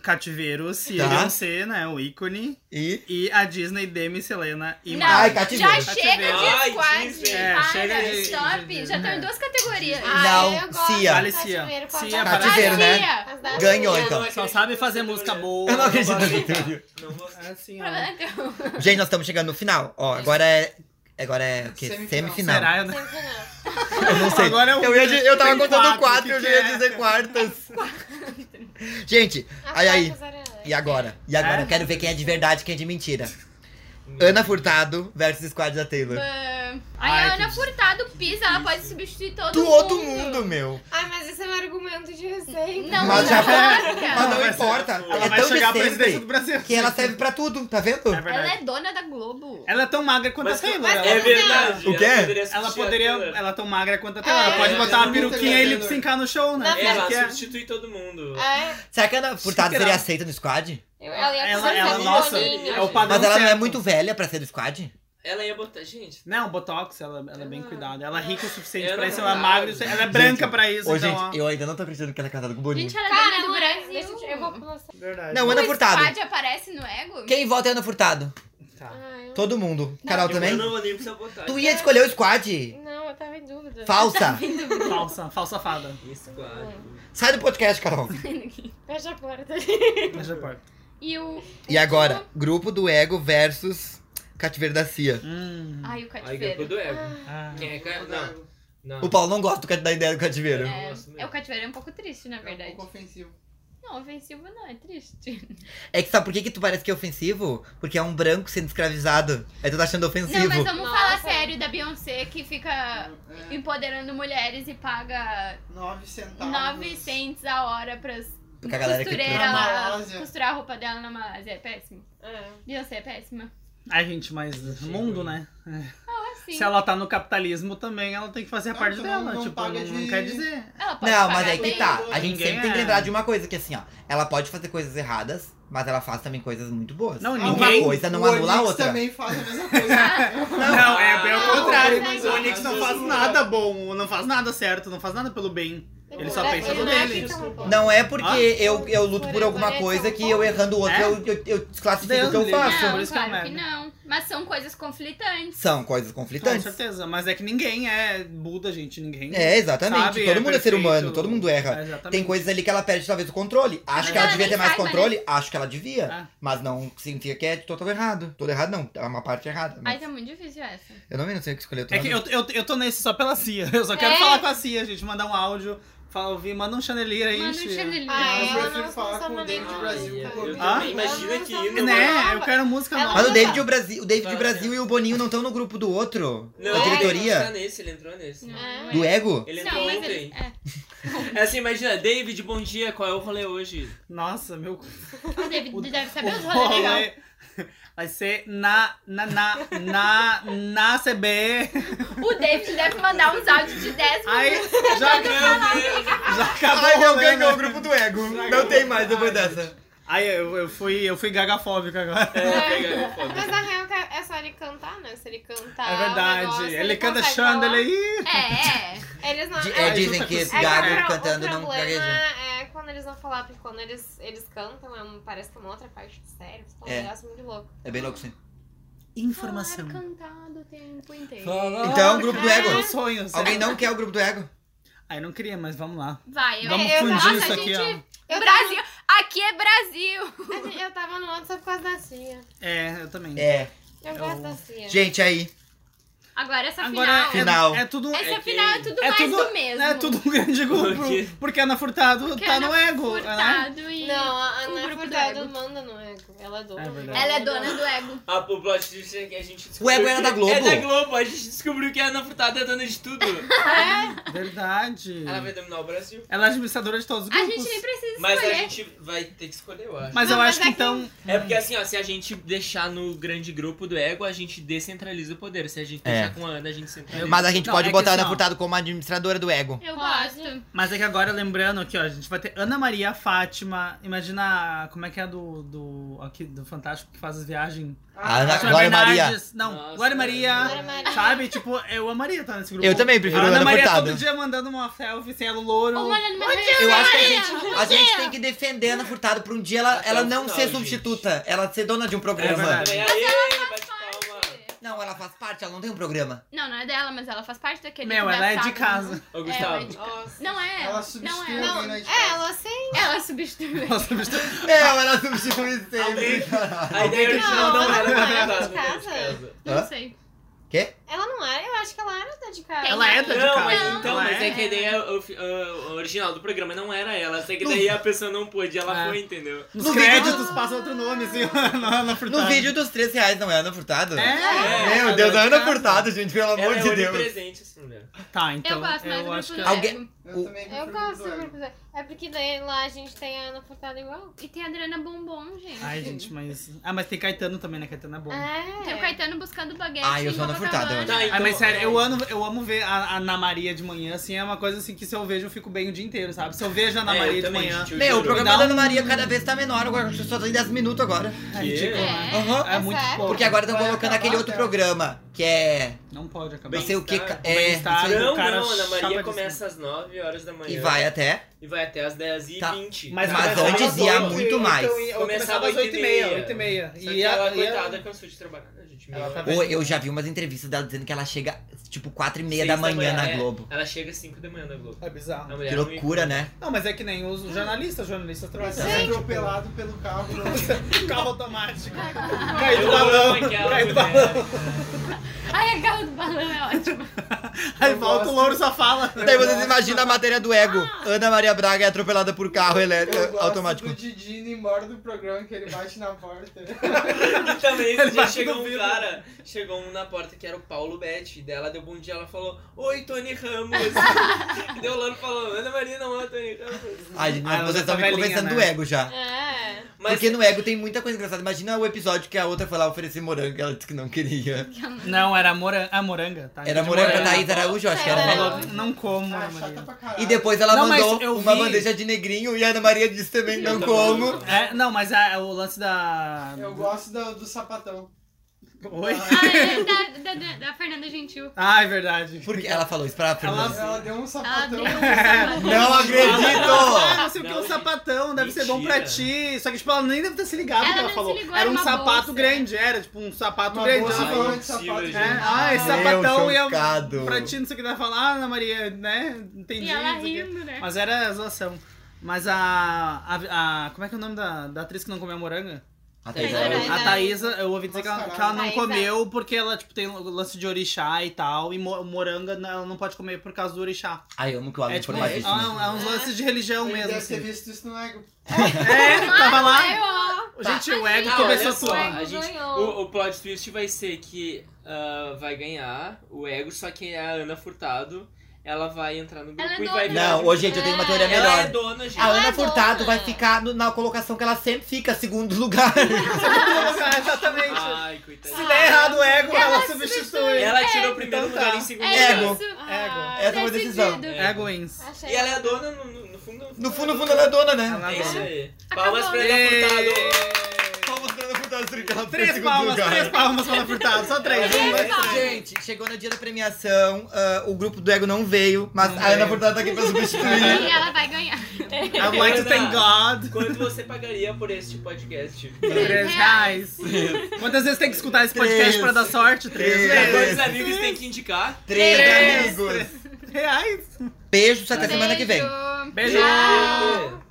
Speaker 6: Cativeiro, se
Speaker 4: Tá.
Speaker 6: Beyoncé, né? O ícone.
Speaker 4: E...
Speaker 6: E a Disney, Demi, Selena e
Speaker 7: Não,
Speaker 4: Ai,
Speaker 6: Miley.
Speaker 4: cativeiro.
Speaker 7: já chega
Speaker 1: Ai,
Speaker 7: de squad.
Speaker 1: Disney.
Speaker 6: É,
Speaker 7: Para,
Speaker 6: chega de-
Speaker 7: stop.
Speaker 6: de- de-
Speaker 7: já estão
Speaker 6: é.
Speaker 7: em duas categorias.
Speaker 4: Não,
Speaker 5: eu gosto.
Speaker 4: Cia.
Speaker 6: Vale, Cia.
Speaker 5: Cativeiro,
Speaker 6: Cia,
Speaker 5: cativeiro.
Speaker 3: Tá
Speaker 6: para-
Speaker 4: Cativeiro, né?
Speaker 7: Cia.
Speaker 5: As das
Speaker 4: Ganhou,
Speaker 5: minhas.
Speaker 4: então.
Speaker 6: Só sabe fazer música boa.
Speaker 4: Eu não acredito
Speaker 6: gosta de
Speaker 4: nessa
Speaker 6: cantar.
Speaker 4: teoria.
Speaker 1: Não vou...
Speaker 6: É assim, ó.
Speaker 7: Problema teu.
Speaker 4: Gente, nós estamos chegando no final. Ó, agora é... Agora é o quê?
Speaker 3: Semifinal.
Speaker 4: Semifinal.
Speaker 6: Será? Eu não-
Speaker 5: Sempre não.
Speaker 4: Eu não sei.
Speaker 6: Agora é um-
Speaker 4: eu, ia, di- eu tava
Speaker 6: tem
Speaker 4: contando
Speaker 6: quatro,
Speaker 4: quatro,
Speaker 6: que
Speaker 4: eu já
Speaker 6: que
Speaker 4: ia
Speaker 6: é?
Speaker 4: dizer
Speaker 7: <laughs>
Speaker 4: quartas. Gente, aí, aí.
Speaker 5: As faixas eram-
Speaker 4: E agora? E agora
Speaker 6: É?
Speaker 4: eu quero ver quem é de verdade e quem é de mentira. Ana Furtado versus Squad da Taylor.
Speaker 7: Aí
Speaker 6: Ai,
Speaker 7: a
Speaker 6: que
Speaker 7: Ana Furtado pisa, ela pode substituir todo
Speaker 4: Do
Speaker 7: mundo.
Speaker 4: outro mundo, meu.
Speaker 5: Ai, mas isso é um argumento de receita.
Speaker 7: Não, é
Speaker 4: Mas
Speaker 7: não,
Speaker 4: já-
Speaker 7: cara.
Speaker 4: Mas
Speaker 6: Ela
Speaker 4: não
Speaker 6: vai
Speaker 4: importa.
Speaker 1: ser-
Speaker 4: Ela
Speaker 6: Ela
Speaker 4: é
Speaker 6: vai
Speaker 4: tão
Speaker 6: chegar à presidência do
Speaker 4: decente
Speaker 6: Brasil.
Speaker 4: que ela serve pra tudo, tá vendo?
Speaker 6: É verdade.
Speaker 7: Ela é dona da Globo.
Speaker 6: Ela é tão magra quanto
Speaker 1: Mas-
Speaker 6: a Taylor.
Speaker 5: mas-
Speaker 6: ela-
Speaker 1: É verdade.
Speaker 4: O quê?
Speaker 1: Ela poderia...
Speaker 6: Ela
Speaker 1: assistir a
Speaker 6: poderia.
Speaker 1: Taylor.
Speaker 6: Ela é tão magra quanto a Taylor. Ela
Speaker 5: É,
Speaker 6: pode
Speaker 5: é,
Speaker 6: botar uma
Speaker 3: muito
Speaker 6: peruquinha e
Speaker 3: magra,
Speaker 6: ele
Speaker 3: né?
Speaker 6: sincar no show, né?
Speaker 1: Ela
Speaker 6: Porque é-
Speaker 1: substitui todo mundo.
Speaker 5: É,
Speaker 4: Será que a Ana Furtado
Speaker 6: Será?
Speaker 4: seria aceita no squad?
Speaker 5: eu- ela ia
Speaker 6: Ela,
Speaker 5: precisar
Speaker 6: ela,
Speaker 5: de um
Speaker 6: nossa,
Speaker 5: boninho.
Speaker 6: é o padrão
Speaker 4: Mas ela não é
Speaker 6: certo.
Speaker 4: muito velha pra ser do squad?
Speaker 1: Ela ia botar... Gente...
Speaker 6: Não, Botox, ela, ela é bem cuidada. Ela é rica o suficiente
Speaker 1: Ela
Speaker 6: pra
Speaker 1: é
Speaker 6: isso, ela é
Speaker 1: cuidada.
Speaker 6: magra, o suficiente- ela é branca
Speaker 4: Gente,
Speaker 6: pra isso,
Speaker 4: Ô,
Speaker 6: então, ó.
Speaker 4: gente, eu ainda não tô acreditando que ela é casada com o Boninho.
Speaker 7: Gente, ela é
Speaker 5: Cara,
Speaker 7: dona do
Speaker 5: não é-
Speaker 7: Brasil.
Speaker 5: deixa eu te- eu vou começar.
Speaker 6: Verdade.
Speaker 4: Não, Ana
Speaker 7: O
Speaker 4: Furtado.
Speaker 7: Squad aparece no Ego?
Speaker 4: Quem vota é Ana Furtado?
Speaker 6: Tá.
Speaker 5: Ai, eu-
Speaker 4: Todo mundo. Carol também?
Speaker 1: Eu não vou nem precisar botar.
Speaker 4: Tu ia escolher o squad?
Speaker 5: Não, eu tava em
Speaker 7: <laughs>
Speaker 5: dúvida.
Speaker 4: Falsa.
Speaker 6: Falsa, falsa fada.
Speaker 1: Isso, claro.
Speaker 4: Sai do podcast, Carol.
Speaker 5: Fecha a
Speaker 4: <laughs>
Speaker 5: porta.
Speaker 6: Deixa eu pôr.
Speaker 7: E o...
Speaker 4: E agora, grupo do ego versus cativeiro da CIA.
Speaker 6: Hum.
Speaker 7: Ai, o
Speaker 1: Aí que é
Speaker 7: cativeiro.
Speaker 1: tudo ego.
Speaker 6: Ah.
Speaker 1: Quem é que é? Não, não.
Speaker 4: O Paulo não gosta do ca- da ideia do cativeiro.
Speaker 1: Eu gosto
Speaker 7: É,
Speaker 1: mesmo.
Speaker 7: é, o cativeiro é um pouco triste, na
Speaker 3: É um
Speaker 7: verdade.
Speaker 3: pouco ofensivo.
Speaker 7: Não, ofensivo não, é triste.
Speaker 4: É que sabe por que, que tu parece que é ofensivo? Porque é um branco sendo escravizado. Aí tu tá achando
Speaker 7: Não,
Speaker 4: ofensivo.
Speaker 7: mas é vamos
Speaker 5: Nossa.
Speaker 7: falar sério da Beyoncé que fica
Speaker 3: É,
Speaker 7: empoderando mulheres e paga
Speaker 3: 9 centavos.
Speaker 7: 9 cents a hora pras
Speaker 4: Porque a Tá, galera que
Speaker 7: costureiras
Speaker 3: Na
Speaker 7: lá
Speaker 3: Malásia.
Speaker 7: costurar a roupa dela na Malásia. É péssimo.
Speaker 5: É.
Speaker 7: Beyoncé é péssima.
Speaker 6: Ai, gente, mas mundo, né?
Speaker 7: Assim,
Speaker 6: Se ela tá no capitalismo também, ela tem que fazer a
Speaker 3: Não,
Speaker 6: parte
Speaker 3: tu
Speaker 6: dela.
Speaker 3: não- não
Speaker 6: tipo,
Speaker 3: paga
Speaker 6: não, não
Speaker 3: de-
Speaker 6: quer dizer.
Speaker 7: ela pode
Speaker 4: Não,
Speaker 7: pagar
Speaker 4: mas aí que
Speaker 7: bem.
Speaker 4: tá. A gente
Speaker 6: Ninguém
Speaker 4: sempre tem que
Speaker 6: é.
Speaker 4: lembrar de uma coisa, que assim, ó. Ela pode fazer coisas erradas, mas ela faz também coisas muito boas.
Speaker 6: Não,
Speaker 4: Uma
Speaker 6: ninguém-
Speaker 4: coisa não
Speaker 3: o
Speaker 4: anula a
Speaker 3: Onyx
Speaker 4: outra.
Speaker 3: também faz a mesma
Speaker 4: <laughs>
Speaker 3: coisa.
Speaker 6: Não, é bem
Speaker 1: Não,
Speaker 6: ao contrário.
Speaker 1: mas
Speaker 6: o
Speaker 1: é
Speaker 6: Onix não
Speaker 1: isso.
Speaker 6: faz nada bom, não faz nada certo, não faz nada pelo bem. Ele só pensa no
Speaker 5: não
Speaker 6: dele,
Speaker 5: acredita
Speaker 6: desculpa.
Speaker 5: no povo.
Speaker 4: Não é porque
Speaker 6: Ah.
Speaker 4: eu, eu luto por
Speaker 5: Por
Speaker 4: alguma
Speaker 5: exemplo,
Speaker 4: coisa que
Speaker 5: é um
Speaker 4: eu errando o outro,
Speaker 6: É?
Speaker 4: eu, eu, eu desclassifico
Speaker 6: Deus
Speaker 4: o que eu
Speaker 6: me livre.
Speaker 4: faço.
Speaker 6: Nossa,
Speaker 7: Não,
Speaker 6: por isso que é
Speaker 7: claro que
Speaker 6: merda.
Speaker 7: não. Mas são coisas conflitantes.
Speaker 4: São coisas
Speaker 6: Com
Speaker 4: conflitantes.
Speaker 6: certeza. Mas é que ninguém é Buda, gente. Ninguém.
Speaker 4: É, exatamente.
Speaker 6: Sabe,
Speaker 4: todo
Speaker 6: é
Speaker 4: mundo é ser
Speaker 6: perfeito.
Speaker 4: humano, todo mundo erra.
Speaker 6: É, exatamente. É.
Speaker 4: Tem coisas ali que ela perde talvez o controle. Acho
Speaker 7: Mas
Speaker 4: que ela
Speaker 7: ela
Speaker 4: devia
Speaker 7: nem
Speaker 4: ter mais
Speaker 7: saiba,
Speaker 4: controle, acho que ela devia.
Speaker 6: Ah.
Speaker 4: Mas não significa que é todo errado. Todo errado não, é uma parte errada. mas
Speaker 7: Ai, tá muito difícil essa.
Speaker 4: Eu não, eu não sei o que escolher. tô
Speaker 6: É que
Speaker 4: na
Speaker 6: eu, eu, eu tô nesse só pela Cia. Eu só quero
Speaker 5: É.
Speaker 6: falar com a Cia, gente. Mandar um áudio. Fala, ouvir, manda um chanelier aí.
Speaker 7: Manda um
Speaker 6: Cia.
Speaker 7: chandelier.
Speaker 5: Ah,
Speaker 3: eu
Speaker 5: ela
Speaker 3: prefiro
Speaker 5: não
Speaker 3: falar
Speaker 5: funciona
Speaker 3: com o David
Speaker 5: nem
Speaker 3: Brasil.
Speaker 1: Eu
Speaker 3: que eu-
Speaker 6: Ah?
Speaker 1: também imagina que
Speaker 5: Ela
Speaker 1: ir
Speaker 5: não
Speaker 1: no...
Speaker 6: Né? Eu quero música
Speaker 7: Ela
Speaker 6: nova.
Speaker 4: Mas o
Speaker 7: Não,
Speaker 4: David,
Speaker 7: tá.
Speaker 4: e o Brasil, o David e o
Speaker 1: Tá,
Speaker 4: Brasil e o Boninho não estão no grupo do outro? da
Speaker 1: ele
Speaker 4: diretoria?
Speaker 1: não tá nesse, ele entrou nesse.
Speaker 7: Não,
Speaker 4: Do
Speaker 7: é.
Speaker 4: ego?
Speaker 1: Ele entrou
Speaker 7: Não, mas
Speaker 1: ontem.
Speaker 7: ele... É.
Speaker 1: É assim, imagina, David, bom dia, qual é o rolê hoje?
Speaker 6: Nossa, meu.
Speaker 7: O David deve saber os
Speaker 6: o
Speaker 7: rolês Tá legal.
Speaker 6: rolê Vai ser na, na, na, na, na CB.
Speaker 7: O David deve mandar uns áudios de 10 minutos.
Speaker 6: Aí já, já acabou o rolê, né?
Speaker 4: grupo do ego.
Speaker 6: Não tem mais
Speaker 4: depois
Speaker 6: depois
Speaker 4: dessa.
Speaker 6: Aí eu, eu fui, eu fui gagafóbica agora.
Speaker 1: É, pega, foda.
Speaker 5: Mas na real é só ele cantar, né? Se ele cantar.
Speaker 6: É
Speaker 5: o
Speaker 6: verdade.
Speaker 5: negócio,
Speaker 6: ele, canta
Speaker 5: consegue
Speaker 6: Chandelier
Speaker 5: falar.
Speaker 6: aí.
Speaker 7: É, é.
Speaker 5: Eles não.
Speaker 4: é,
Speaker 5: é,
Speaker 4: dizem
Speaker 6: junta
Speaker 4: que
Speaker 6: com-
Speaker 4: esse
Speaker 5: é que
Speaker 4: gago
Speaker 5: o pro-
Speaker 4: cantando
Speaker 5: o
Speaker 4: não
Speaker 5: problema
Speaker 4: gagueja.
Speaker 5: é quando eles não falar, porque quando eles, eles cantam, é um- parece que é uma outra parte do cérebro. Tá um
Speaker 4: É.
Speaker 5: negócio muito louco.
Speaker 4: É bem louco, sim.
Speaker 6: Informação. É
Speaker 7: Falar, cantar do tempo inteiro.
Speaker 4: Então, grupo do ego.
Speaker 6: Meus sonhos.
Speaker 4: Alguém não quer o grupo do ego?
Speaker 6: Ah, eu não queria, mas vamos lá.
Speaker 7: Vai, eu...
Speaker 6: Vamos
Speaker 5: eu-
Speaker 6: fundir
Speaker 7: Nossa,
Speaker 6: isso aqui,
Speaker 7: gente,
Speaker 5: Eu
Speaker 7: Brasil. Aqui é Brasil.
Speaker 5: Tava, a gente- eu tava no outro só por causa da
Speaker 6: ó.
Speaker 5: Cia.
Speaker 6: É, eu também.
Speaker 4: É.
Speaker 5: Eu gosto da Cia.
Speaker 4: Gente, aí.
Speaker 7: Agora essa
Speaker 6: Agora
Speaker 7: Tá final.
Speaker 4: Final.
Speaker 6: É, é tudo...
Speaker 7: Essa
Speaker 1: É que-
Speaker 7: final é tudo
Speaker 6: é
Speaker 7: mais
Speaker 6: tudo-
Speaker 7: do mesmo.
Speaker 6: É tudo um grande grupo.
Speaker 1: Por quê?
Speaker 6: Porque a Ana Furtado
Speaker 7: Porque
Speaker 6: tá
Speaker 7: Ana
Speaker 6: no ego. Né?
Speaker 7: Furtado e...
Speaker 5: Não, a
Speaker 7: o
Speaker 5: Ana
Speaker 7: grupo do
Speaker 5: Furtado
Speaker 7: ego.
Speaker 5: manda no ego. Ela é dona.
Speaker 6: É verdade.
Speaker 7: Ela é dona do ego.
Speaker 1: Ah, pô, o plot twist é que a gente
Speaker 4: O ego era da Globo.
Speaker 1: É da Globo, a gente descobriu que a Ana Furtada é dona de tudo.
Speaker 6: Verdade.
Speaker 1: Ela vai dominar o Brasil.
Speaker 6: Ela é administradora de todos os
Speaker 7: A
Speaker 6: grupos.
Speaker 7: gente nem precisa
Speaker 1: Mas a
Speaker 7: escolher.
Speaker 1: gente vai ter que escolher, eu acho.
Speaker 6: Mas eu
Speaker 5: Não, mas
Speaker 6: acho que
Speaker 5: é que-
Speaker 6: então...
Speaker 1: É porque assim, ó, se a gente deixar no grande grupo do ego, a gente descentraliza o poder. Se a gente
Speaker 4: É.
Speaker 1: deixar com a Ana, a gente centraliza.
Speaker 4: Mas a gente
Speaker 6: Não,
Speaker 4: pode
Speaker 6: é que
Speaker 4: botar a
Speaker 6: assim,
Speaker 4: Ana
Speaker 6: ó.
Speaker 4: Furtado como administradora do ego.
Speaker 7: Eu
Speaker 5: Pode.
Speaker 7: gosto.
Speaker 6: Mas é que agora, lembrando aqui, ó, a gente vai ter Ana Maria, Fátima, imagina a como é que é do, do, aqui, do Fantástico que faz as viagens?
Speaker 4: Ah,
Speaker 6: Ana
Speaker 4: Glória
Speaker 6: Bernardes. Não,
Speaker 1: Nossa,
Speaker 6: Glória Maria.
Speaker 5: Glória Maria.
Speaker 6: Sabe, tipo, eu amaria estar nesse grupo.
Speaker 4: Eu também prefiro
Speaker 6: A Ana
Speaker 4: Ana
Speaker 6: Maria
Speaker 4: Furtado.
Speaker 6: todo dia mandando uma selfie sem ela, o louro.
Speaker 5: Ô, Mariana, mas
Speaker 4: Eu acho que a
Speaker 7: Maria,
Speaker 4: gente,
Speaker 7: bom
Speaker 4: a gente
Speaker 7: dia.
Speaker 4: tem que defender a Ana Furtado pra um dia ela,
Speaker 1: Até
Speaker 4: ela
Speaker 1: o
Speaker 4: não
Speaker 1: final,
Speaker 4: ser
Speaker 1: gente.
Speaker 4: substituta, ela ser dona de um
Speaker 6: É
Speaker 4: programa.
Speaker 6: verdade.
Speaker 1: Aê, bate palma.
Speaker 4: não, ela faz parte, ela não tem um programa.
Speaker 7: Não, não é dela, mas ela faz parte daquele.
Speaker 6: Meu,
Speaker 7: da
Speaker 6: ela é de
Speaker 7: saga,
Speaker 6: casa.
Speaker 1: Ô,
Speaker 7: ela é
Speaker 1: Gustavo.
Speaker 7: de-
Speaker 8: Nossa.
Speaker 7: Não Não é
Speaker 3: Ela
Speaker 7: ela. Não é
Speaker 3: substitui
Speaker 7: ela.
Speaker 3: alguém na edição.
Speaker 5: É, ela sim.
Speaker 7: Ela substitui.
Speaker 6: Nossa, me estou-
Speaker 4: Não, ela substitui sempre.
Speaker 1: A ideia é
Speaker 6: Alguém que
Speaker 1: original
Speaker 5: não,
Speaker 1: não era
Speaker 5: ela
Speaker 1: da
Speaker 5: não era de
Speaker 1: casa, não era de
Speaker 5: casa.
Speaker 1: casa.
Speaker 7: Não
Speaker 4: Hã?
Speaker 7: sei.
Speaker 4: Quê?
Speaker 5: Ela não era, eu acho que ela era da de casa.
Speaker 6: ela é da de
Speaker 1: Não,
Speaker 6: casa.
Speaker 1: mas
Speaker 7: Não,
Speaker 1: então,
Speaker 6: ela
Speaker 1: mas é,
Speaker 6: é.
Speaker 1: que a ideia of- ah, original do programa não era ela. Só que daí a pessoa não pôde, ela
Speaker 6: É.
Speaker 1: foi, entendeu?
Speaker 6: Nos
Speaker 4: No
Speaker 6: créditos passa outro nome, assim, <laughs> na, na
Speaker 4: No vídeo dos 13 reais não é Ana Furtado?
Speaker 6: É.
Speaker 1: É,
Speaker 4: Meu Deus, a Ana Furtado, gente, pelo
Speaker 1: Ela
Speaker 4: amor
Speaker 1: é
Speaker 4: de Deus.
Speaker 1: onipresente, assim, né?
Speaker 6: Tá, então.
Speaker 7: eu gosto mais do
Speaker 6: acho
Speaker 7: grupo
Speaker 6: que...
Speaker 7: do
Speaker 4: Alguém-
Speaker 7: Ego.
Speaker 3: Eu
Speaker 4: O-
Speaker 3: também
Speaker 5: Eu
Speaker 3: prefiro
Speaker 5: gosto
Speaker 3: do
Speaker 5: super
Speaker 3: Ego.
Speaker 5: pesada. É porque daí lá a gente tem a Ana Furtado igual.
Speaker 7: E tem a Adriana Bombom, gente.
Speaker 6: é- Ai, gente, mas. Ah, mas tem Caetano também, né? Caetano é bom.
Speaker 5: É.
Speaker 7: Tem o Caetano buscando baguete.
Speaker 4: Ah, eu sou
Speaker 7: em
Speaker 4: Ana Furtado, eu
Speaker 7: Copacabana.
Speaker 1: Tá, então,
Speaker 6: Ah, mas sério,
Speaker 1: é,
Speaker 6: eu amo, eu amo ver a a Ana Maria de manhã, assim, é uma coisa assim que se eu vejo, eu fico bem o dia inteiro, sabe? Se eu vejo a Ana
Speaker 1: É, eu
Speaker 6: Maria de
Speaker 1: também,
Speaker 6: manhã.
Speaker 1: gente, eu
Speaker 4: Meu, o
Speaker 1: juro.
Speaker 4: programa
Speaker 6: Me dá
Speaker 4: da Ana Maria cada vez tá menor, agora acho que só tem 10 minutos agora.
Speaker 6: É ridículo, né?
Speaker 7: É.
Speaker 4: Aham.
Speaker 6: É muito
Speaker 5: sério?
Speaker 6: pouco.
Speaker 4: Porque agora estão
Speaker 3: Vai
Speaker 4: colocando
Speaker 3: acabar,
Speaker 4: aquele outro
Speaker 3: cara.
Speaker 4: programa, que é.
Speaker 6: Não pode acabar.
Speaker 4: Não sei o que.
Speaker 1: Bem-estar.
Speaker 4: É.
Speaker 6: Bem-estar.
Speaker 4: não sei-
Speaker 1: Não,
Speaker 6: O cara
Speaker 1: não, Ana Maria
Speaker 6: chapadíssimo.
Speaker 1: começa às 9 horas da manhã.
Speaker 4: E vai até.
Speaker 1: E vai até às 10h20.
Speaker 4: Tá.
Speaker 6: Mas,
Speaker 4: Mas
Speaker 6: começava
Speaker 4: antes
Speaker 6: às
Speaker 4: ia
Speaker 6: oito,
Speaker 4: muito
Speaker 6: então,
Speaker 4: mais.
Speaker 6: Eu
Speaker 1: Começava
Speaker 6: começava às 8h30, 8h30.
Speaker 1: E
Speaker 6: E
Speaker 1: ela,
Speaker 6: a
Speaker 1: coitada, cansou de trabalhar, né, gente?
Speaker 6: Ela
Speaker 1: Meu,
Speaker 6: tá
Speaker 4: Ou eu já vi umas entrevistas dela dizendo que ela chega tipo 4 e meia
Speaker 1: seis
Speaker 4: da manhã na
Speaker 1: é.
Speaker 4: Globo.
Speaker 1: Ela chega às 5 da manhã na Globo.
Speaker 6: É bizarro.
Speaker 1: A mulher
Speaker 4: Que
Speaker 1: é um
Speaker 4: loucura,
Speaker 1: ícone.
Speaker 4: né?
Speaker 6: Não, mas é que nem os jornalistas, os jornalistas
Speaker 3: Pra
Speaker 6: trabalham.
Speaker 3: ser atropelado pelo
Speaker 4: <laughs>
Speaker 3: carro.
Speaker 6: <laughs> Carro automático.
Speaker 1: Eu
Speaker 6: Caiu do
Speaker 1: amo
Speaker 6: balão.
Speaker 1: aquela mulher.
Speaker 6: Caiu do balão.
Speaker 7: Ai, a garra do balão é ótima.
Speaker 6: Aí volta o louro só fala.
Speaker 4: Daí vocês imaginam a matéria do ego. Ana Maria Braga é atropelada por carro
Speaker 3: Eu
Speaker 4: elétrico
Speaker 3: gosto
Speaker 4: É, automático.
Speaker 3: do Didi indo embora do programa que ele bate na porta.
Speaker 1: E <laughs> também esse
Speaker 6: Ele
Speaker 1: dia
Speaker 6: bate
Speaker 1: chegou
Speaker 6: no
Speaker 1: um
Speaker 6: vidro.
Speaker 1: cara, chegou um na porta que era o Paulo Betti. Daí ela deu bom dia, ela falou, oi Tony Ramos. E daí o Lano falou, Ana Maria não é Tony Ramos.
Speaker 4: Ai, gente,
Speaker 6: Ah,
Speaker 4: mas
Speaker 6: ela
Speaker 4: vocês
Speaker 6: já tá
Speaker 4: estão me
Speaker 6: velhinha,
Speaker 4: conversando
Speaker 6: né?
Speaker 4: do ego já.
Speaker 5: É.
Speaker 1: Mas
Speaker 4: Porque no ego tem muita coisa engraçada. Imagina o episódio que a outra foi lá oferecer morango, ela disse que não queria.
Speaker 6: Não, era mora... a moranga, tá?
Speaker 4: Era
Speaker 6: De É.
Speaker 4: morango pra
Speaker 1: morango.
Speaker 4: Thaís Araújo, acho que era.
Speaker 6: Ela
Speaker 4: né?
Speaker 6: falou, não como, Ana
Speaker 3: Ah,
Speaker 6: Maria.
Speaker 3: chata pra caralho.
Speaker 4: E depois ela
Speaker 6: Não, mas
Speaker 4: mandou
Speaker 6: eu
Speaker 4: uma
Speaker 6: vi-
Speaker 4: bandeja de negrinho e a Ana Maria disse também não como.
Speaker 6: É, não, mas a- o lance da.
Speaker 3: Eu gosto do, do sapatão.
Speaker 6: Oi?
Speaker 7: Ah, é da, da, da- da Fernanda Gentil.
Speaker 6: Ah, é verdade.
Speaker 4: Porque ela falou isso pra Fernanda.
Speaker 3: Ela deu um
Speaker 7: Ela deu
Speaker 3: sapatão.
Speaker 7: um sapatão.
Speaker 4: Não
Speaker 6: Ah,
Speaker 4: acredito!
Speaker 6: não sei o que,
Speaker 1: Não,
Speaker 6: um
Speaker 1: gente.
Speaker 6: sapatão, deve ser bom
Speaker 1: Mentira.
Speaker 6: pra ti. Só que, tipo, ela nem deve ter se ligado
Speaker 7: Ela
Speaker 6: no que ela
Speaker 7: não
Speaker 6: falou.
Speaker 7: se ligou,
Speaker 6: era
Speaker 7: era
Speaker 6: um
Speaker 7: uma
Speaker 6: sapato
Speaker 7: bolsa.
Speaker 6: grande, era, tipo, um sapato
Speaker 3: Uma
Speaker 6: grande.
Speaker 3: bolsa
Speaker 6: Ela-
Speaker 1: Ai,
Speaker 3: falando de
Speaker 1: impossível,
Speaker 3: sapato.
Speaker 1: gente.
Speaker 6: É, ah, esse
Speaker 4: Meu,
Speaker 6: sapatão e
Speaker 4: chocado.
Speaker 6: a... pra ti, não sei o que deve falar, ah, Ana Maria, né? Entendi.
Speaker 7: E ela
Speaker 6: não sei o quê.
Speaker 7: rindo, né?
Speaker 6: Mas era zoação. Mas a, a, a- Como é que é o nome da, da atriz que não comeu moranga?
Speaker 4: A
Speaker 5: Thaís
Speaker 4: Thaís
Speaker 5: Araújo.
Speaker 4: Araújo.
Speaker 6: A Thaísa, eu ouvi dizer que ela, que ela não
Speaker 5: Thaísa.
Speaker 6: comeu porque ela, tipo, tem lance de orixá e tal. E mo- moranga não- ela não pode comer por causa do orixá.
Speaker 4: Ai, eu amo que o Alan
Speaker 6: É tipo,
Speaker 4: foi
Speaker 6: é,
Speaker 4: mais
Speaker 6: é, um- é
Speaker 4: isso.
Speaker 6: uns lances de religião
Speaker 3: Ele
Speaker 6: mesmo,
Speaker 3: deve ter
Speaker 6: assim.
Speaker 3: visto isso no ego.
Speaker 6: É,
Speaker 7: Ah,
Speaker 6: tava <laughs> lá.
Speaker 5: Maior.
Speaker 6: Gente, o ego
Speaker 1: Não,
Speaker 6: começou
Speaker 1: olha
Speaker 6: a
Speaker 1: só,
Speaker 6: suar.
Speaker 5: Ego
Speaker 1: a gente-
Speaker 5: ganhou.
Speaker 1: o, o plot twist vai ser que ah, vai ganhar o ego, só que a Ana Furtado, ela vai entrar no grupo
Speaker 7: Ela é
Speaker 1: e vai
Speaker 7: dona.
Speaker 1: virar-
Speaker 4: Não, hoje, gente, eu tenho uma teoria
Speaker 1: ela é
Speaker 4: melhor.
Speaker 1: dona, gente.
Speaker 4: A
Speaker 5: Ela é
Speaker 4: Ana Furtado
Speaker 5: dona.
Speaker 4: vai ficar no- na colocação que ela sempre fica, segundo lugar. <laughs>
Speaker 6: "Ah, Exatamente.
Speaker 1: Ai,
Speaker 6: Se
Speaker 1: coitada.
Speaker 6: der errado o ego, ela substitui.
Speaker 1: Ela tirou o primeiro
Speaker 6: então
Speaker 1: lugar
Speaker 6: tá.
Speaker 1: em segundo
Speaker 7: É
Speaker 1: lugar.
Speaker 4: Ego.
Speaker 7: isso.
Speaker 5: Ah,
Speaker 4: Essa foi a decisão.
Speaker 7: Decidido.
Speaker 1: É.
Speaker 6: Ego wins.
Speaker 5: achei
Speaker 1: E ela é a dona, no, no- no fundo.
Speaker 4: No fundo, no fundo, ela é dona,
Speaker 6: Ela
Speaker 4: né?
Speaker 1: É isso aí.
Speaker 7: Acabou.
Speaker 1: Palmas pra Ana Furtado.
Speaker 6: Êêêê.
Speaker 4: Palmas pra Ana Furtado, porque ela ficou em
Speaker 6: Três
Speaker 4: segundo
Speaker 6: palmas,
Speaker 4: lugar.
Speaker 6: três palmas pra Ana Furtado. Só três. Um, dois, três.
Speaker 4: Gente, chegou no dia da premiação, ah, o grupo do Ego não veio, mas
Speaker 6: Não
Speaker 4: a Ana
Speaker 6: veio.
Speaker 4: Furtado tá aqui pra substituir.
Speaker 7: E ela vai ganhar.
Speaker 6: I'd like to thank God.
Speaker 1: Quanto você pagaria por este podcast?
Speaker 6: Três reais. Quantas vezes tem que escutar esse podcast
Speaker 4: Três.
Speaker 6: pra dar sorte? Três
Speaker 4: Três.
Speaker 6: vezes.
Speaker 1: Dois amigos têm que indicar.
Speaker 4: Três,
Speaker 6: Três.
Speaker 4: amigos.
Speaker 6: Reais.
Speaker 4: Beijo, até semana que vem.
Speaker 7: Beijo.
Speaker 6: Beijo.
Speaker 7: Tchau.
Speaker 1: E-